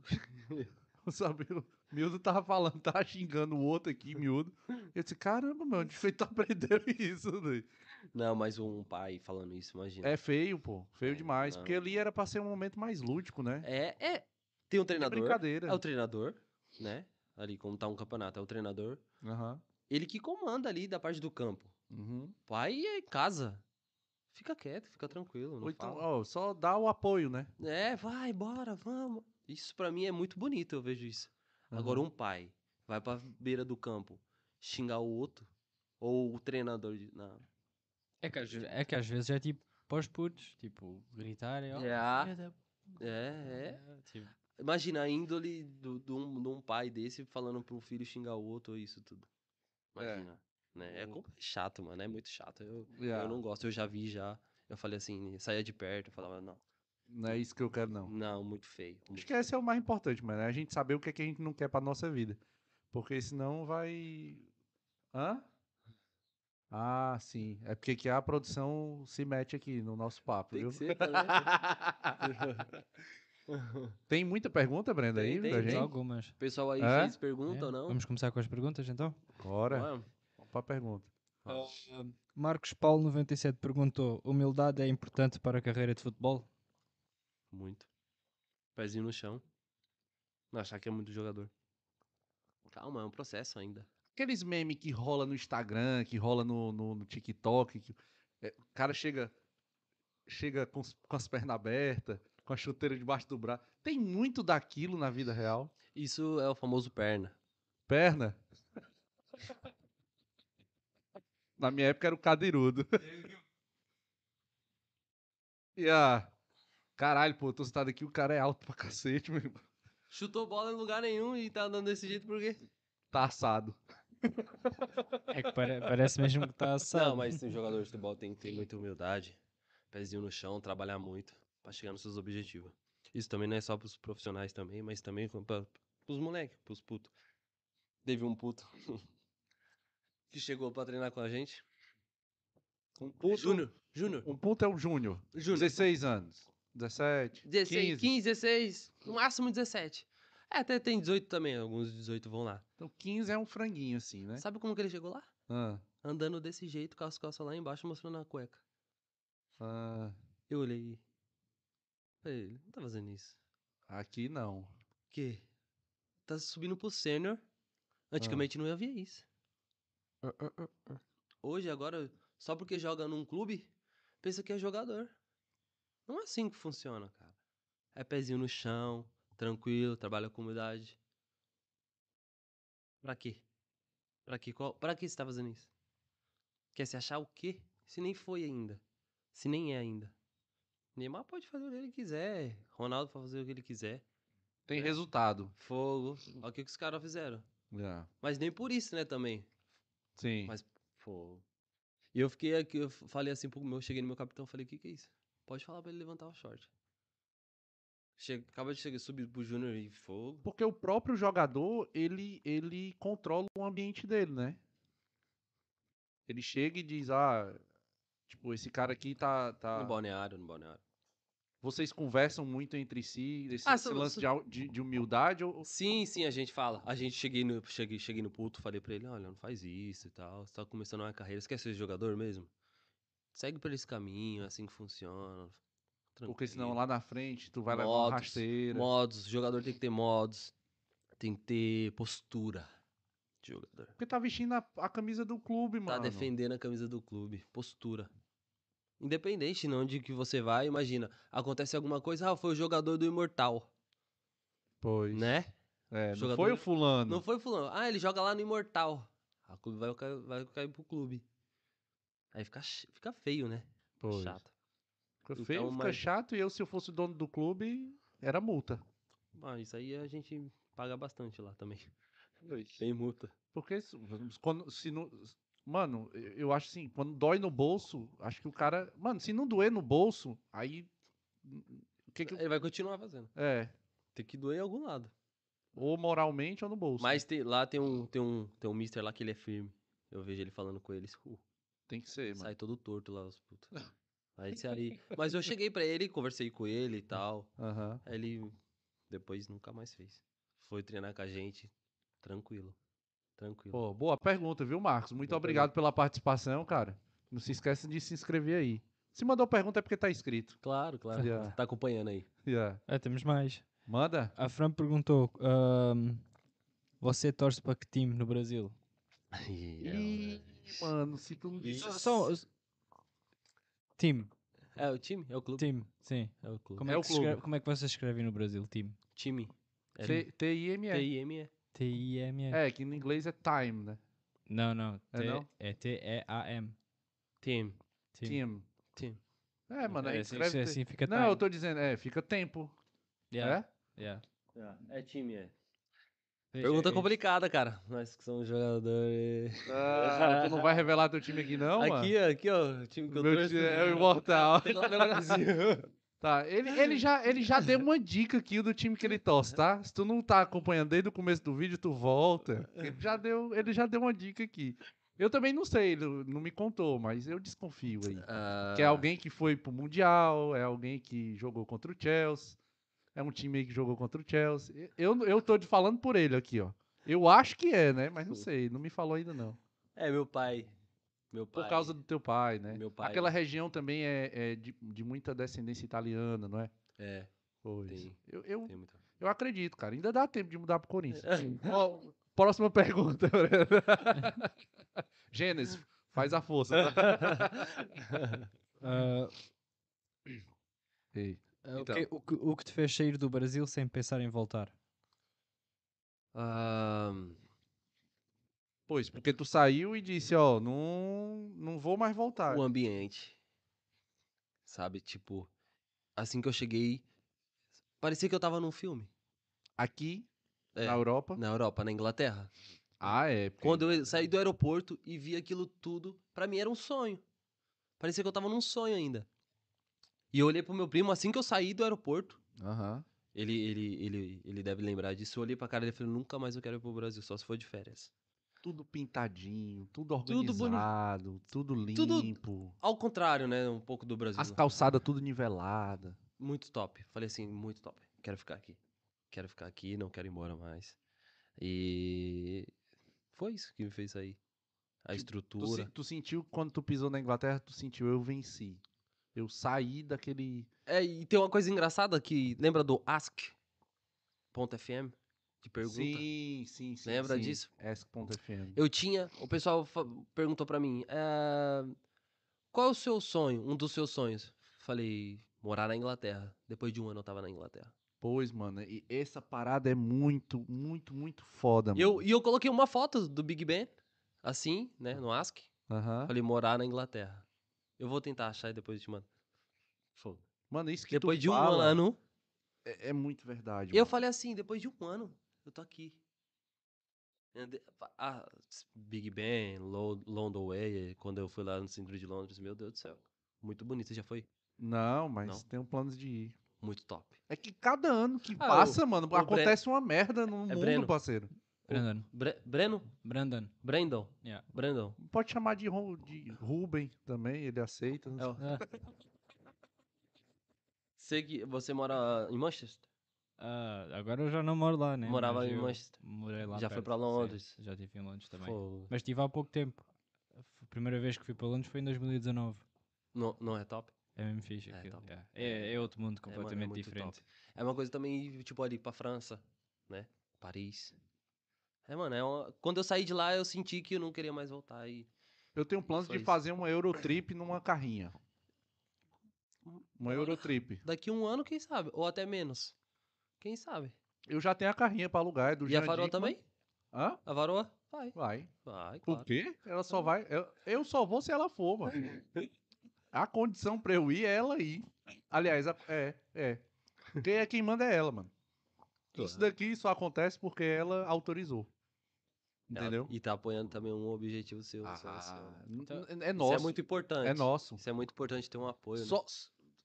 [laughs] Pô, Sabe? O miúdo tava falando, tava xingando o outro aqui, miúdo. Eu disse, caramba, mano, de feito aprendeu [laughs] isso, né? [laughs] Não, mas um pai falando isso, imagina. É feio, pô. Feio É, demais. não. Porque ali era pra ser um momento mais lúdico, né? É, é. Tem um É treinador, brincadeira. é o treinador, né? Ali, como tá um campeonato, é o treinador. Aham. Ele que comanda ali da parte do campo. Uhum. Pai é em casa. Fica quieto, fica tranquilo. Não Ou então, fala. ó, só dá o apoio, né? É, vai, bora, vamos. Isso pra mim é muito bonito, eu vejo isso. Agora, um pai vai pra beira do campo xingar o outro, ou o treinador. de- Não. É que, às- é que às vezes é tipo para os putos, tipo, gritarem. ó, Yeah. filha da- É, é. Tipo, Imagina a índole de do, do um, de um pai desse falando pro filho xingar o outro, isso tudo. É. Imagina. É, né? é O- com- chato, mano, é muito chato. Eu, Yeah. eu não gosto, eu já vi já. Eu falei assim, saía de perto, eu falava, não, Não é isso que eu quero, não. não, muito feio. muito Acho que esse é o mais importante, mano. É a gente saber o que, é que a gente não quer pra nossa vida. Porque senão vai. Hã? Ah, sim. É porque que a produção se mete aqui no nosso papo, Tem viu? que ser tá também. [laughs] Tem muita pergunta, Brenda, Tem, aí tem, da tem. só gente? algumas. O pessoal aí É? fez pergunta É. ou não? Ah, Vamos começar com as perguntas então? Bora, Vamos. vamos pra pergunta. Paulo. Ah, Marcos Paulo 97 perguntou: humildade é importante para a carreira de futebol? Muito. Pezinho no chão. Não achar que é muito jogador. Calma, é um processo ainda. Aqueles memes que rola no Instagram, que rola no, no, no TikTok, que é, o cara chega chega com, os- com as pernas abertas, com a chuteira debaixo do braço. Tem muito daquilo na vida real. Isso é o famoso perna. Perna? [laughs] Na minha época era o cadeirudo. [laughs] E a. Caralho, pô, tô sentado aqui, o cara é alto pra cacete, meu irmão. Chutou bola em lugar nenhum e tá andando desse jeito por quê? Tá assado. É que pare- [laughs] parece mesmo que está assado. Não, assim, mas tem jogador de futebol tem que ter Tem muito. muita humildade, pezinho no chão, trabalhar muito pra chegar nos seus objetivos. Isso também não é só pros profissionais também, mas também com- pra, pros moleques, pros putos. Teve um puto [laughs] que chegou pra treinar com a gente. Um puto, Júnior, Júnior, um puto é um júnior. Júnior. 16 anos. 17. 16, 15. 15, 16, no máximo 17. É, até tem 18 também, alguns 18 vão lá. Então 15 é um franguinho, assim, né? Sabe como que ele chegou lá? Ah, Andando desse jeito, com as calças lá embaixo, mostrando a cueca. ah, Eu olhei. Falei, ele não tá fazendo isso. aqui não. que tá subindo pro sênior. Antigamente não havia isso. Hoje, agora, só porque joga num clube, pensa que é jogador. Não é assim que funciona, cara. É pezinho no chão, tranquilo, trabalha com humildade. Pra quê? Pra quê? Qual, pra que você tá fazendo isso? Quer se achar o quê? Se nem foi ainda. Se nem é ainda. Neymar pode fazer o que ele quiser. Ronaldo pode fazer o que ele quiser. Tem resultado. Fogo. Olha o que, que os caras fizeram. Ah, Mas nem por isso, né, também. Sim. Mas- Fogo. E eu fiquei aqui, eu falei assim pro meu, cheguei no meu capitão, falei, o que que é isso? Pode falar pra ele levantar o short. Chega, acaba de chegar, subir pro Júnior e fogo. Porque o próprio jogador, ele, ele controla o ambiente dele, né? Ele chega e diz, ah, tipo, esse cara aqui tá... tá... No balneário, no balneário. Vocês conversam muito entre si, esse, Ah, esse são- lance de au- de, de humildade? Ou... Sim, sim, a gente fala. A gente cheguei no, cheguei, cheguei no puto, falei pra ele, olha, não faz isso e tal. Você tá começando uma carreira, você quer ser jogador mesmo? Segue por esse caminho, é assim que funciona. Porque senão tranquilo." lá na frente tu vai levar uma Modos, rasteira. Modos, o jogador tem que ter modos, tem que ter postura de jogador. Porque tá vestindo a, a camisa do clube, Tá mano. defendendo a camisa do clube, postura. Independente não de que você vai, imagina, acontece alguma coisa, ah, foi o jogador do Imortal, Pois. né? É, não Jogador- foi o fulano. Não foi fulano, ah, ele joga lá no Imortal. A clube vai, ca- vai cair pro clube. Aí fica, ch- fica feio, né? Pois. Chato. Fica Então, feio, fica mas- chato. E eu, se eu fosse o dono do clube, era multa. Mas isso aí a gente paga bastante lá também. Tem multa. Porque se- quando, se não. Mano, eu eu acho assim, quando dói no bolso, acho que o cara. Mano, se não doer no bolso, aí. O que que. Ele vai continuar fazendo. É. Tem que doer em algum lado. Ou moralmente ou no bolso. Mas tem- lá tem um, tem, um, tem um mister lá que ele é firme. Eu vejo ele falando com eles. uh, Tem que ser, mano. sai todo torto lá, os [laughs] putos. Aí isso aí. Mas eu cheguei pra ele, conversei com ele e tal. Aham. Aí ele depois nunca mais fez. Foi treinar com a gente. Tranquilo. Tranquilo. Pô, boa pergunta, viu, Marcos? Muito Boa obrigado pela participação, cara. Não se esqueça de se inscrever aí. Se mandou pergunta é porque tá escrito. Claro, claro. Yeah. Tá acompanhando [laughs] aí. [laughs] Yeah. Ah, temos mais. Manda? A Fran perguntou: ahm, você torce para que time no Brasil? é Ih, mano, se tu não Só- só- Time, É o time? É o clube? time, sim. É o clube. Como É é, o que se clube. escreve- como é que vocês escrevem no Brasil? Time. Time. É T- T-I-M-E. T-I-M-E. T-I-M-E. É, que no inglês é time, né? Não, não. É T- não? É T-E-A-M. Time. Team. Team. Team. É, mano, aí É, assim- escreve. assim- T- assim fica Não, time. eu tô dizendo, é, fica tempo. Yeah, É? yeah. É time, é. Pergunta É- é- complicada, cara. Nós que somos jogadores. Ah, tu não vai revelar teu time aqui, não, mano? Aqui, ó, aqui, ó, o time que eu Meu torço. time um. é o Imortal. Tem lá no Brasil. [laughs] Tá, ele, ele, já, ele já deu uma dica aqui do time que ele torce, tá? Se tu não tá acompanhando desde o começo do vídeo, tu volta. Ele já deu, ele já deu uma dica aqui. Eu também não sei, ele não me contou, mas eu desconfio aí. Ah. Que é alguém que foi pro Mundial, é alguém que jogou contra o Chelsea, é um time aí que jogou contra o Chelsea. Eu, eu tô te falando por ele aqui, ó. Eu acho que é, né? Mas não sei, não me falou ainda não. É meu pai. Meu Por pai. causa do teu pai, né? Meu pai. Aquela região também é, é de, de muita descendência italiana, não é? É, Pois. Tem. Eu, eu, tem muita. eu acredito, cara. Ainda dá tempo de mudar pro Corinthians. [laughs] Ó, próxima pergunta. [laughs] Gênesis, faz a força. [laughs] tá? Ah, Ei. ah, o Então. que- o, que, o que te fez sair do Brasil sem pensar em voltar? Ahn, Pois, porque tu saiu e disse, ó, não, não vou mais voltar. o ambiente. Sabe, tipo, assim que eu cheguei, parecia que eu tava num filme. Aqui, É, na Europa. na Europa, na Inglaterra. Ah, é. porque- Quando eu saí do aeroporto e vi aquilo tudo, pra mim era um sonho. Parecia que eu tava num sonho ainda. E eu olhei pro meu primo assim que eu saí do aeroporto. Aham. Ele, ele, ele, ele deve lembrar disso. Eu olhei pra cara dele e falei: nunca mais eu quero ir pro Brasil, só se for de férias. Tudo pintadinho, tudo Tudo boni- organizado, tudo, Tudo- limpo. Ao contrário, né? Um pouco do Brasil. As calçadas tudo nivelada. Muito top. Falei assim: muito top. Quero ficar aqui. Quero ficar aqui, não quero ir embora mais. E. Foi isso que me fez sair. A Tu- Tu, estrutura. sen- tu sentiu, quando tu pisou na Inglaterra, tu sentiu, eu venci. Eu saí daquele... É, e tem uma coisa engraçada que lembra do ask.fm de pergunta. Sim, sim, sim. Lembra sim. disso? Ask.fm. Eu tinha, o pessoal fa- perguntou pra mim, "Ah, qual é o seu sonho, um dos seus sonhos? Falei, morar na Inglaterra. Depois de um ano eu tava na Inglaterra. Pois, mano, e essa parada é muito, muito, muito foda, E mano. eu, e eu coloquei uma foto do Big Ben, assim, né, no ask. Aham. Falei, morar na Inglaterra. Eu vou tentar achar e depois eu te mando. Foda. Mano, isso que Depois tu de um fala ano, É, é muito verdade, Eu mano. falei assim, depois de um ano, eu tô aqui. Ande- ah, s- Big Ben, Lo- London Way, eh, quando eu fui lá no centro de Londres, meu Deus do céu. Muito bonito, você já foi? Não, mas Não. tem um plano de ir. Muito top. É que cada ano que Ah, passa, mano, o É acontece uma merda no mundo, Breno. parceiro. Brandon. Bre- Breno? Brandon. Brandon. Yeah. Brandon. Pode chamar de, Ru- de Ruben também, ele aceita. É, ó. Ah. Sei que você mora em Manchester? Ah, agora eu já não moro lá, né? Morava Mas em eu Manchester. Morei lá Já foi perto, pra sim. Londres. Já estive em Londres também. Fo- Mas estive há pouco tempo. A primeira vez que fui para Londres foi em 2019. Não, não é top? É mesmo fixe É, aquilo. top. yeah. É, é outro mundo mano, é completamente muito [laughs] diferente. É uma coisa também, tipo, ali pra França, né? Paris. É, mano, é uma- quando eu saí de lá, eu senti que eu não queria mais voltar e... Eu tenho planos Só de isso. fazer uma Eurotrip numa carrinha. Uma Eurotrip. Daqui um ano, quem sabe? Ou até menos. Quem sabe? Eu já tenho a carrinha pra alugar, é do e a Jean varoa Dickman. também? Hã? A varoa? Vai. Vai. Vai, O claro. quê? Ela só vai... Eu, eu só vou se ela for, mano. A condição pra eu ir é ela ir. Aliás, a- é, é. Quem é quem manda é ela, mano. Isso daqui só acontece porque ela autorizou. Ela- Entendeu? E tá apoiando também um objetivo seu. Ah, seu, seu. n- Então, n- é Isso nosso. é muito importante. É nosso. Isso é muito importante ter um apoio né, Só-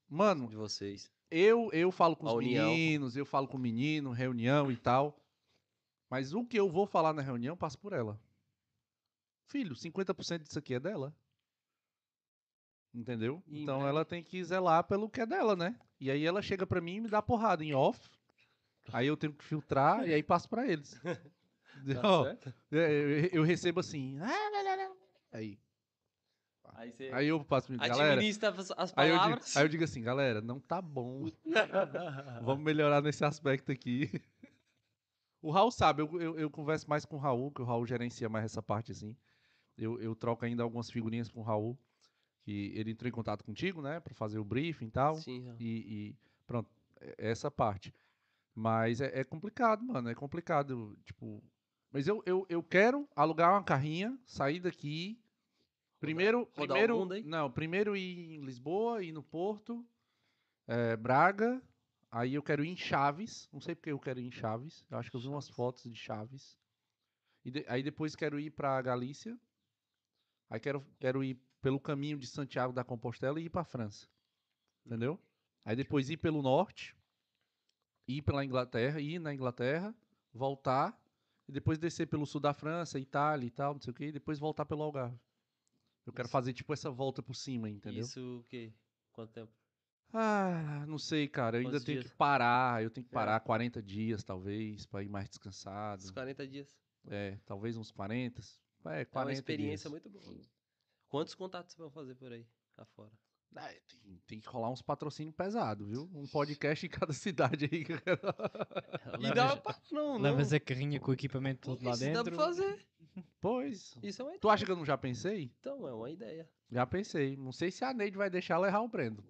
Mano, de vocês. eu, eu falo com A os união. meninos, eu falo com o menino, reunião e tal. Mas o que eu vou falar na reunião, passo por ela. Filho, 50% disso aqui é dela. Entendeu? E em então breve- ela tem que zelar pelo que é dela, né? E aí ela chega pra mim e me dá porrada em off. Aí eu tenho que filtrar e aí passo pra [laughs] eles. Tá Ó, é, eu, eu recebo assim. "Ah, lá, lá, lá". Aí, Aí você aí eu passo pra mim, galera. administra as- as Aí eu, digo, palavras. aí eu digo assim, galera, não tá bom. Vamos melhorar nesse aspecto aqui. O Raul sabe, eu, eu, eu converso mais com o Raul, que o Raul gerencia mais essa parte assim. Eu, eu troco ainda algumas figurinhas com o Raul, que ele entrou em contato contigo, né, Pra fazer o briefing e tal. Sim, ó. E, e pronto, é- é essa parte. Mas é, é complicado, mano, é complicado. Tipo, mas eu, eu, eu quero alugar uma carrinha, sair daqui. Primeiro, rodar o primeiro, mundo aí? não, primeiro ir em Lisboa, ir no Porto, é, Braga. Aí eu quero ir em Chaves. Não sei porque eu quero ir em Chaves. Eu acho que eu vi umas fotos de Chaves. E de- aí depois quero ir pra Galícia. Aí quero, quero ir pelo caminho de Santiago da Compostela e ir pra França. Entendeu? Aí depois ir pelo norte, ir pela Inglaterra, ir na Inglaterra, voltar, e depois descer pelo sul da França, Itália e tal, não sei o quê, e depois voltar pelo Algarve. Eu quero Isso. fazer tipo essa volta por cima, entendeu? Isso o quê? Quanto tempo? Ah, não sei, cara. Eu ainda Quantos tenho dias? É. que parar. Eu tenho que parar 40 dias, talvez, pra ir mais descansado. Uns 40 dias. É, talvez uns 40. É, 40 é uma experiência dias. muito boa. Quantos contatos você vai fazer por aí, afora? Ah, tem, tem que rolar uns patrocínios pesados, viu? Um podcast em cada [laughs] cidade aí. E dá pra... Não, não. Levas a carrinha com o equipamento todo lá Isso dá pra dentro. fazer. pois. Isso é uma ideia. Tu acha que eu não já pensei? Então, é uma [laughs] ideia. Já pensei. Não sei se a Neide vai deixar ela errar o [laughs] prendo.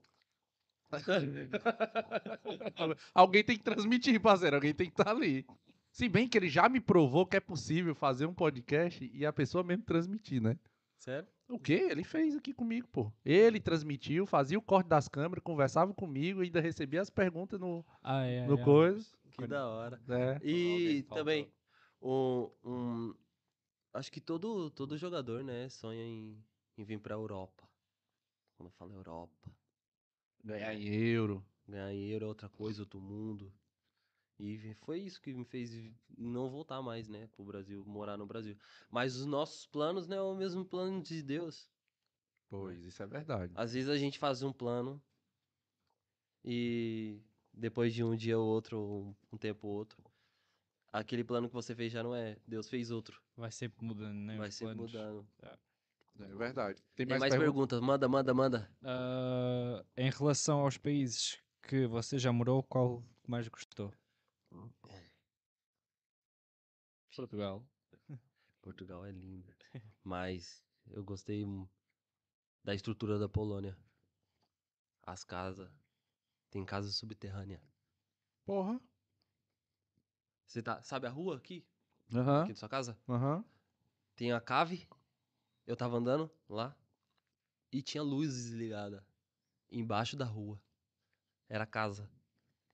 Alguém tem que transmitir, parceiro. Alguém tem que estar ali. Se bem que ele já me provou que é possível fazer um podcast e a pessoa mesmo transmitir, né? Sério? O quê? Ele fez aqui comigo, pô. Ele transmitiu, fazia o corte das câmeras, conversava comigo, ainda recebia as perguntas no, Ai, ai, no ai. coisa. Que da [laughs] hora. né? E também, um, um- acho que todo, todo jogador, né, sonha em, em vir pra Europa. Quando eu falo Europa, Ganhar em euro. ganhar dinheiro é outra coisa, outro mundo. E vi- foi isso que me fez vi- não voltar mais, né, pro Brasil, morar no Brasil. Mas os nossos planos, né, é o mesmo plano de Deus. Pois, isso é verdade. Às vezes a gente faz um plano e depois de um dia ou outro, ou um tempo ou outro, aquele plano que você fez já não é. Deus fez outro. Vai sempre mudando, né? Vai os sempre planos. mudando. É verdade. Tem Tem mais, mais, perguntas? Manda, manda, manda. Ah, em relação aos países que você já morou, qual que mais gostou? Portugal. Portugal é lindo. Mas eu gostei mu- da estrutura da Polônia. As casas. Tem casa subterrânea. Porra. Você tá, sabe a rua aqui? Aham, Aqui de sua casa? aham. Tem a cave. Eu tava andando lá. E tinha luzes ligada Embaixo da rua. Era casa.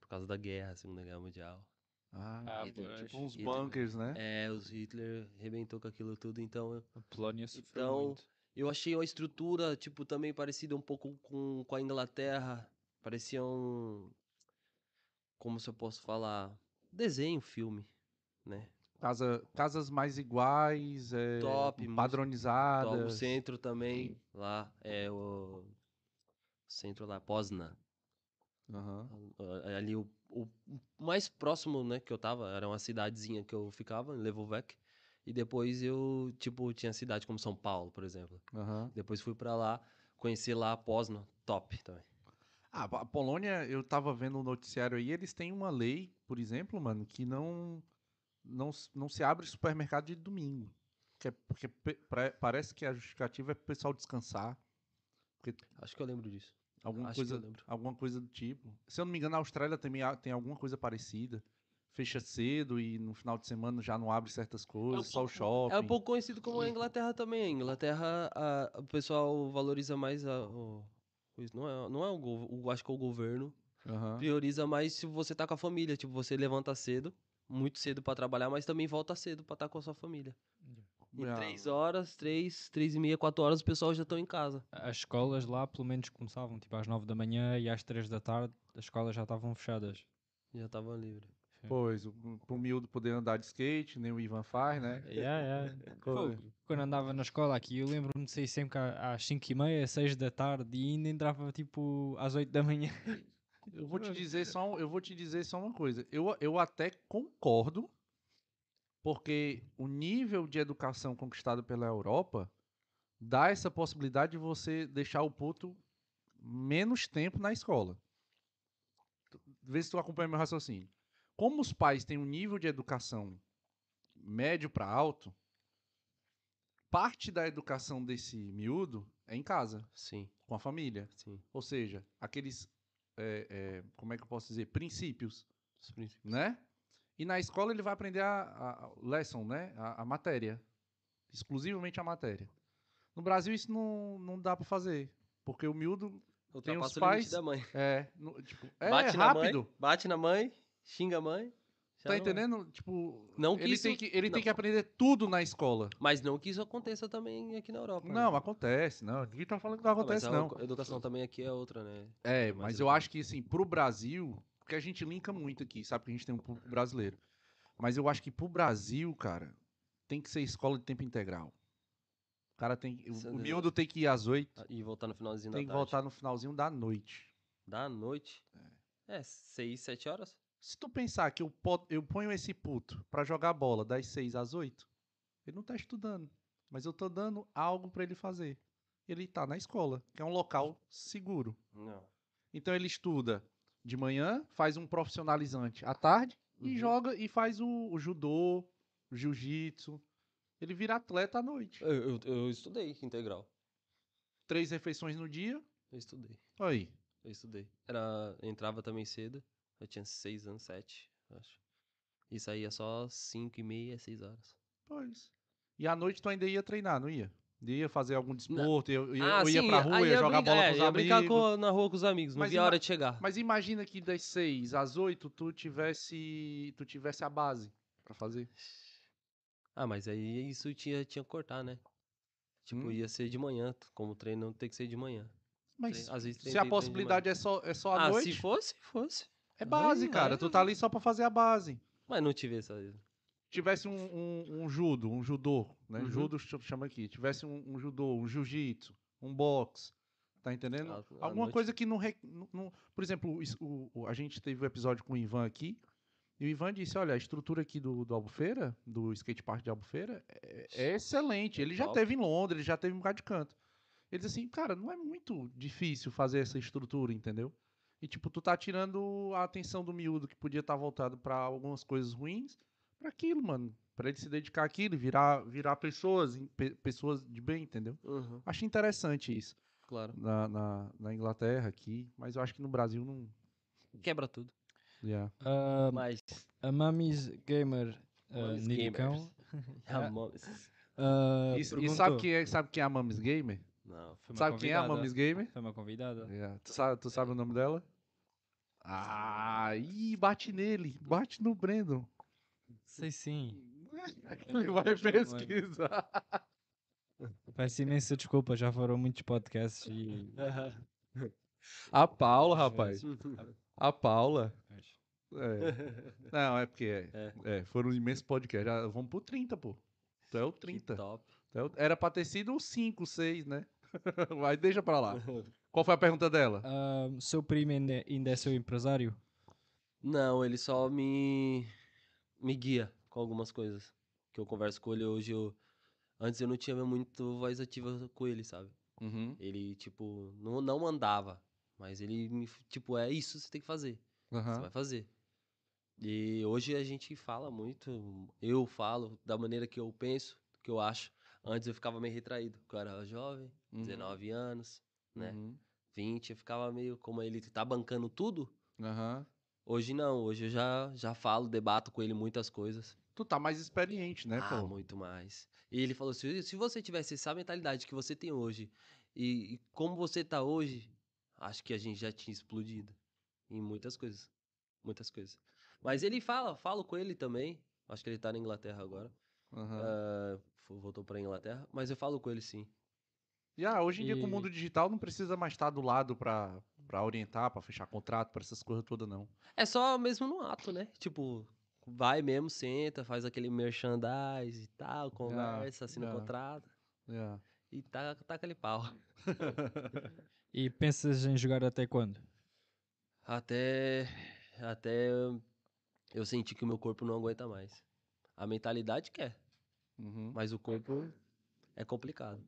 Por causa da guerra, Segunda Guerra Mundial. Ah, Ah, e tem pois. tipo uns então, E tem- bunkers, né? É, os Hitler arrebentou com aquilo tudo, então eu- A Polónia sofreu Então, muito. Eu achei uma estrutura, tipo, também parecida um pouco com, com a Inglaterra. Parecia um. Como se eu posso falar? Desenho, filme, né? Casa, casas mais iguais, é, Top, mus- Então, padronizadas. o centro também, lá, é o. Centro lá, Pozna. Aham. Ah, Ali, o, o o mais próximo, né, que eu tava, era uma cidadezinha que eu ficava, em Levovec. E depois eu, tipo, tinha cidade como São Paulo, por exemplo. aham. Depois fui pra lá, conheci lá a Pozna, top também. Ah, a Polônia, eu tava vendo um noticiário aí, eles têm uma lei, por exemplo, mano, que não não, s- não se abre supermercado de domingo. Que é porque pe- pra- parece que a justificativa é pro pessoal descansar. Acho que eu lembro disso. Alguma Acho que eu coisa, lembro. alguma coisa do tipo. Se eu não me engano, a Austrália também a- tem alguma coisa parecida. Fecha cedo e no final de semana já não abre certas coisas, só o shopping. É um pouco conhecido como a Inglaterra também. A Inglaterra, a- o pessoal valoriza mais a. o- o- não é, não é o, gov- o- Acho que é o governo. Aham. Prioriza mais se você tá com a família. Tipo, você levanta cedo, muito cedo pra trabalhar, mas também volta cedo pra estar com a sua família. Em Ah, três horas, três, três e meia, quatro horas, o pessoal já estão em casa. As escolas lá pelo menos começavam tipo às 9 da manhã e às 3 da tarde as escolas já estavam fechadas. Já estavam livres. Pois, o- hum, pro miúdo poder andar de skate, nem o Ivan faz, né? Yeah, yeah. [laughs] Fogo. Quando andava na escola aqui, eu lembro-me de sair sempre cá às 5 e meia, 6 da tarde e ainda entrava tipo às 8 da manhã. Eu vou te dizer só, um- eu vou te dizer só uma coisa. Eu, eu até concordo, porque o nível de educação conquistado pela Europa dá essa possibilidade de você deixar o puto menos tempo na escola. Tu- Vê se tu acompanha meu raciocínio. Como os pais têm um nível de educação médio para alto, parte da educação desse miúdo é em casa, Sim, com a família. sim. Ou seja, aqueles, é, é, como é que eu posso dizer, princípios, Os princípios. né? E na escola ele vai aprender a, a- a lesson, né? A, a matéria. Exclusivamente a matéria. No Brasil isso não, não dá pra fazer. Porque o miúdo Tem os Ultrapassa o limite pais- da mãe. é, no- tipo, é bate na rápido. mãe, bate na mãe, xinga a mãe. já tá não é. entendendo? Tipo, Não que ele, isso- tem, que, ele tem não. que aprender tudo na escola. Mas não que isso aconteça também aqui na Europa. né? Não, acontece, não. Ninguém tá falando que não Ah, mas acontece, a não. edu- educação também aqui é outra, né? É, É mais mas eu educado. acho que, assim, pro Brasil, porque a gente linka muito aqui, sabe que a gente tem um público brasileiro. Mas eu acho que pro Brasil, cara, tem que ser escola de tempo integral. O cara tem. Isso é O, o verdade. miúdo tem que ir às oito, Ah, E voltar no finalzinho tem que da tarde. voltar no finalzinho da noite. Da noite. É, seis, sete horas. Se tu pensar que eu, po- eu ponho esse puto pra jogar bola das seis às oito, ele não tá estudando. Mas eu tô dando algo pra ele fazer. ele está na escola, que é um local seguro. Não. Então ele estuda de manhã, faz um profissionalizante à tarde e Uhum. joga e faz o, o judô, o jiu-jitsu. Ele vira atleta à noite. Eu, eu, eu estudei integral. Três refeições no dia. Eu estudei. Olha Aí. Eu estudei. Era, entrava também cedo. Eu tinha seis anos, sete, acho. E saía só cinco e meia, seis horas. Pois. E à noite tu ainda ia treinar, não ia? Ia fazer algum desporto, eu, eu, eu ia Ah, sim, pra rua, aí ia jogar brincar- bola é, com os ia brincar amigos. com- na rua com os amigos. Não Mas via a ima- hora de chegar. Mas imagina que das 6 às 8 tu tivesse, tu tivesse a base pra fazer. Ah, mas aí isso tinha, tinha que cortar, né? Tipo, Hum. ia ser de manhã. t- Como treino tem que ser de manhã. Mas Às vezes tem- se a tem- tem de possibilidade é só, é só à ah, noite, se fosse, fosse. é base, Aí, cara. aí- Tu tá ali só pra fazer a base. Mas não tive essa. Tivesse um, um, um judo, um judô, né? Uhum. Judo ch- chama aqui. Tivesse um, um judô, um jiu-jitsu, um boxe. Tá entendendo? Ah, à Alguma noite. coisa que não, re- não- não- Por exemplo, o es- o- o- a gente teve um episódio com o Ivan aqui. E o Ivan disse: olha, a estrutura aqui do, do Albufeira, do skatepark de Albufeira, é, é excelente. Ele já Top. teve em Londres, já teve um bocado de canto. Ele disse assim: cara, não é muito difícil fazer essa estrutura, entendeu? E tipo, tu tá tirando a atenção do miúdo que podia estar voltado pra algumas coisas ruins, pra aquilo, mano. Pra ele se dedicar àquilo e virar, virar pessoas, em- pe- pessoas de bem, entendeu? Uhum, Achei interessante isso claro. na, na, na Inglaterra aqui, mas eu acho que no Brasil não. Quebra tudo. Yeah. [laughs] Ah, Mas. a Mamis Gamer uh, Mamis [laughs] Nidicão. Ah, mas- ah, E, e perguntou- sabe quem é, sabe quem é a Mamis Gamer? Não. Foi uma sabe quem é a convidada. Mamis Gamer? Foi uma convidada. Yeah. Tu, sabe, tu sabe o nome dela? Ah, ih, bate nele, bate no Brandon. [laughs] Sei sim. Ele vai pesquisar. Peço imensa desculpa, já foram muitos podcasts e. A Paula, rapaz. A Paula. [laughs] É. Não, é porque é. É, foram imensos podcasts. Já vamos pro 30, pô. Tu é o Que 30. top. Então, Era pra ter sido o 5, 6, né? [laughs] Mas deixa pra lá. Qual foi a pergunta dela? Ah, seu primo ainda é, ainda é seu empresário? Não, ele só me me guia com algumas coisas que eu converso com ele hoje. Eu, antes eu não tinha muito voz ativa com ele, sabe? Uhum. Ele tipo não não mandava, mas ele me f- tipo é isso você tem que fazer, você vai fazer. E hoje a gente fala muito, eu falo da maneira que eu penso, que eu acho. Antes eu ficava meio retraído, porque eu era jovem, Uhum, 19 anos, né? 20, eu ficava meio como ele tá bancando tudo. Hoje não, hoje eu já, já falo, debato com ele muitas coisas. Tu tá mais experiente, né, ah, pô? muito mais. E ele falou: se, se você tivesse essa mentalidade que você tem hoje e, e como você tá hoje, acho que a gente já tinha explodido em muitas coisas. Muitas coisas. Mas ele fala, falo com ele também. Acho que ele tá na Inglaterra agora. Aham. Ah, fo- voltou pra Inglaterra. Mas eu falo com ele sim. E ah, hoje em dia, com o e- mundo digital, não precisa mais estar do lado pra, pra orientar, pra fechar contrato, pra essas coisas todas, não. É só mesmo no ato, né? Tipo, vai mesmo, senta, faz aquele merchandise e Ah, tal, conversa, assina o já. contrato. Yeah. E tá, taca ali pau. E pensas em jogar até quando? Até. Até. Eu senti que o meu corpo não aguenta mais. A mentalidade quer, Uhum. mas o corpo é complicado.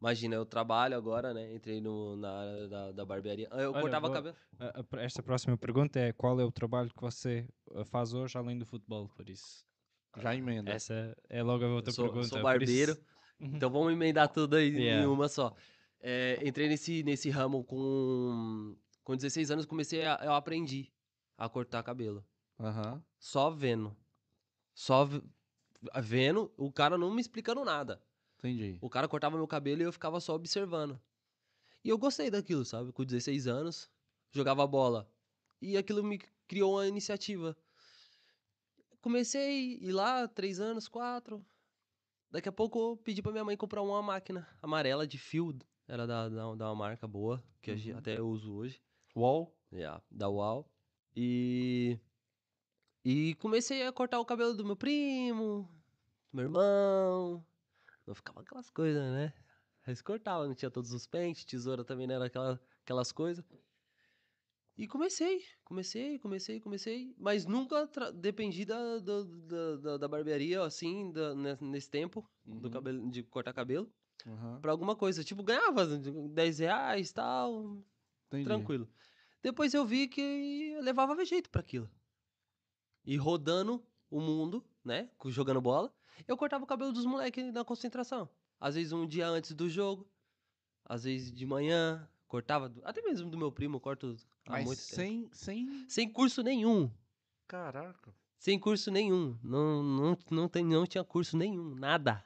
Imagina, eu trabalho agora, né? Entrei no, na área da, da barbearia. Ah, Eu Olha, cortava boa. cabelo. A- a pr- esta próxima pergunta é: qual é o trabalho que você ah, faz hoje além do futebol? Por isso, Já emenda. essa é logo a outra Eu sou, pergunta. sou por isso- barbeiro. [laughs] Então vamos emendar tudo aí em Yeah. uma só. É, entrei nesse, nesse ramo com, com 16 anos, comecei a, eu aprendi a cortar cabelo. Aham. Só vendo. Só v- vendo, o cara não me explicando nada. Entendi. O cara cortava meu cabelo e eu ficava só observando. E eu gostei daquilo, sabe? Com 16 anos, jogava bola. E aquilo me criou uma iniciativa. Comecei a ir lá, três anos, quatro. Daqui a pouco eu pedi pra minha mãe comprar uma máquina amarela de fio. Era da, da, da uma marca boa, que a gente- Uhum. até eu uso hoje. Wall. Yeah, da UAU. E. E comecei a cortar o cabelo do meu primo, do meu irmão. Não ficava aquelas coisas, né? Mas cortava, não tinha todos os pentes, tesoura também não era aquela, aquelas coisas. E comecei, comecei, comecei, comecei. Mas nunca tra- dependi da, da, da, da- da barbearia, assim, da- ne- nesse tempo, do Uhum. cabelo, de cortar cabelo. Aham. pra alguma coisa. Tipo, ganhava 10 reais e tal, Entendi. tranquilo. Depois eu vi que eu levava jeito pra aquilo. E rodando o mundo, né? co- Jogando bola, eu cortava o cabelo dos moleques na concentração. Às vezes um dia antes do jogo, às vezes de manhã, cortava. do- Até mesmo do meu primo, eu corto há Ah, Mas muito tempo. sem, sem. Sem curso nenhum. Caraca. Sem curso nenhum. Não, não, não, tem, não tinha curso nenhum. Nada.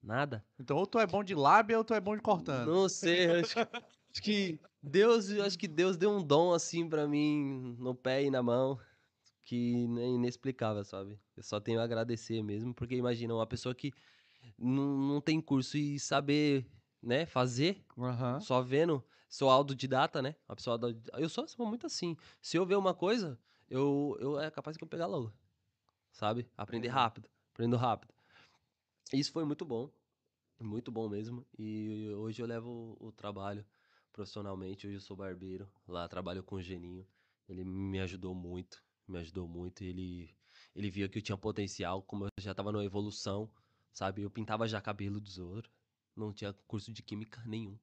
Nada. Então, ou tu é bom de lábia ou tu é bom de cortando. Não sei, acho que, acho que Deus, eu acho que Deus deu um dom assim pra mim no pé e na mão que é inexplicável, sabe? Eu só tenho a agradecer mesmo, porque imagina uma pessoa que não, não tem curso e saber, né, fazer, Aham. só vendo, sou autodidata, né? Uma pessoa auto- eu sou, sou muito assim. Se eu ver uma coisa, eu, eu é capaz que eu pegar logo. Sabe? Aprender rápido, aprendo rápido. Isso foi muito bom. Muito bom mesmo. E hoje eu levo o trabalho profissionalmente. Hoje eu sou barbeiro. Lá trabalho com o Geninho. Ele me ajudou muito. Me ajudou muito. Ele, ele via que eu tinha potencial, como eu já tava numa evolução, sabe? Eu pintava já cabelo dos outros. Não tinha curso de química nenhum.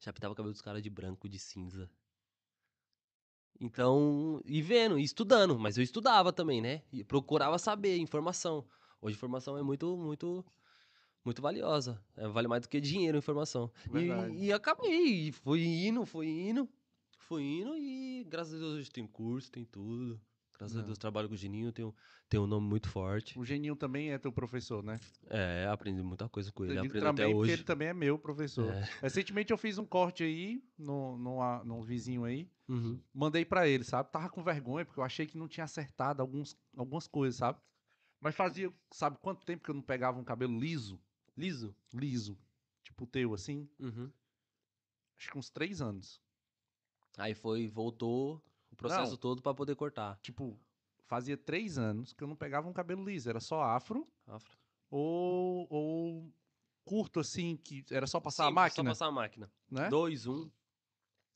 Já pintava o cabelo dos caras de branco, de cinza. Então, e vendo, e estudando, mas eu estudava também, né? E procurava saber informação. Hoje informação é muito, muito, muito valiosa. É, vale mais do que dinheiro informação. Verdade. E, e acabei, e fui indo, fui indo, fui indo e graças a Deus hoje tem curso, tem tudo. Graças a Não. Deus trabalho com o Geninho, tenho, tenho um nome muito forte. O Geninho também é teu professor, né? É, aprendi muita coisa com ele, Ele aprendo também, até porque hoje. ele também é meu professor. [laughs] É. Recentemente eu fiz um corte aí, no, numa, num vizinho aí. Uhum. Mandei pra ele, sabe? Tava com vergonha, porque eu achei que não tinha acertado alguns, algumas coisas, sabe? Mas fazia, sabe quanto tempo que eu não pegava um cabelo liso? Liso. Liso. Tipo o teu, assim? Uhum. Acho que uns três anos. Aí foi, voltou o processo Não. todo pra poder cortar. Tipo, fazia três anos que eu não pegava um cabelo liso. Era só afro Afro. ou, ou curto, assim, que era só passar a Sim, máquina, Só passar a máquina. né? Dois, um.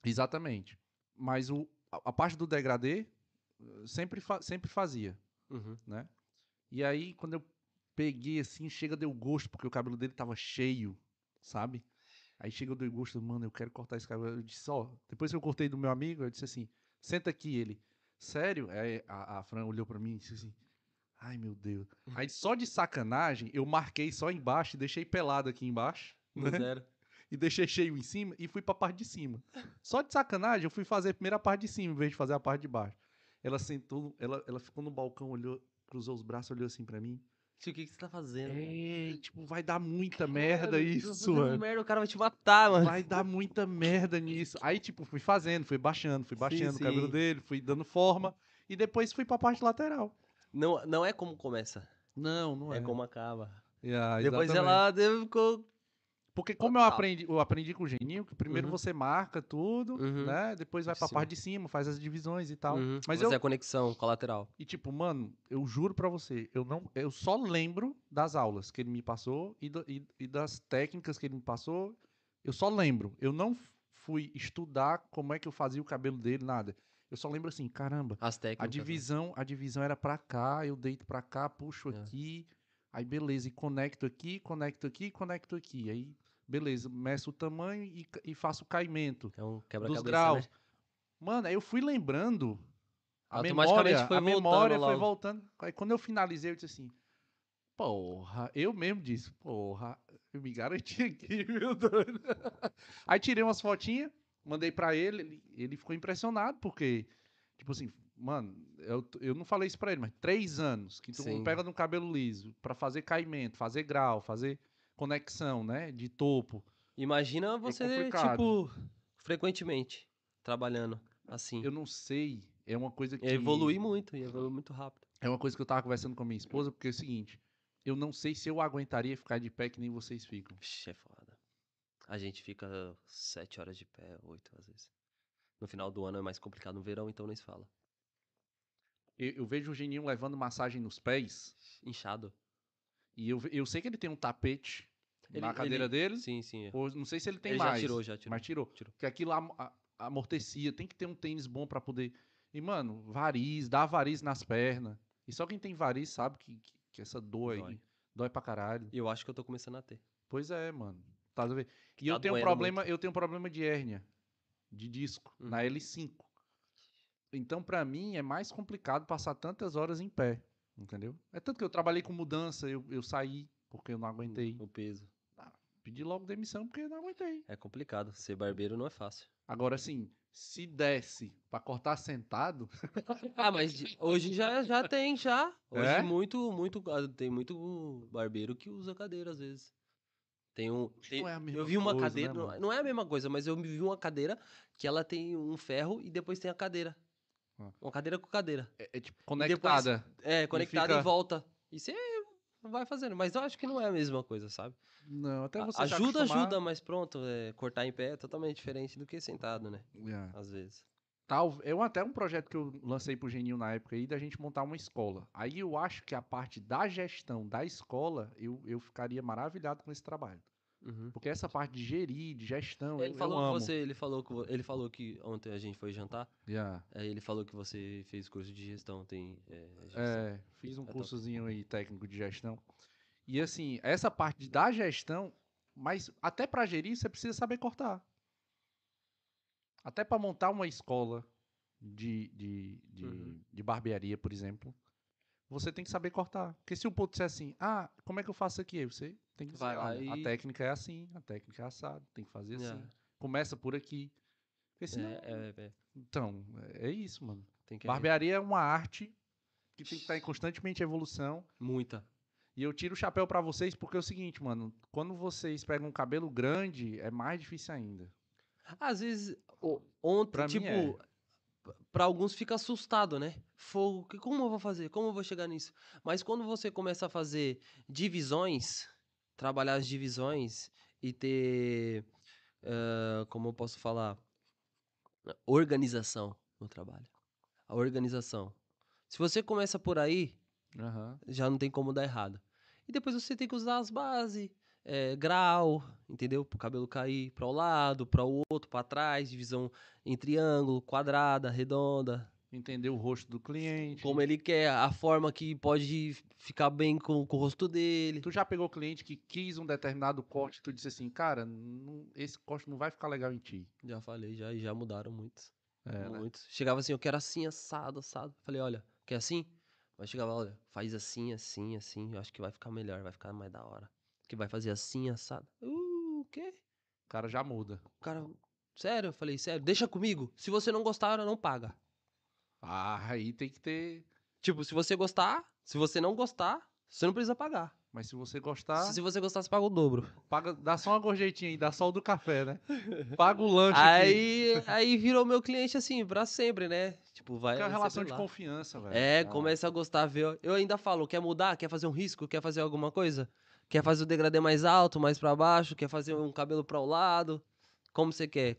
Exatamente. Mas o, a, a parte do degradê eh, sempre, fa- sempre fazia, Uhum. né? E aí, quando eu peguei assim, chega deu gosto, porque o cabelo dele tava cheio, sabe? Aí chega eu dei gosto, mano, eu quero cortar esse cabelo. Eu disse, ó, depois que eu cortei do meu amigo, eu disse assim, senta aqui, ele. Sério? Aí a, a Fran olhou pra mim e disse assim, ai meu Deus. Aí só de sacanagem, eu marquei só embaixo e deixei pelado aqui embaixo No zero. e deixei cheio em cima e fui pra parte de cima. Só de sacanagem, eu fui fazer primeiro a primeira parte de cima em vez de fazer a parte de baixo. Ela sentou, ela, ela ficou no balcão, olhou, cruzou os braços, olhou assim pra mim. Tio, o que, que você tá fazendo? Ei, tipo, vai dar muita merda Cara, isso, você tá fazendo mano. merda, o cara vai te matar, mano. Vai dar muita merda nisso. Aí, tipo, fui fazendo, fui baixando, fui Sim, baixando o cabelo sim. dele, fui dando forma. E depois fui pra parte lateral. Não, não é como começa, Não, não é como acaba. Yeah, Depois exatamente. ela deu- ficou... Porque como eu Total. aprendi, eu aprendi com o Geninho, que primeiro Uhum. você marca tudo, Uhum. né? Depois vai pra Sim. parte de cima, faz as divisões e tal. Uhum. Mas Você eu- é a conexão colateral. E tipo, mano, eu juro pra você, eu não, eu só lembro das aulas que ele me passou e, do- e- e das técnicas que ele me passou. Eu só lembro. Eu não f- fui estudar como é que eu fazia o cabelo dele, nada. Eu só lembro assim, caramba, As a técnicas. né? divisão, a divisão era pra cá, eu deito pra cá, puxo É. aqui, aí beleza, e conecto aqui, conecto aqui, conecto aqui. Aí, beleza, meço o tamanho e, ca- e faço o caimento É um dos quebra-cabeça, graus. né? Mano, aí eu fui lembrando. A Automaticamente memória, foi a voltando memória foi logo. voltando. Aí quando eu finalizei, eu disse assim: Porra, eu mesmo disse, porra, eu me garanti aqui, [laughs] meu doido. Aí tirei umas fotinhas, mandei pra ele, ele, ele ficou impressionado, porque, tipo assim, mano, eu, eu não falei isso pra ele, mas três anos que tu Sim. pega no cabelo liso pra fazer caimento, fazer grau, fazer conexão, né, de topo. Imagina você, É complicado. tipo, frequentemente trabalhando assim. Eu não sei, é uma coisa que. E evolui muito, e evolui muito rápido. É uma coisa que eu tava conversando com a minha esposa, porque é o seguinte, eu não sei se eu aguentaria ficar de pé que nem vocês ficam. Vixe, é foda. A gente fica sete horas de pé, oito às vezes. No final do ano é mais complicado, no verão então nem se fala. Eu, eu vejo o Geninho levando massagem nos pés, Inchado. e eu, ve- eu sei que ele tem um tapete na Ele- cadeira ele- dele, Sim, sim. é. ou não sei se ele tem Ele já mais. tirou, já tirou. Mas tirou. Tirou. Porque aquilo am- a- amortecia, tem que ter um tênis bom pra poder... E, mano, variz, dá variz nas pernas. E só quem tem variz sabe que, que, que essa dor aí Dói. dói pra caralho. E eu acho que eu tô começando a ter. Pois é, mano. Tá a ver? E eu tá tenho um doendo problema, eu tenho um problema de hérnia de disco Hum. na L5. Então, pra mim, é mais complicado passar tantas horas em pé, entendeu? É tanto que eu trabalhei com mudança, eu, eu saí porque eu não aguentei. O peso. Pedi logo demissão porque eu não aguentei. É complicado. Ser barbeiro não é fácil. Agora, assim, se desse pra cortar sentado, [laughs] Ah, mas de- hoje já, já tem, já. Hoje É? muito, muito. ah, Tem muito barbeiro que usa cadeira, às vezes. Tem um. tem- não é a mesma eu vi uma coisa, cadeira. né, não- mano? não é a mesma coisa, mas eu vi uma cadeira que ela tem um ferro e depois tem a cadeira. Ah. Uma cadeira com cadeira. é, é, tipo depois- conectada. É, conectada e, fica- volta. E você vai fazendo. Mas eu acho que não é a mesma coisa, sabe? Não, até A- Então você se ajuda, acostumar- ajuda, mas pronto, é, cortar em pé é totalmente diferente do que sentado, né? Yeah. Às vezes. Tal, eu até um projeto que eu lancei pro Geninho na época aí da gente montar uma escola. Aí eu acho que a parte da gestão da escola, eu, eu ficaria maravilhado com esse trabalho. Uhum. Porque essa parte de gerir, de gestão, Ele eu, falou eu que amo. você, ele falou que vo- ele falou que ontem a gente foi jantar. Yeah. Aí É, ele falou que você fez curso de gestão, tem. É, gestão. É, fiz um É top. cursozinho aí técnico de gestão. E assim, essa parte da gestão, mas até pra gerir você precisa saber cortar. Até pra montar uma escola de, de, de, Uhum. de barbearia, por exemplo, você tem que saber cortar. Porque se o ponto disser assim, ah, como é que eu faço aqui? Aí Você tem que dizer, Vai lá olha, a e- técnica é assim, a técnica é assada, tem que fazer É. assim. Começa por aqui. Porque senão, É, eh, é, é, Então, é isso, mano. tem que Barbearia é uma arte que tem que estar em constantemente evolução. muita. E eu tiro o chapéu pra vocês porque é o seguinte, mano. Quando vocês pegam um cabelo grande, é mais difícil ainda. Às vezes o- ontem Pra mim tipo é. p- pra alguns fica assustado, né? Fogo, que como eu vou fazer? Como eu vou chegar nisso? Mas quando você começa a fazer divisões, trabalhar as divisões e ter eh, como eu posso falar, organização no trabalho. A organização. Se você começa por aí, já não tem como dar errado. E depois você tem que usar as bases, eh, grau, entendeu? Pro cabelo cair para o lado, para o outro, para trás, divisão em triângulo, quadrada, redonda, Entender o rosto do cliente. como ele quer, a forma que pode ficar bem com, com o rosto dele. Tu já pegou cliente que quis um determinado corte, tu disse assim, cara, não- esse corte não vai ficar legal em ti. Já falei, já, e já mudaram muitos. É, né? muitos. Chegava assim, eu quero assim, assado, assado. Falei, olha, quer assim? Mas chegava, olha, faz assim, assim, assim, eu acho que vai ficar melhor, vai ficar mais da hora. Que vai fazer assim, assado. Uh, o quê? O cara já muda. O cara, sério? Eu falei, sério, deixa comigo. Se você não gostar, não paga. Ah, aí tem que ter. Tipo, se você gostar, se você não gostar, você não precisa pagar. Mas se você gostar, Se você gostar, você paga o dobro. paga, dá só uma gorjetinha aí, dá só o do café, né? Paga o lanche. aqui. Aí, aí virou meu cliente assim, pra sempre, né? Tipo, vai. Porque é uma sei relação de lá. confiança, velho. É, Ah. começa a gostar, ver. Eu ainda falo, quer mudar? Quer fazer um risco? Quer fazer alguma coisa? Quer fazer o degradê mais alto, mais pra baixo? Quer fazer um cabelo para o lado? Como você quer?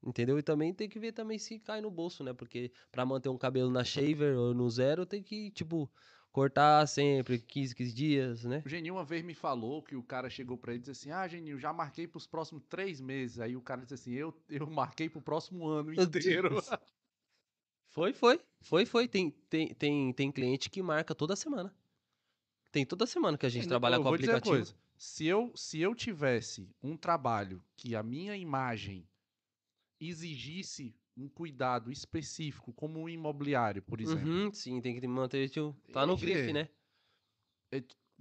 Entendeu? E também tem que ver também se cai no bolso, né? Porque pra manter um cabelo na shaver ou no zero, tem que, tipo, cortar sempre 15, 15 dias, né? O Geninho uma vez me falou que o cara chegou pra ele e disse assim: Ah, Geninho, já marquei pros próximos três meses. Aí o cara disse assim: Eu, eu marquei pro próximo ano [laughs] Meu inteiro. Deus. Foi, foi. Foi, foi. Tem, tem, tem, tem cliente que marca toda semana. Tem toda semana que a [laughs] gente trabalha Eu com vou dizer uma aplicativo. coisa, se, eu, se eu tivesse um trabalho que a minha imagem exigisse um cuidado específico, como um imobiliário, por exemplo, Uhum, sim, tem que manter. Tipo, tá no Ixi. grife, né?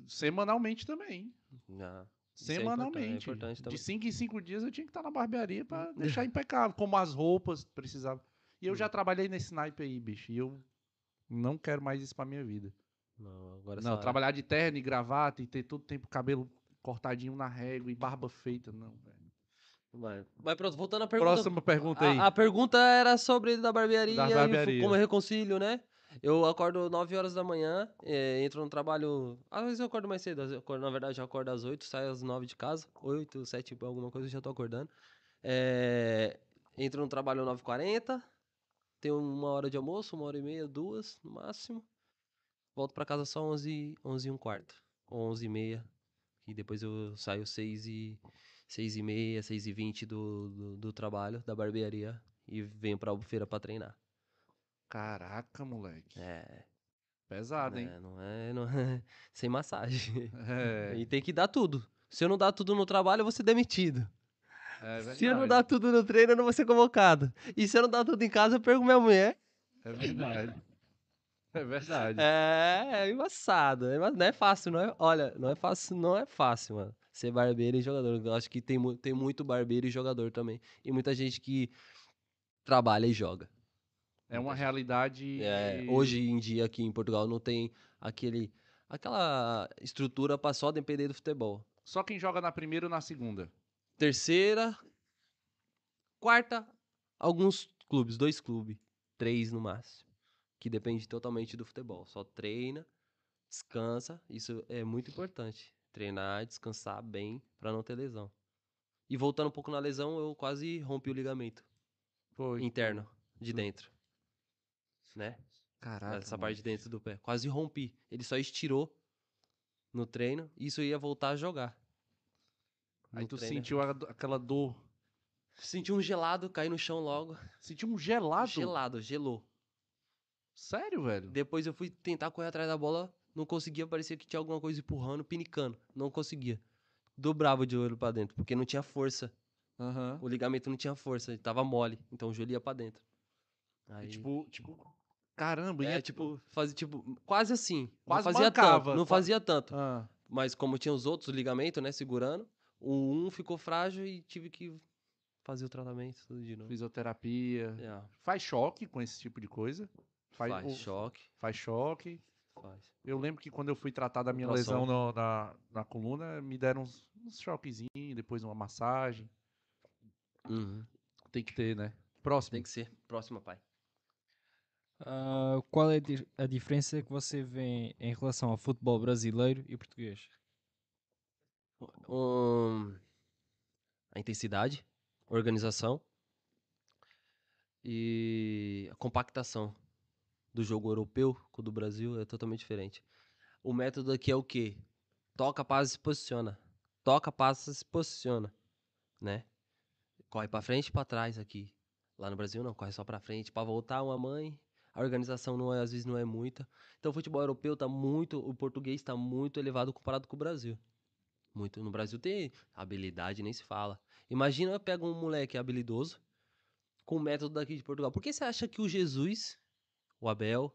semanalmente também. Ah, isso é Semanalmente. importante, é importante de também. Hum. cinco em cinco dias eu tinha que estar na barbearia pra deixar impecável, como as roupas precisava. E eu já trabalhei nesse naipe aí, bicho. E eu não quero mais isso pra minha vida. Não, agora Não, só- né? trabalhar de terno e gravata e ter todo o tempo o cabelo cortadinho na régua e barba feita, não, velho. Mas, mas pronto, voltando à pergunta. Próxima pergunta aí. a, a pergunta era sobre da barbearia, Da e barbearia. como eu reconcilio, né? Eu acordo 9 horas da manhã, eh, entro no trabalho. Às vezes eu acordo mais cedo, às vezes eu acordo- na verdade eu acordo às 8, saio às 9 de casa. 8, 7, alguma coisa, eu já tô acordando. Eh, entro no trabalho às 9h40, tenho uma hora de almoço, uma hora e meia, duas no máximo. Volto pra casa só 11, 11 e um quarto, ou 11 e meia. E depois eu saio 6 e, 6 e meia, 6 e 20 do, do, do trabalho, da barbearia. E venho pra Albufeira pra treinar. Caraca, moleque. É, Pesado, hein? né, não é, não é- [laughs] Sem massagem. É. E tem que dar tudo. Se eu não dar tudo no trabalho, eu vou ser demitido. [laughs] É se eu não dar tudo no treino, eu não vou ser convocado. E se eu não dar tudo em casa, eu perco minha mulher. É verdade. É verdade. É, é embaçado. Não é fácil, não é? Olha, não é fácil, não é fácil, mano. Ser barbeiro e jogador. Eu acho que tem, tem muito barbeiro e jogador também. E muita gente que trabalha e joga. É uma realidade. É, hoje em dia aqui em Portugal não tem aquele, aquela estrutura para só depender do futebol. Só quem joga na primeira ou na segunda? Terceira, quarta, alguns clubes, dois clubes, três no máximo, que depende totalmente do futebol. Só treina, descansa, isso é muito importante. Treinar, descansar bem para não ter lesão. E voltando um pouco na lesão, eu quase rompi o ligamento Foi. interno de dentro né? Caraca. Essa parte de dentro do pé. Quase rompi. Ele só estirou no treino e isso ia voltar a jogar. Aí no tu treino. sentiu a, aquela dor. Senti um gelado, caí no chão logo. Senti um gelado? Gelado, gelou. Sério, velho? Depois eu fui tentar correr atrás da bola, não conseguia, parecia que tinha alguma coisa empurrando, pinicando. Não conseguia. Dobrava de olho para dentro, porque não tinha força. Uhum. O ligamento não tinha força, ele tava mole, então o joelho ia pra dentro. Aí... E, tipo, tipo, caramba, é, ia tipo, fazia tipo, quase assim, quase não fazia bancava, tanto, não quase... fazia tanto. Ah. Mas como tinha os outros ligamentos, né, segurando, o um ficou frágil e tive que fazer o tratamento tudo de novo. Fisioterapia. Yeah. Faz choque com esse tipo de coisa? Faz, faz o... choque. Faz choque. Faz. Eu lembro que quando eu fui tratar da minha lesão no, na, na coluna, me deram uns, uns choquezinhos, depois uma massagem. Uhum. Tem que ter, né? Próximo. Tem que ser. Próxima, pai. Uh, qual é a diferença que você vê em relação ao futebol brasileiro e português? Um, a intensidade, a organização e a compactação do jogo europeu com o do Brasil é totalmente diferente. O método aqui é o que? Toca, passa, se posiciona. Toca, passa, se posiciona, né? Corre para frente e para trás aqui. Lá no Brasil não, corre só para frente, para voltar uma mãe, a organização não é, às vezes não é muita. Então o futebol europeu está muito, o português está muito elevado comparado com o Brasil. Muito no Brasil tem habilidade nem se fala. Imagina pega um moleque habilidoso com o método daqui de Portugal. Por que você acha que o Jesus, o Abel,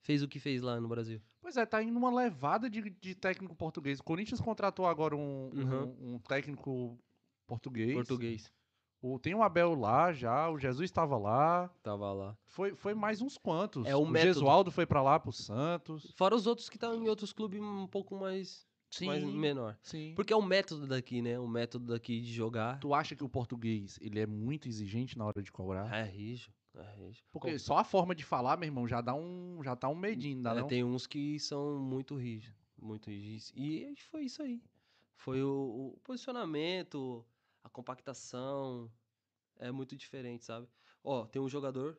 fez o que fez lá no Brasil? Pois é, tá indo uma levada de, de técnico português. O Corinthians contratou agora um, uhum. um, um técnico português. Português. O, tem o Abel lá já, o Jesus estava lá. Tava lá. Foi, foi mais uns quantos. É um o método. Gesualdo foi para lá, pro Santos. Fora os outros que estavam em outros clubes um pouco mais, sim, mais menor. Sim. Porque é o um método daqui, né? O um método daqui de jogar. Tu acha que o português, ele é muito exigente na hora de cobrar? É rijo. É rijo. Porque Pô, só a forma de falar, meu irmão, já dá um, já tá um medinho, dá é, não? Tem uns que são muito rígidos, muito rígidos. E foi isso aí. Foi o, o posicionamento, a compactação é muito diferente, sabe? Ó, tem um jogador,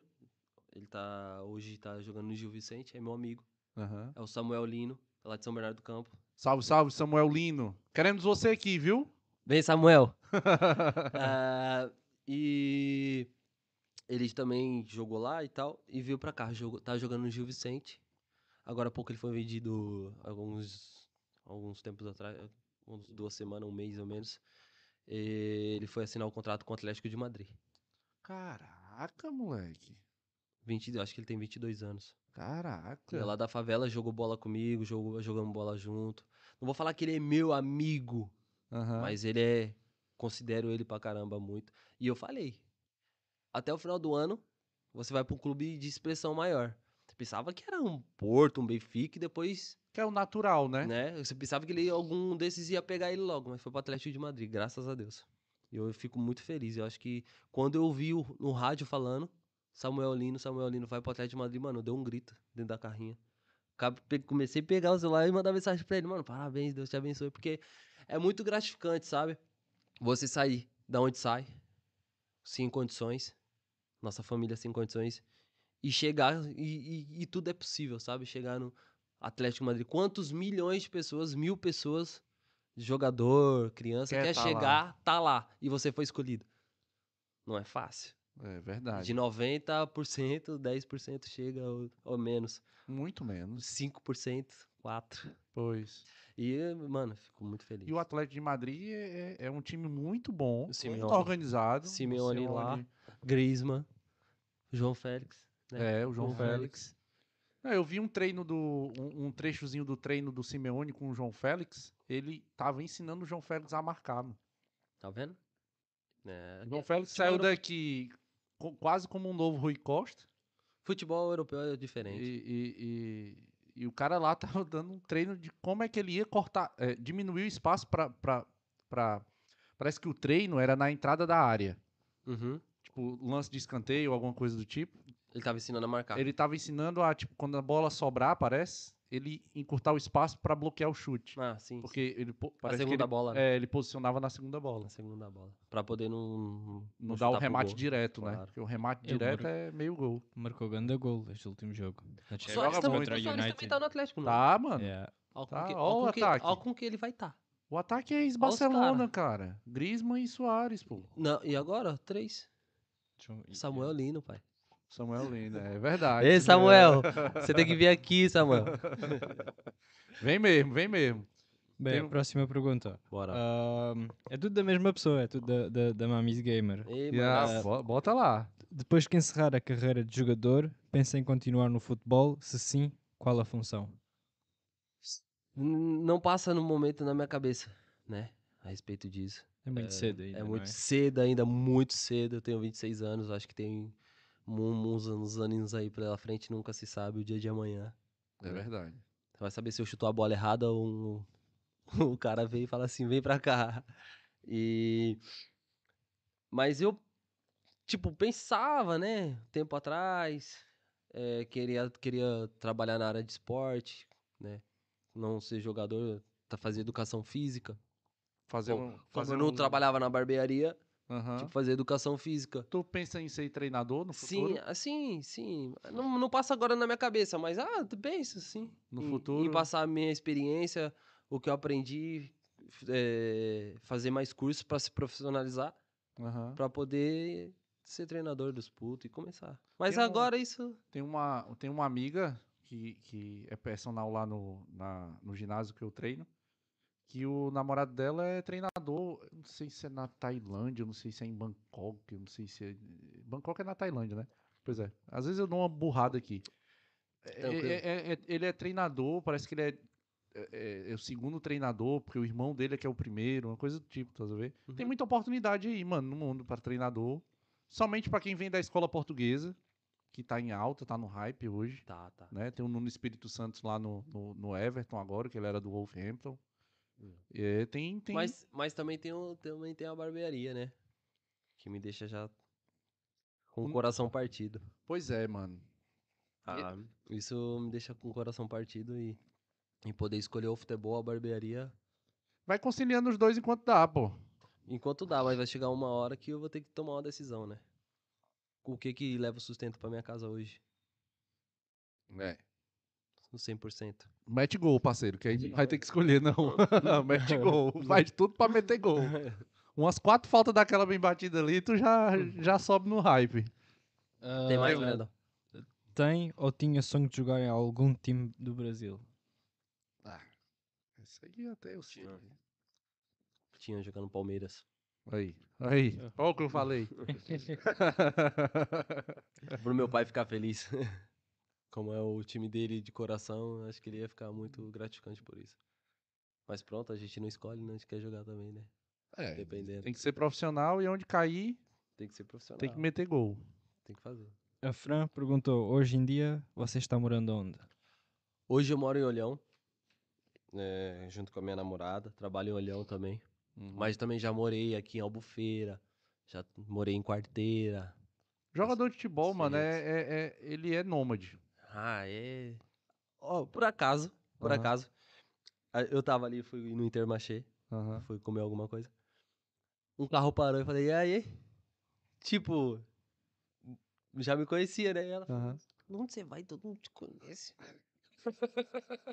ele tá hoje tá jogando no Gil Vicente, é meu amigo. Uhum. É o Samuel Lino, lá de São Bernardo do Campo. Salve, salve, Samuel Lino. Queremos você aqui, [laughs] viu? Vem, Samuel. uh, e ele também jogou lá e tal, e veio pra cá, jogou, tá jogando no Gil Vicente. Agora há pouco ele foi vendido alguns, alguns tempos atrás, uns duas semanas, um mês ou menos ele foi assinar o contrato com o Atlético de Madrid. Caraca, moleque. 20, acho que ele tem 22 anos. Caraca. Ele é lá da favela, jogou bola comigo, jogou, jogamos bola junto. Não vou falar que ele é meu amigo, uhum. mas ele é. Considero ele pra caramba muito. E eu falei: até o final do ano, você vai pra um clube de expressão maior. Você pensava que era um Porto, um Benfica e depois que é o natural, né? né? Você pensava que ele, algum desses ia pegar ele logo, mas foi pro Atlético de Madrid, graças a Deus. Eu fico muito feliz. Eu acho que quando eu vi o, no rádio falando, Samuel Lino, Samuel Lino vai pro Atlético de Madrid, mano, deu um grito dentro da carrinha. Comecei a pegar o celular e mandar mensagem pra ele, mano, parabéns, Deus te abençoe, porque é muito gratificante, sabe? Você sair da onde sai, sem condições, nossa família sem condições, e chegar, e, e, e tudo é possível, sabe? Chegar no, Atlético Madrid. Quantos milhões de pessoas, mil pessoas, jogador, criança, quer, quer tá chegar, lá. tá lá. E você foi escolhido. Não é fácil. É verdade. De 90%, 10% chega ou, ou menos. Muito menos. 5%, quatro. Pois. E, mano, fico muito feliz. E o Atlético de Madrid é, é um time muito bom, Simeone. muito organizado. Simeone lá. Griezmann, João Félix. né? É, o João Félix. Não, eu vi um treino do. Um, um trechozinho do treino do Simeone com o João Félix. Ele tava ensinando o João Félix a marcar. Mano. Tá vendo? É, O João Félix saiu daqui co- quase como um novo Rui Costa. Futebol europeu é E, diferente. e, e, e o cara lá tava [laughs] dando um treino de como é que ele ia cortar. é, diminuir o espaço pra, pra, pra. Parece que o treino era na entrada da área. Uhum. Tipo, lance de escanteio, alguma coisa do tipo. Ele tava ensinando a marcar. Ele tava ensinando a, tipo, quando a bola sobrar, parece, ele encurtar o espaço pra bloquear o chute. Ah, sim. Porque ele po- a parece que segunda ele, bola, né? é, ele posicionava na segunda bola. A segunda bola. Pra poder não. Não dá o chutar tá pro remate gol. direto, né? claro. Porque o remate Eu direto moro- é meio gol. Marcou grande gol este último jogo. Na O Champions Soares joga também, muito. né, o Soares também tá no Atlético, não? Tá, mano. Yeah. Ó com Tá, que- ó ó o com que- ataque. ó com que ele vai tá. estar. O ataque é Olha ex-Barcelona, os cara. Griezmann e Soares, pô. Não, e agora? Três. João- Samuel Lino, pai. Samuel Lino, é verdade. Ei, Samuel! Você tem que vir aqui, Samuel. Vem mesmo, vem mesmo. Bem, um Tem- próxima pergunta. Bora. Ahm, é tudo da mesma pessoa, é tudo da, da, da Mamis Gamer. Ei, Ah, Yeah, mano, bo- bota lá. Depois que encerrar a carreira de jogador, pensa em continuar no futebol? Se sim, qual a função? n- Não passa no momento na minha cabeça, né? A respeito disso. É muito cedo ainda, é não muito cedo ainda, muito cedo. Eu tenho 26 anos, acho que tem um- uns anos, aninhos aí pela frente, nunca se sabe o dia de amanhã. É verdade. Você vai saber se eu chutou a bola errada ou um- [laughs] o cara vem e fala assim, vem pra cá. E... Mas eu, tipo, pensava, né, tempo atrás, eh, queria, queria trabalhar na área de esporte, né, não ser jogador, tá, fazer educação física. Fazer Pô, um. Como Fazer eu não um... trabalhava na barbearia, Aham. tipo, fazer educação física. Tu pensa em ser treinador no futuro? Sim, assim, sim. Não, não passa agora na minha cabeça, mas ah, tu pensa, sim. No Em- futuro. Em passar a minha experiência, o que eu aprendi, f- eh, fazer mais cursos pra se profissionalizar, Aham. pra poder ser treinador dos putos e começar. Mas Tem um- agora isso. Tem uma, tem uma amiga que, que é personal lá no, na- no ginásio que eu treino, que o namorado dela é treinador, eu não sei se é na Tailândia, eu não sei se é em Bangkok, eu não sei se é... Bangkok é na Tailândia, né? Pois é. Às vezes eu dou uma burrada aqui. É- Tranquilo. é- é- é- ele é treinador, parece que ele é, é- é o segundo treinador, porque o irmão dele é que é o primeiro, uma coisa do tipo, tá vendo? Tem Uhum. muita oportunidade aí, mano, no mundo para treinador. Somente para quem vem da escola portuguesa, que tá em alta, tá no hype hoje. Tá, tá. Né? Tem o Nuno Espírito Santos lá no, no, no Everton agora, que ele era do Wolverhampton. É, tem, tem. Mas, mas também, tem o, também tem a barbearia, né? Que me deixa já com o Hum. coração partido. Pois é, mano. Ah, isso me deixa com o coração partido e, e poder escolher o futebol, a barbearia. Vai conciliando os dois enquanto dá, pô. Enquanto dá, mas vai chegar uma hora que eu vou ter que tomar uma decisão, né? O que que leva o sustento pra minha casa hoje? É. No 100%. Mete gol, parceiro, que aí não vai ter que escolher, não. [laughs] Mete gol. Faz tudo pra meter gol. Umas quatro faltas daquela bem batida ali, tu já, já sobe no hype. Tem mais, é. Ah, Brandon? Tem ou tinha sonho de jogar em algum time do Brasil? Ah, Isso aí é até eu sei. Tinha jogando Palmeiras. Aí, aí. Olha o que eu [laughs] falei. Pro meu pai ficar feliz. [laughs] Como é o time dele de coração, acho que ele ia ficar muito gratificante por isso. Mas pronto, a gente não escolhe, né? A gente quer jogar também, né? É, Dependendo. Tem que ser profissional e onde cair, Tem que ser profissional. né? tem que meter gol. tem que fazer. A Fran perguntou: hoje em dia você está morando onde? Hoje eu moro em Olhão, né, junto com a minha namorada. Trabalho em Olhão também. Mas também já morei aqui em Albufeira, já morei em Quarteira. Jogador de futebol, mano, Sim. é, é- é- ele é nômade. Ah, é. Ó, por acaso, por Aham. acaso, a- eu tava ali, fui no Intermarché, Aham. fui comer alguma coisa. Um carro parou e falei, e aí? Tipo, já me conhecia, né? E Ela falou, Aham. onde você vai? Todo mundo te conhece.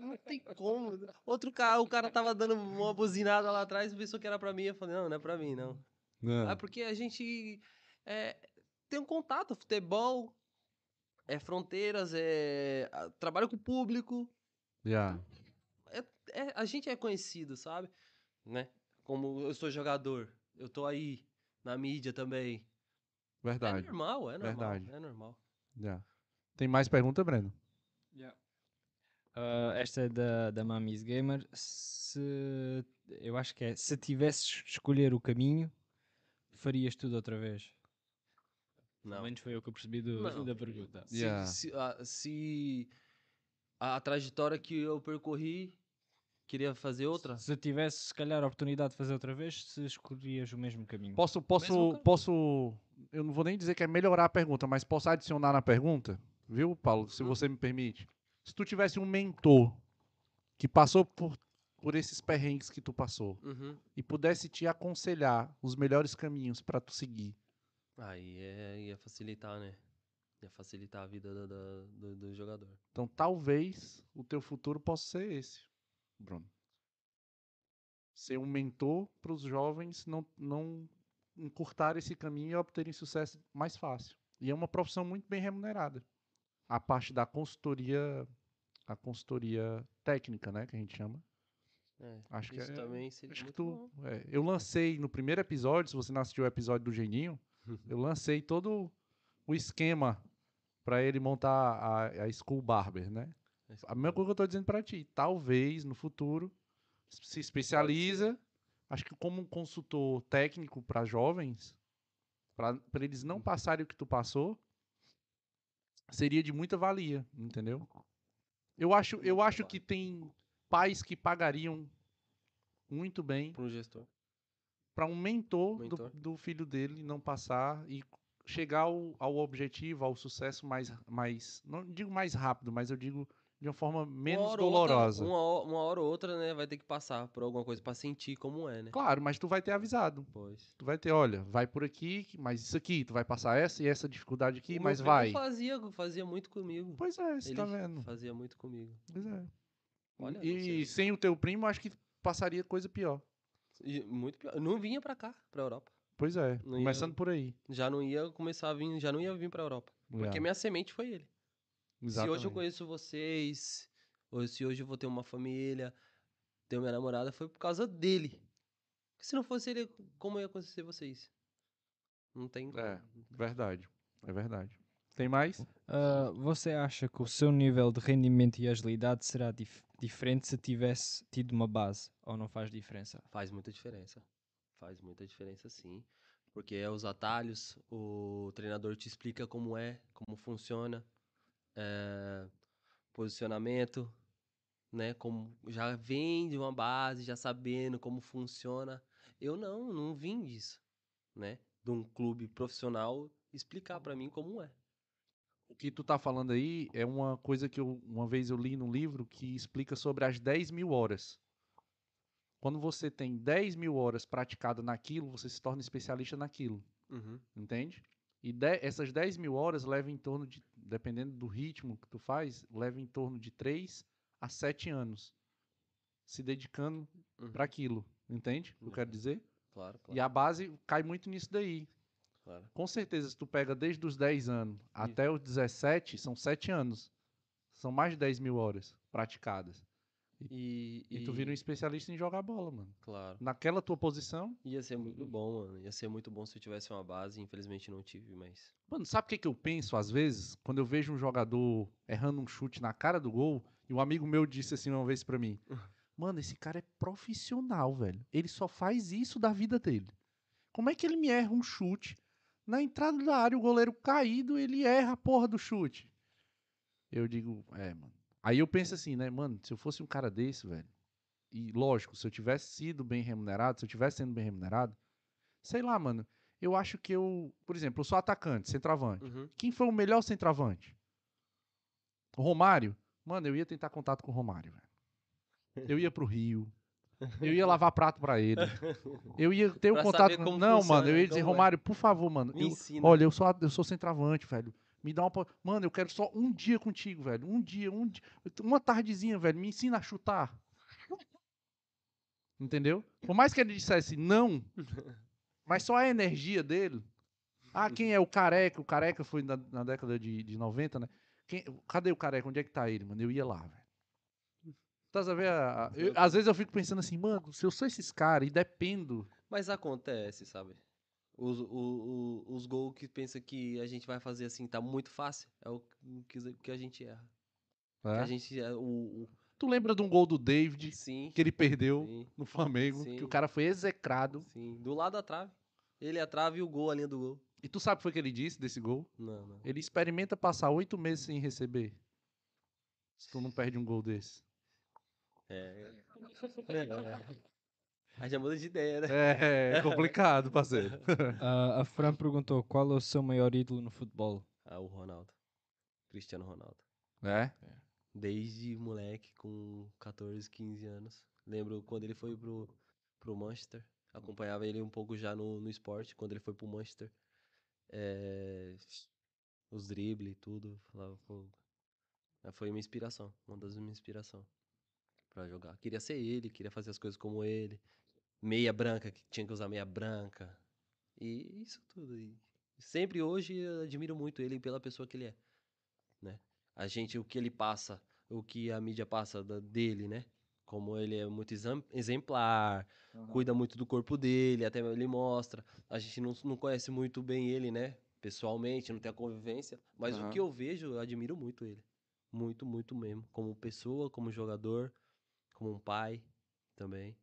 Não tem como. né? Outro carro, o cara tava dando uma buzinada lá atrás, pensou que era pra mim. Eu falei, não, não é pra mim, não. Ah, porque a gente é, tem um contato, futebol, é fronteiras, é a- trabalho com o público, Já. é, é, a gente é conhecido, sabe? Né? Como eu sou jogador, eu tô aí na mídia também. Verdade. É normal, é normal. Verdade. É normal. Yeah. Tem mais pergunta, Breno? Ah, esta é da, da Mamis Gamer. Se, eu acho que é: se tivesses de escolher o caminho, farias tudo outra vez? Pelo Não. menos foi eu que eu percebi do- Não. [laughs] da pergunta. Se, Yeah. se, a, se a trajetória que eu percorri, queria fazer outra. Se tivesse, se calhar, a oportunidade de fazer outra vez, se escolhias o mesmo caminho. Posso, Mesmo posso, caso. posso. Eu não vou nem dizer que é melhorar a pergunta, mas posso adicionar na pergunta, viu, Paulo? Uhum. Se você me permite. Se tu tivesse um mentor que passou por, por esses perrengues que tu passou Uhum. e pudesse te aconselhar os melhores caminhos pra tu seguir. Aí é, ia facilitar, né? Ia facilitar a vida da- da- do, do jogador. Então talvez o teu futuro possa ser esse, Bruno. Ser um mentor pros jovens não, não encurtar esse caminho e obterem sucesso mais fácil. E é uma profissão muito bem remunerada. A parte da consultoria, a consultoria técnica, né, que a gente chama. É, Acho que isso é- também seria Acho que muito tu, bom. é, eu lancei no primeiro episódio, se você não assistiu o episódio do [laughs] Geninho, eu lancei todo o esquema pra ele montar a, a School Barber, né? Mas- A mesma coisa que eu tô dizendo pra ti. Talvez no futuro es- se especializa, acho que como um consultor técnico pra jovens, pra pra eles não passarem o que tu passou, seria de muita valia, entendeu? Eu acho, eu Muito acho trabalho. que tem pais que pagariam muito bem Pra um gestor. para um mentor, Mentor. Do, do filho dele não passar e chegar ao, ao objetivo, ao sucesso mais, mais, não digo mais rápido, mas eu digo de uma forma menos Uma hora ou outra- dolorosa. uma, ho- uma hora ou outra, né? Vai ter que passar por alguma coisa pra sentir como é, né? Claro, mas tu vai ter avisado. Pois. Tu vai ter, olha, vai por aqui, que- mas isso aqui, tu vai passar essa e essa dificuldade aqui, O meu mas primo vai. Fazia, fazia muito comigo. Pois é, você Ele tá vendo. Fazia muito comigo. Pois é. Olha, não e sei. sem o teu primo, acho que passaria coisa pior. E muito pior. Não vinha pra cá, pra Europa. Pois é, Não ia- começando por aí. Já não ia começar a vir, já não ia vir pra Europa. Porque Yeah, minha semente foi ele. Se hoje eu exatamente. conheço vocês, ou se hoje eu vou ter uma família, ter minha namorada, foi por causa dele. Porque Se não fosse ele, como ia acontecer vocês? Não tem. É, como. verdade. É verdade. Tem mais? Ah, você acha que o seu nível de rendimento e agilidade será dif- diferente se tivesse tido uma base? Ou não faz [laughs] diferença? Faz muita diferença. Faz muita diferença, sim. Porque é os atalhos, o treinador te explica como é, como funciona, é, posicionamento, né? Como já vem de uma base, já sabendo como funciona. Eu não, não vim disso, né? De um clube profissional explicar pra mim como é. O que tu tá falando aí é uma coisa que eu, uma vez eu li num livro que explica sobre as 10 mil horas. Quando você tem 10 mil horas praticada naquilo, você se torna especialista naquilo, Uhum. entende? E de- essas 10 mil horas levam em torno de, dependendo do ritmo que tu faz, leva em torno de 3 a 7 anos se dedicando Uhum. pra aquilo, entende? o que Eu quero Uhum. dizer. Claro, E claro, a base cai muito nisso daí. claro. Com certeza, se tu pega desde os 10 anos até os 17, são 7 anos. São mais de 10 mil horas praticadas. E, E, tu vira um especialista em jogar bola, mano. Claro. Naquela tua posição. Ia ser Uhum. muito bom, mano. Ia ser muito bom se eu tivesse uma base. Infelizmente não tive, mas. Mano, sabe o que, que eu penso às vezes? Quando eu vejo um jogador errando um chute na cara do gol, e um amigo meu disse assim uma vez pra mim: Mano, esse cara é profissional, velho. Ele só faz isso da vida dele. Como é que ele me erra um chute? Na entrada da área, o goleiro caído, ele erra a porra do chute. Eu digo, é, mano. Aí eu penso assim, né, mano, se eu fosse um cara desse, velho. E lógico, se eu tivesse sido bem remunerado, se eu tivesse sendo bem remunerado, sei lá, mano. Eu acho que eu, por exemplo, eu sou atacante, centroavante. Uhum. Quem foi o melhor centroavante? O Romário? Mano, eu ia tentar contato com o Romário, velho. Eu ia pro Rio. Eu ia lavar prato pra ele. Eu ia ter o Pra contato saber com como Não, mano, funciona, eu ia dizer, como é. Romário, por favor, mano. Me eu- ensina. olha, eu sou, a- eu sou centroavante, velho. Me dá uma. po- Mano, eu quero só um dia contigo, velho. Um dia, um dia. Uma tardezinha, velho. Me ensina a chutar. [laughs] Entendeu? Por mais que ele dissesse [laughs] não, mas só a energia dele. Ah, quem é o careca? O careca foi na, na década de, de 90, né? Quem, cadê o careca? Onde é que tá ele, mano? Eu ia lá, velho. Tá sabendo? A- a- eu- às vezes eu fico pensando assim, mano, se eu sou esses caras e dependo. Mas acontece, sabe? Os, o- o- os gols que pensa que a gente vai fazer assim, tá muito fácil, é o que, o que a gente erra. Que a né? gente é o, o- Tu lembra de um gol do David sim, que ele perdeu sim, no Flamengo, que Sim. o cara foi execrado. sim, do lado da trave. Ele a trave e o gol, a linha do gol. E tu sabe o que foi que ele disse desse gol? Não, não. Ele experimenta passar oito meses sem receber. Se tu não perde um gol [laughs] desse. É. né? Aí já muda de ideia, né? É, é complicado, [laughs] parceiro. Ah, a Fran perguntou qual é o seu maior ídolo no futebol. Ah, o Ronaldo. Cristiano Ronaldo. É? Desde moleque, com 14, 15 anos. Lembro quando ele foi pro, pro Manchester. Acompanhava ele um pouco já no, no esporte, quando ele foi pro Manchester. É, os dribles e tudo. Falava, pô, é, foi uma inspiração, uma das minhas inspirações pra jogar. Queria ser ele, queria fazer as coisas como ele. Meia branca, que tinha que usar meia branca. E isso tudo. E sempre hoje eu admiro muito ele pela pessoa que ele é. Né? A gente, o que ele passa, o que a mídia passa da- dele, né? Como ele é muito exam- exemplar, cuida muito do corpo dele, até ele mostra. A gente não, não conhece muito bem ele, né? Pessoalmente, não tem a convivência. Mas o Aham. que eu vejo, eu admiro muito ele. Muito, muito mesmo. Como pessoa, como jogador, como um pai também.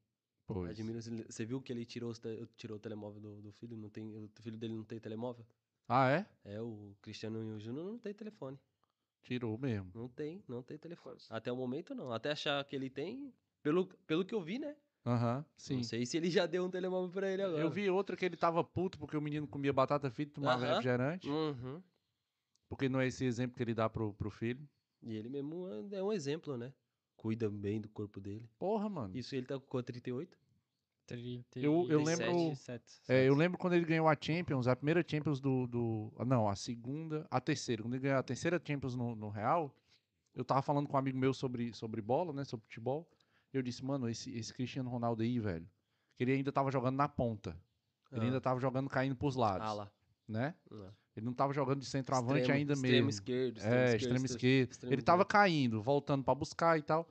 Pois. Admiro. esse- Você viu que ele tirou, os te- tirou o telemóvel do, do filho? Não tem, o filho dele não tem telemóvel? Ah, é? É, o Cristiano Júnior não tem telefone. Tirou mesmo. Não tem, não tem telefone. Até o momento, não. Até achar que ele tem, pelo, pelo que eu vi, né? Aham, sim. Não sei se ele já deu um telemóvel pra ele agora. Eu vi outra que ele tava puto porque o menino comia batata frita, tomava Aham. refrigerante. Uhum. Porque não é esse exemplo que ele dá pro, pro filho. E ele mesmo é- é um exemplo, né? Cuida bem do corpo dele. Porra, mano. Isso ele tá com 38. Eu- eu lembro- É, eu lembro quando ele ganhou a Champions, a primeira Champions do. do ah, não, a segunda. A terceira. Quando ele ganhou a terceira Champions no, no Real, eu tava falando com um amigo meu sobre, sobre bola, né? Sobre futebol. Eu disse, mano, esse, esse Cristiano Ronaldo aí, velho. Que ele ainda tava jogando na ponta. Ele ainda tava jogando caindo pros lados. Ah lá. Né? Ah. Ele não tava jogando de centroavante Extremo- ainda Extremo mesmo. esquerdo. É, extremo esquerdo. extremo ele tava direito. caindo, voltando pra buscar e tal.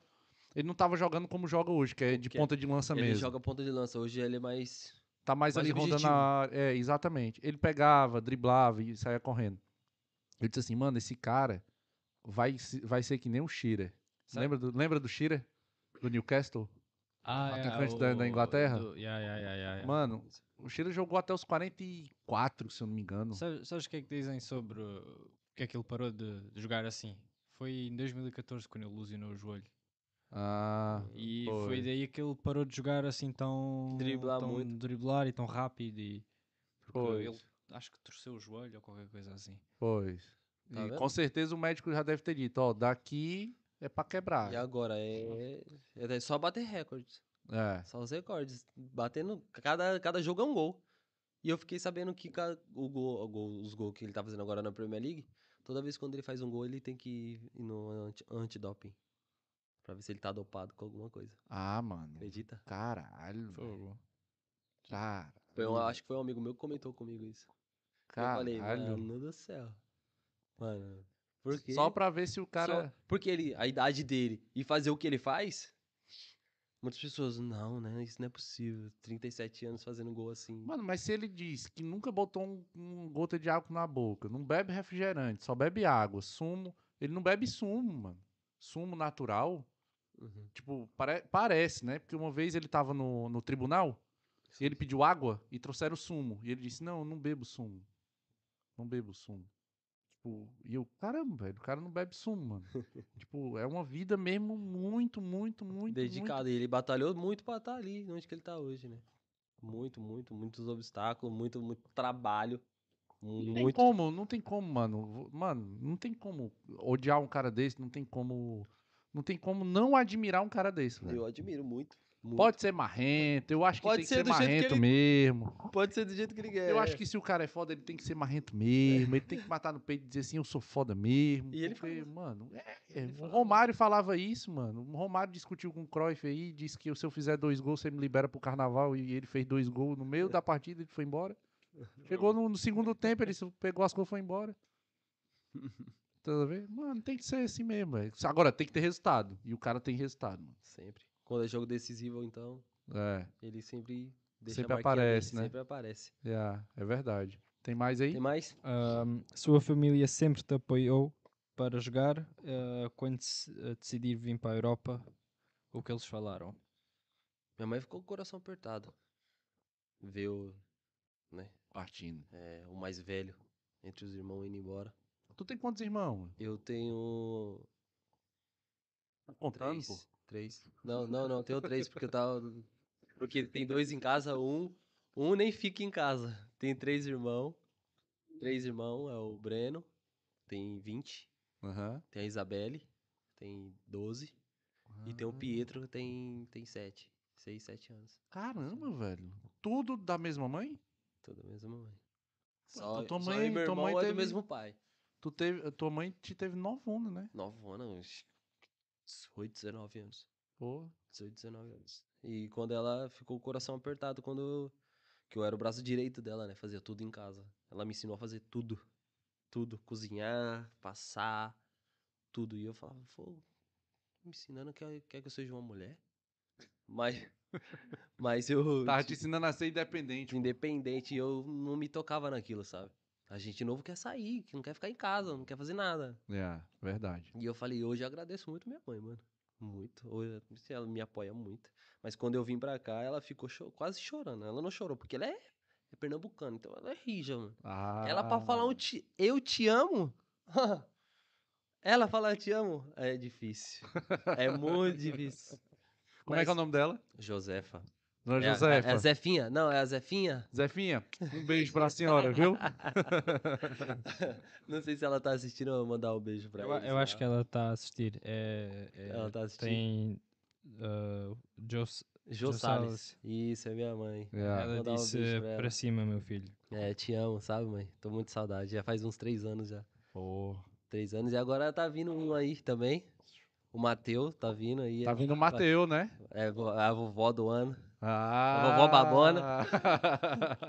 Ele não tava jogando como joga hoje, que é de que é- ponta de lança Ele mesmo. joga ponta de lança. Hoje ele é mais. Tá mais, mais ali rondando objetivo. a área. É, exatamente. Ele pegava, driblava e saía correndo. Eu disse assim, mano, esse cara vai, se- vai ser que nem o Shearer. Sabe- Lembra do, lembra do Shearer? Do Newcastle? ah, atacante da- da Inglaterra? do- yeah, yeah, yeah, yeah, yeah. Mano, o Shearer jogou até os 44, se eu não me engano. Sabe- Sabes o que é que dizem sobre uh, porque é que ele parou de, de jogar assim? Foi em 2014 quando ele lesionou o joelho. Ah, E foi. foi daí que ele parou de jogar assim tão. Driblar tão muito. Driblar e tão rápido. E, porque Pois. ele acho que torceu o joelho ou qualquer coisa assim. pois. Tá e vendo? com certeza o médico já deve ter dito, ó, daqui é pra quebrar. E agora? É, é só bater recordes. É. Só os recordes. Batendo. Cada, cada jogo é um gol. E eu fiquei sabendo que ca- o gol, o gol- os gols que ele tá fazendo agora na Premier League, toda vez quando ele faz um gol, ele tem que ir no anti- antidoping. Pra ver se ele tá dopado com alguma coisa. Ah, mano. Acredita? Caralho. velho. Cara. Foi um- Hum. acho que foi um amigo meu que comentou comigo isso. Eu falei, Caralho. mano do céu. Mano, por quê? Só pra ver se o cara. Só porque ele, a idade dele e fazer o que ele faz. Muitas pessoas, não, né? Isso não é possível. 37 anos fazendo gol assim. Mano, mas se ele diz que nunca botou um, um gota de álcool na boca, não bebe refrigerante, só bebe água, sumo. Ele não bebe sumo, mano. Sumo natural. Uhum. Tipo, pare- parece, né? Porque uma vez ele tava no, no tribunal e ele pediu água e trouxeram sumo. E ele disse: Não, eu não bebo sumo. Não bebo sumo. Tipo, e eu, caramba, velho, o cara não bebe sumo, mano. tipo, é uma vida mesmo muito, muito, muito. dedicado. E ele batalhou muito pra estar ali, onde que ele tá hoje, né? Muito, muito, muitos obstáculos, muito, muito trabalho. Não mu- tem Muito. como, não tem como, mano. Vo- Mano, não tem como odiar um cara desse, não tem como. Não tem como não admirar um cara desse, velho. Eu admiro muito. muito. Pode ser marrento, eu acho que Pode tem que ser ser do jeito que marrento ele- mesmo. Pode ser do jeito que ele quer. Eu acho que se o cara é foda, ele tem que ser marrento mesmo. Ele tem que matar no peito e dizer assim, eu sou foda mesmo. E ele porque, mano, é, é, o falava. Romário falava isso, mano. O Romário discutiu com o Cruyff aí, disse que se eu fizer dois gols, você me libera pro carnaval. E ele fez dois gols no meio da partida, ele foi [laughs] [laughs] embora. Chegou no, no segundo tempo, ele se- pegou as coisas e foi embora. Tá a ver? Mano, tem que ser assim mesmo, velho. Agora, tem que ter resultado. E o cara tem resultado, mano. Sempre. Quando é jogo decisivo, então, É, ele sempre deixa Sempre a marquinha dele, aparece, né? Sempre aparece. é, é verdade. Tem mais aí? Tem mais? Ahm, sua família sempre te apoiou para jogar ah, quando se- ah, decidir vir para a Europa? O que eles falaram? Minha mãe ficou com o coração apertado. Ver o, né, Partindo. é, o mais velho entre os irmãos indo embora. Tu tem quantos irmãos? Eu tenho Contando, três. pô. Três. Não, não, não, tenho três, porque eu tava. [laughs] Porque tem dois em casa, um. Um nem fica em casa. Tem três irmãos. Três irmãos, é o Breno, tem 20. Aham. Tem a Isabelle, tem 12. E tem o Pietro, que tem, tem 7. 6, 7 anos. Caramba, velho. Tudo da mesma mãe? Toda a mesma mãe. Então Só, tua só eu mãe- e meu tua irmão mãe é do teve- mesmo pai. Tu teve, tua mãe te teve novona, né? Novona, uns 18, 19 anos. Pô. 18, 19 anos. E quando ela ficou com o coração apertado, quando eu, que eu era o braço direito dela, né? Fazia tudo em casa. Ela me ensinou a fazer tudo. Tudo. Cozinhar, passar, tudo. E eu falava, pô, me ensinando quer, quer que eu seja uma mulher? Mas, [laughs] mas eu... Tava te ti- ensinando a ser independente. pô. Independente, e eu não me tocava naquilo, sabe? A gente novo quer sair, que não quer ficar em casa, não quer fazer nada. É, verdade. E eu falei, hoje eu agradeço muito minha mãe, mano. Muito. Hoje assim, ela me apoia muito. Mas quando eu vim pra cá, ela ficou cho- quase chorando. Ela não chorou, porque ela é, é pernambucana, então ela é rija, mano. Ah. Ela Ah. pra falar um ti- eu te amo? [laughs] ela falar eu te amo? É difícil. É muito difícil. Como é que é o Mas- nome dela? Josefa. Dona É a- Josefa. É, a Zefinha? Não, é a Zefinha? Zefinha, um beijo pra senhora, [laughs] viu? Não sei se ela tá assistindo, eu vou mandar um beijo pra Eu, ela. eu acho que ela está a assistir. É, é, Ela tá assistindo. Tem. ah, Jos- Jo Jo Salles. Salles. Isso, é minha mãe. É. ela mandar um disse beijo pra para ela." cima, meu filho. É, te amo, sabe, mãe? Tô muito saudade. Já faz uns três anos já. Pô. Três anos. E agora tá vindo um aí também. O Matheus tá vindo aí. Tá vindo o Mateu, né? É vo- a vovó do ano. Ah. vovó babona.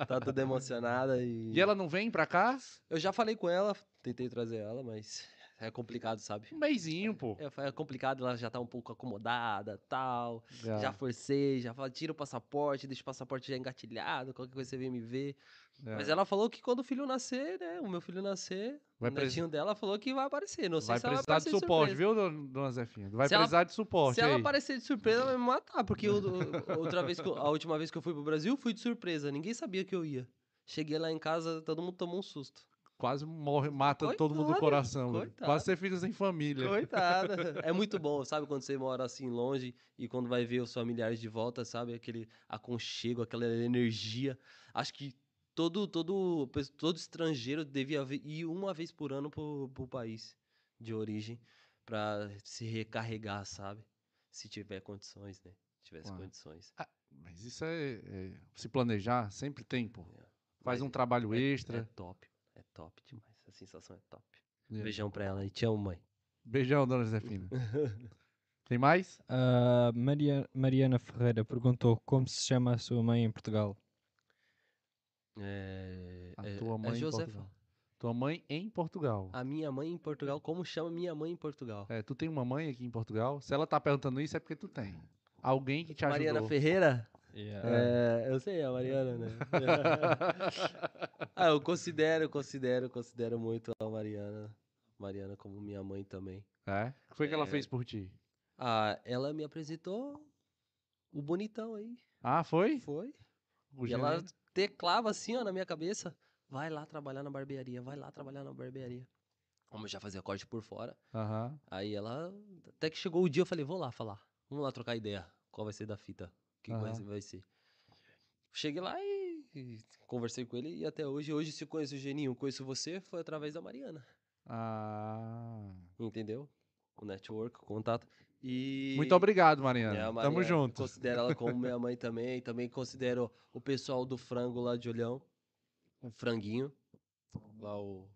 Tá toda emocionada. E... [laughs] e ela não vem pra cá? Eu já falei com ela, tentei trazer ela, mas é complicado, sabe? Um beizinho, pô. É, é complicado, ela já tá um pouco acomodada tal. Já Já, forcei, já falei, tira o passaporte, deixa o passaporte já engatilhado, qualquer coisa você vem me ver. é. Mas ela falou que quando o filho nascer, né? O meu filho nascer, Vai o presi- netinho dela falou que vai aparecer. Não sei vai se ela vai precisar de aparecer de suporte, surpresa. viu, don- dona Zefinha? Vai Se ela- precisar de suporte. Se ela aí. aparecer de surpresa, ela vai me matar. Porque eu- [laughs] o- outra vez que eu- a última vez que eu fui pro Brasil, fui de surpresa. Ninguém sabia que eu ia. Cheguei lá em casa, todo mundo tomou um susto. Quase morre, mata todo mundo do Coitado, coração. velho. coitado. Quase ser filho sem família. Coitada. É muito bom, sabe? Quando você mora assim longe e quando vai ver os familiares de volta, sabe? Aquele aconchego, aquela energia. Acho que todo, todo, todo estrangeiro devia vi- ir uma vez por ano pro, pro país de origem pra se recarregar, sabe? Se tiver condições, né? Se tivesse Claro. condições. Mas isso é, é- Se planejar, sempre tem, pô. É. Faz Mas um trabalho é- É extra. top, é top demais. A sensação é top. É. Beijão pra ela e te amo, mãe. Beijão, dona Josefina. [laughs] tem mais? Ah, Maria, Mariana Ferreira perguntou como se chama a sua mãe em Portugal. É, A é- tua é Ah. mãe em Josefa. Portugal. Tua mãe em Portugal. A minha mãe em Portugal, como chama minha mãe em Portugal? É, tu tem uma mãe aqui em Portugal? Se ela tá perguntando isso, é porque tu tem. Alguém que te Mariana ajudou. Ferreira? Yeah. É, eu sei, a Mariana, [laughs] né? ah, eu considero, considero, considero muito a Mariana. Mariana como minha mãe também. É? O que foi que ela fez por ti? Ah, ela me apresentou o bonitão aí. Ah, foi? Foi. O e ela gerente? teclava assim, ó, na minha cabeça. Vai lá trabalhar na barbearia, vai lá trabalhar na barbearia. Como eu já fazia corte por fora. Aham. Aí ela. Até que chegou o dia, eu falei, vou lá falar. Vamos lá trocar ideia. Qual vai ser da fita? O que que vai Aham. ser- vai ser? Cheguei lá e, e conversei com ele e até hoje. Hoje, se eu conheço o Geninho, conheço você, foi através da Mariana. Ah. Entendeu? O network, o contato. E. Muito obrigado, É, a Mariana. Tamo Mariana, junto. Considero ela como minha mãe também. Também considero o pessoal do frango lá de Olhão. O franguinho. Lá o.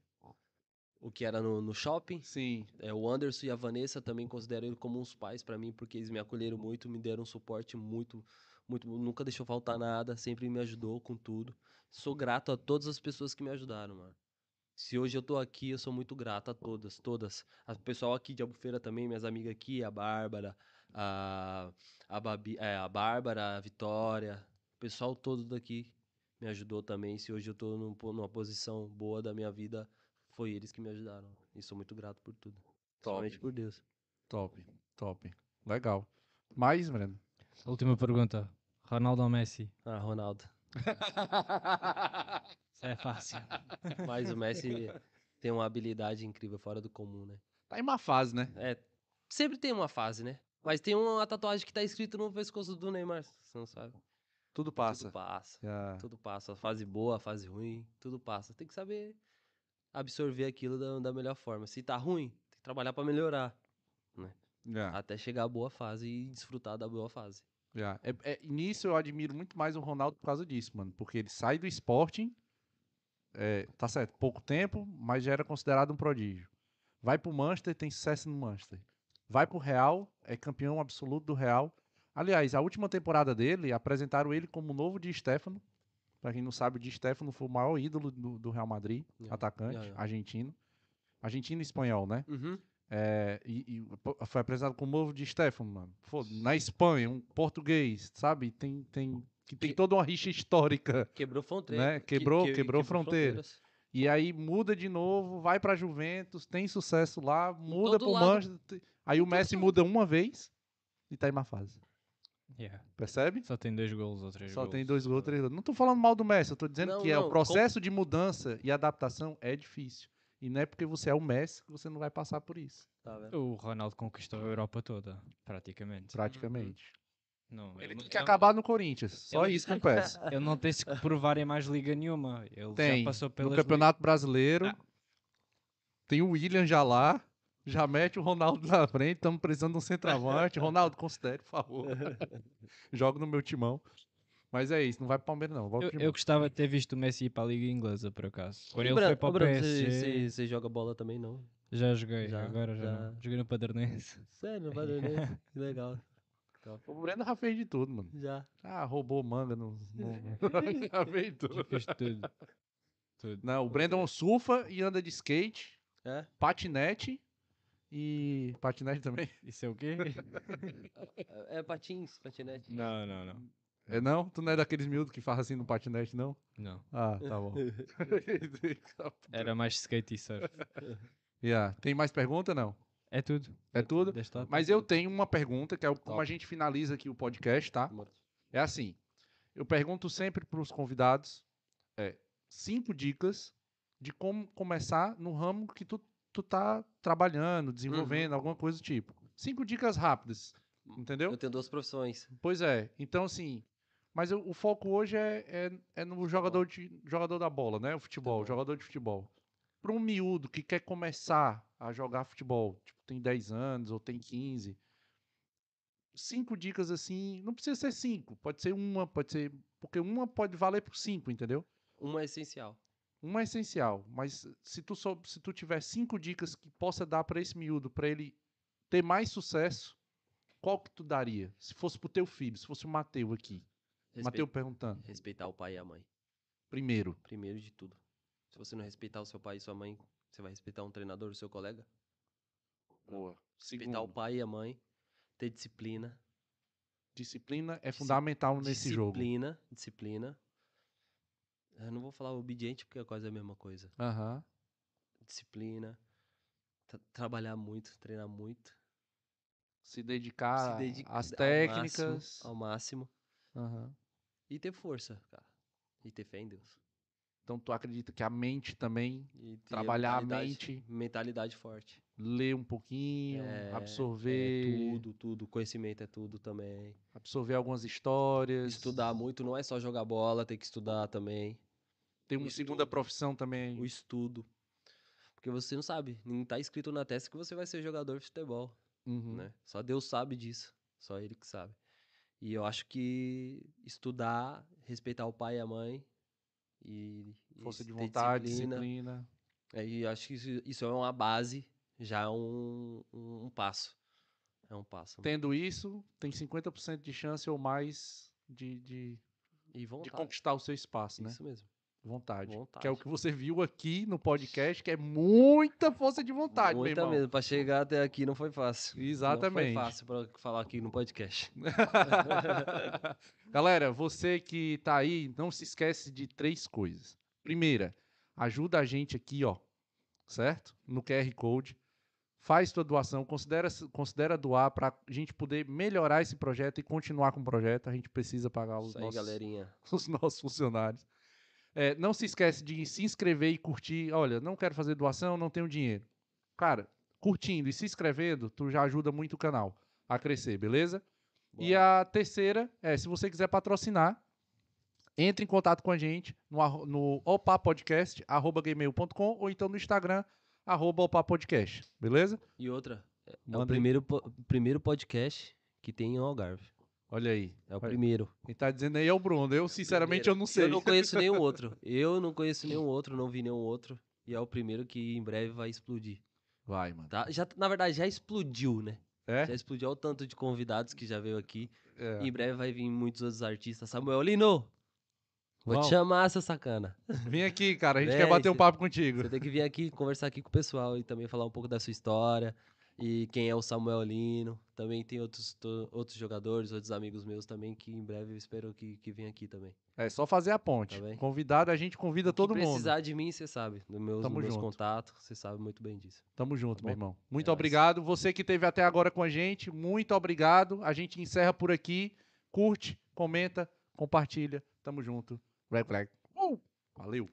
O que era no- no shopping. Sim. É, o Anderson e a Vanessa também considero ele como uns pais pra mim, porque eles me acolheram muito, me deram um suporte muito, muito, nunca deixou faltar nada, sempre me ajudou com tudo. Sou grato a todas as pessoas que me ajudaram, mano. Se hoje eu tô aqui, eu sou muito grato a todas, todas. O pessoal aqui de Albufeira também, minhas amigas aqui, a Bárbara, a, a, Babi, é, a Bárbara, a Vitória, o pessoal todo daqui me ajudou também. Se hoje eu tô num, numa posição boa da minha vida, foi eles que me ajudaram. E sou muito grato por tudo. Principalmente por Deus. Top, top. Legal. Mais, Breno? assim. Última pergunta. Ronaldo ou Messi? Ah, Ronaldo. [laughs] É fácil. Mas o Messi tem uma habilidade incrível, fora do comum, né? Tá em uma fase, né? É. Sempre tem uma fase, né? Mas tem uma tatuagem que tá escrito no pescoço do Neymar, você não sabe. Tudo passa. Tudo passa. Yeah. Tudo passa. A fase boa, a fase ruim, tudo passa. Tem que saber absorver aquilo da, da melhor forma. Se tá ruim, tem que trabalhar para melhorar, né? Yeah. Até chegar à boa fase e desfrutar da boa fase. Yeah. É, é, nisso eu admiro muito mais o Ronaldo por causa disso, mano. Porque ele sai do Sporting, é, tá certo, pouco tempo, mas já era considerado um prodígio. Vai pro Manchester, tem sucesso no Manchester. Vai pro Real, é campeão absoluto do Real. Aliás, a última temporada dele, apresentaram ele como novo de Stefano. Pra quem não sabe, o Di Stefano foi o maior ídolo do, do Real Madrid, Yeah. atacante, Yeah, yeah. argentino. Argentino e espanhol, né? Uhum. É, e, e pô, foi apresentado como ovo de Stefano, mano. Pô, na Espanha, um português, sabe? Tem, tem, que tem Que- toda uma rixa histórica. Quebrou fronteira. Né? que- Quebrou- que- quebrou fronteiras. E aí muda de novo, vai pra Juventus, tem sucesso lá, muda pro todo lado. Manchester. Aí o Messi muda uma vez e tá em má fase. [laughs] Yeah. Percebe? Só tem dois golos ou três Só golos. tem dois gols, três gols. Não tô falando mal do Messi, eu tô dizendo Não, que é não, o com- processo de mudança e adaptação é difícil. E não é porque você é o Messi que você não vai passar por isso, Tá vendo? O Ronaldo conquistou a Europa toda, praticamente. praticamente. Não, Ele não- tem que acabar no Corinthians. Só ele- isso que eu peço. Ele não tem se que provar em mais liga nenhuma. Ele Tem. já passou No pelas Campeonato Brasileiro. Ah. Tem o William já lá. Já mete o Ronaldo na frente. Estamos precisando de um centroavante. Ronaldo, considere, por [laughs] favor. Joga no meu timão. Mas é isso. Não vai pro Palmeiras, não. Volta Eu, pro eu timão. gostava de ter visto o Messi ir para a Liga Inglesa, por acaso. Quando E ele Bran- foi para ô, o Bruno, PSG, você- Você joga bola também, não? já joguei. Já, agora já, já. não. Joguei no Padernense. Sério, valeu, [laughs] né? Que legal. O Breno já fez de tudo, mano. Já. Ah, roubou manga. No, [laughs] no... [laughs] já fez Já tudo. [laughs] fiz tudo. tudo. Não, o Brandon surfa e anda de skate, É? patinete e. Patinete também? Isso é o quê? É patins, patinete. [laughs] [laughs] não, não, não. É não? Tu não é daqueles miúdos que faz assim no patinete, não? Não. Ah, tá [laughs] bom. Era mais skate e surf. Yeah. Tem mais pergunta, não? É tudo. É tudo? Desta- Mas eu tenho uma pergunta, que é o- como Top. a gente finaliza aqui o podcast, tá? É assim, eu pergunto sempre para os convidados é, cinco dicas de como começar no ramo que tu, tu tá trabalhando, desenvolvendo, alguma coisa do tipo. Cinco dicas rápidas, entendeu? Eu tenho duas profissões. Pois é, então assim. Mas o, o foco hoje é, é, é no jogador, de, jogador da bola, né? O futebol, Futebol. jogador de futebol. Para um miúdo que quer começar a jogar futebol, tipo, tem 10 anos ou tem 15, cinco dicas assim, não precisa ser cinco, pode ser uma, pode ser. Porque uma pode valer por cinco, entendeu? Uma é essencial. Uma é essencial, mas se tu, sou- se tu tiver cinco dicas que possa dar para esse miúdo, para ele ter mais sucesso, qual que tu daria? Se fosse pro teu filho, se fosse o Mateu aqui. Respe- Mateu perguntando. Respeitar o pai e a mãe. Primeiro. Primeiro de tudo. Se você não respeitar o seu pai e sua mãe, você vai respeitar um treinador, o seu colega? Boa. Respeitar o Segundo. pai e a mãe. Ter disciplina. Disciplina é Disci- fundamental nesse jogo. Disciplina, disciplina. Eu não vou falar obediente porque é quase a mesma coisa. Aham. Disciplina. tra- trabalhar muito, treinar muito. Se dedicar se dedicar às ao Ah, técnicas. máximo, ao máximo Aham. e ter força, cara. E ter fé em Deus. Então tu acredita que a mente também, E ter Trabalhar a mentalidade- mente. mentalidade forte. ler um pouquinho, É, absorver, É tudo, tudo, conhecimento é tudo também. absorver algumas histórias, Estudar muito não é só jogar bola, tem que estudar também. ter uma o segunda estudo. profissão também. O estudo. Porque você não sabe, não tá escrito na testa que você vai ser jogador de futebol, Uhum. né? Só Deus sabe disso, só ele que sabe. E eu acho que estudar, respeitar o pai e a mãe e e Força de ter vontade, disciplina. Aí acho que isso, isso é uma base, já é um, um, um passo. É um passo. Tendo isso, tem 50% de chance ou mais de, de, e de vontade. conquistar o seu espaço, né? Isso mesmo. Vontade. Vontade. Que é o que você viu aqui no podcast, que é muita força de vontade, meu Muita irmão. mesmo. Pra chegar até aqui não foi fácil. Exatamente. Não foi fácil pra falar aqui [laughs] no podcast. Galera, você que tá aí, não se esquece de três coisas. Primeira, ajuda a gente aqui, ó, certo? No QR Code. Faz tua doação, considera, considera doar para a gente poder melhorar esse projeto e continuar com o projeto. A gente precisa pagar os Isso aí, nossos, galerinha. [laughs] os nossos funcionários. É, não se esquece de se inscrever e curtir. Olha, não quero fazer doação, não tenho dinheiro. Cara, curtindo e se inscrevendo, tu já ajuda muito o canal a crescer, beleza? E Bora. a terceira é, se você quiser patrocinar, entre em contato com a gente no, arro- no opapodcast.gmail.com ou então no Instagram, arroba opapodcast, beleza? E outra. é- É o Manda aí. primeiro, po- primeiro podcast que tem em Algarve. Olha aí. É o Olha- primeiro. Quem tá dizendo aí é o Bruno. Eu, sinceramente, eu não sei. Eu não conheço [laughs] nenhum outro. Eu não conheço nenhum outro, não vi nenhum outro. E é o primeiro que em breve vai explodir. Vai, mano. Tá? Já, na verdade, já explodiu, né? É? Já explodiu olha o tanto de convidados que já veio aqui. É. Em breve vai vir muitos outros artistas. Samuel Lino! Vou Vão. te chamar, seu sacana. Vem aqui, cara. A gente Vem, quer bater um cê- papo contigo. Você tem que vir aqui conversar aqui com o pessoal e também falar um pouco da sua história. E quem é o Samuel Lino. Também tem outros, to- outros jogadores, outros amigos meus também, que em breve eu espero que, que venham aqui também. É só fazer a ponte. Tá bem. Convidado, a gente convida todo Se mundo. precisar de mim, você sabe. Dos meus, dos Tamo meus junto. contatos, você sabe muito bem disso. Tamo junto, Tá meu bom? irmão. Muito É nóis. obrigado. Você que esteve até agora com a gente, muito obrigado. A gente encerra por aqui. Curte, comenta, compartilha. Tamo junto. Black, black. Uh! Valeu.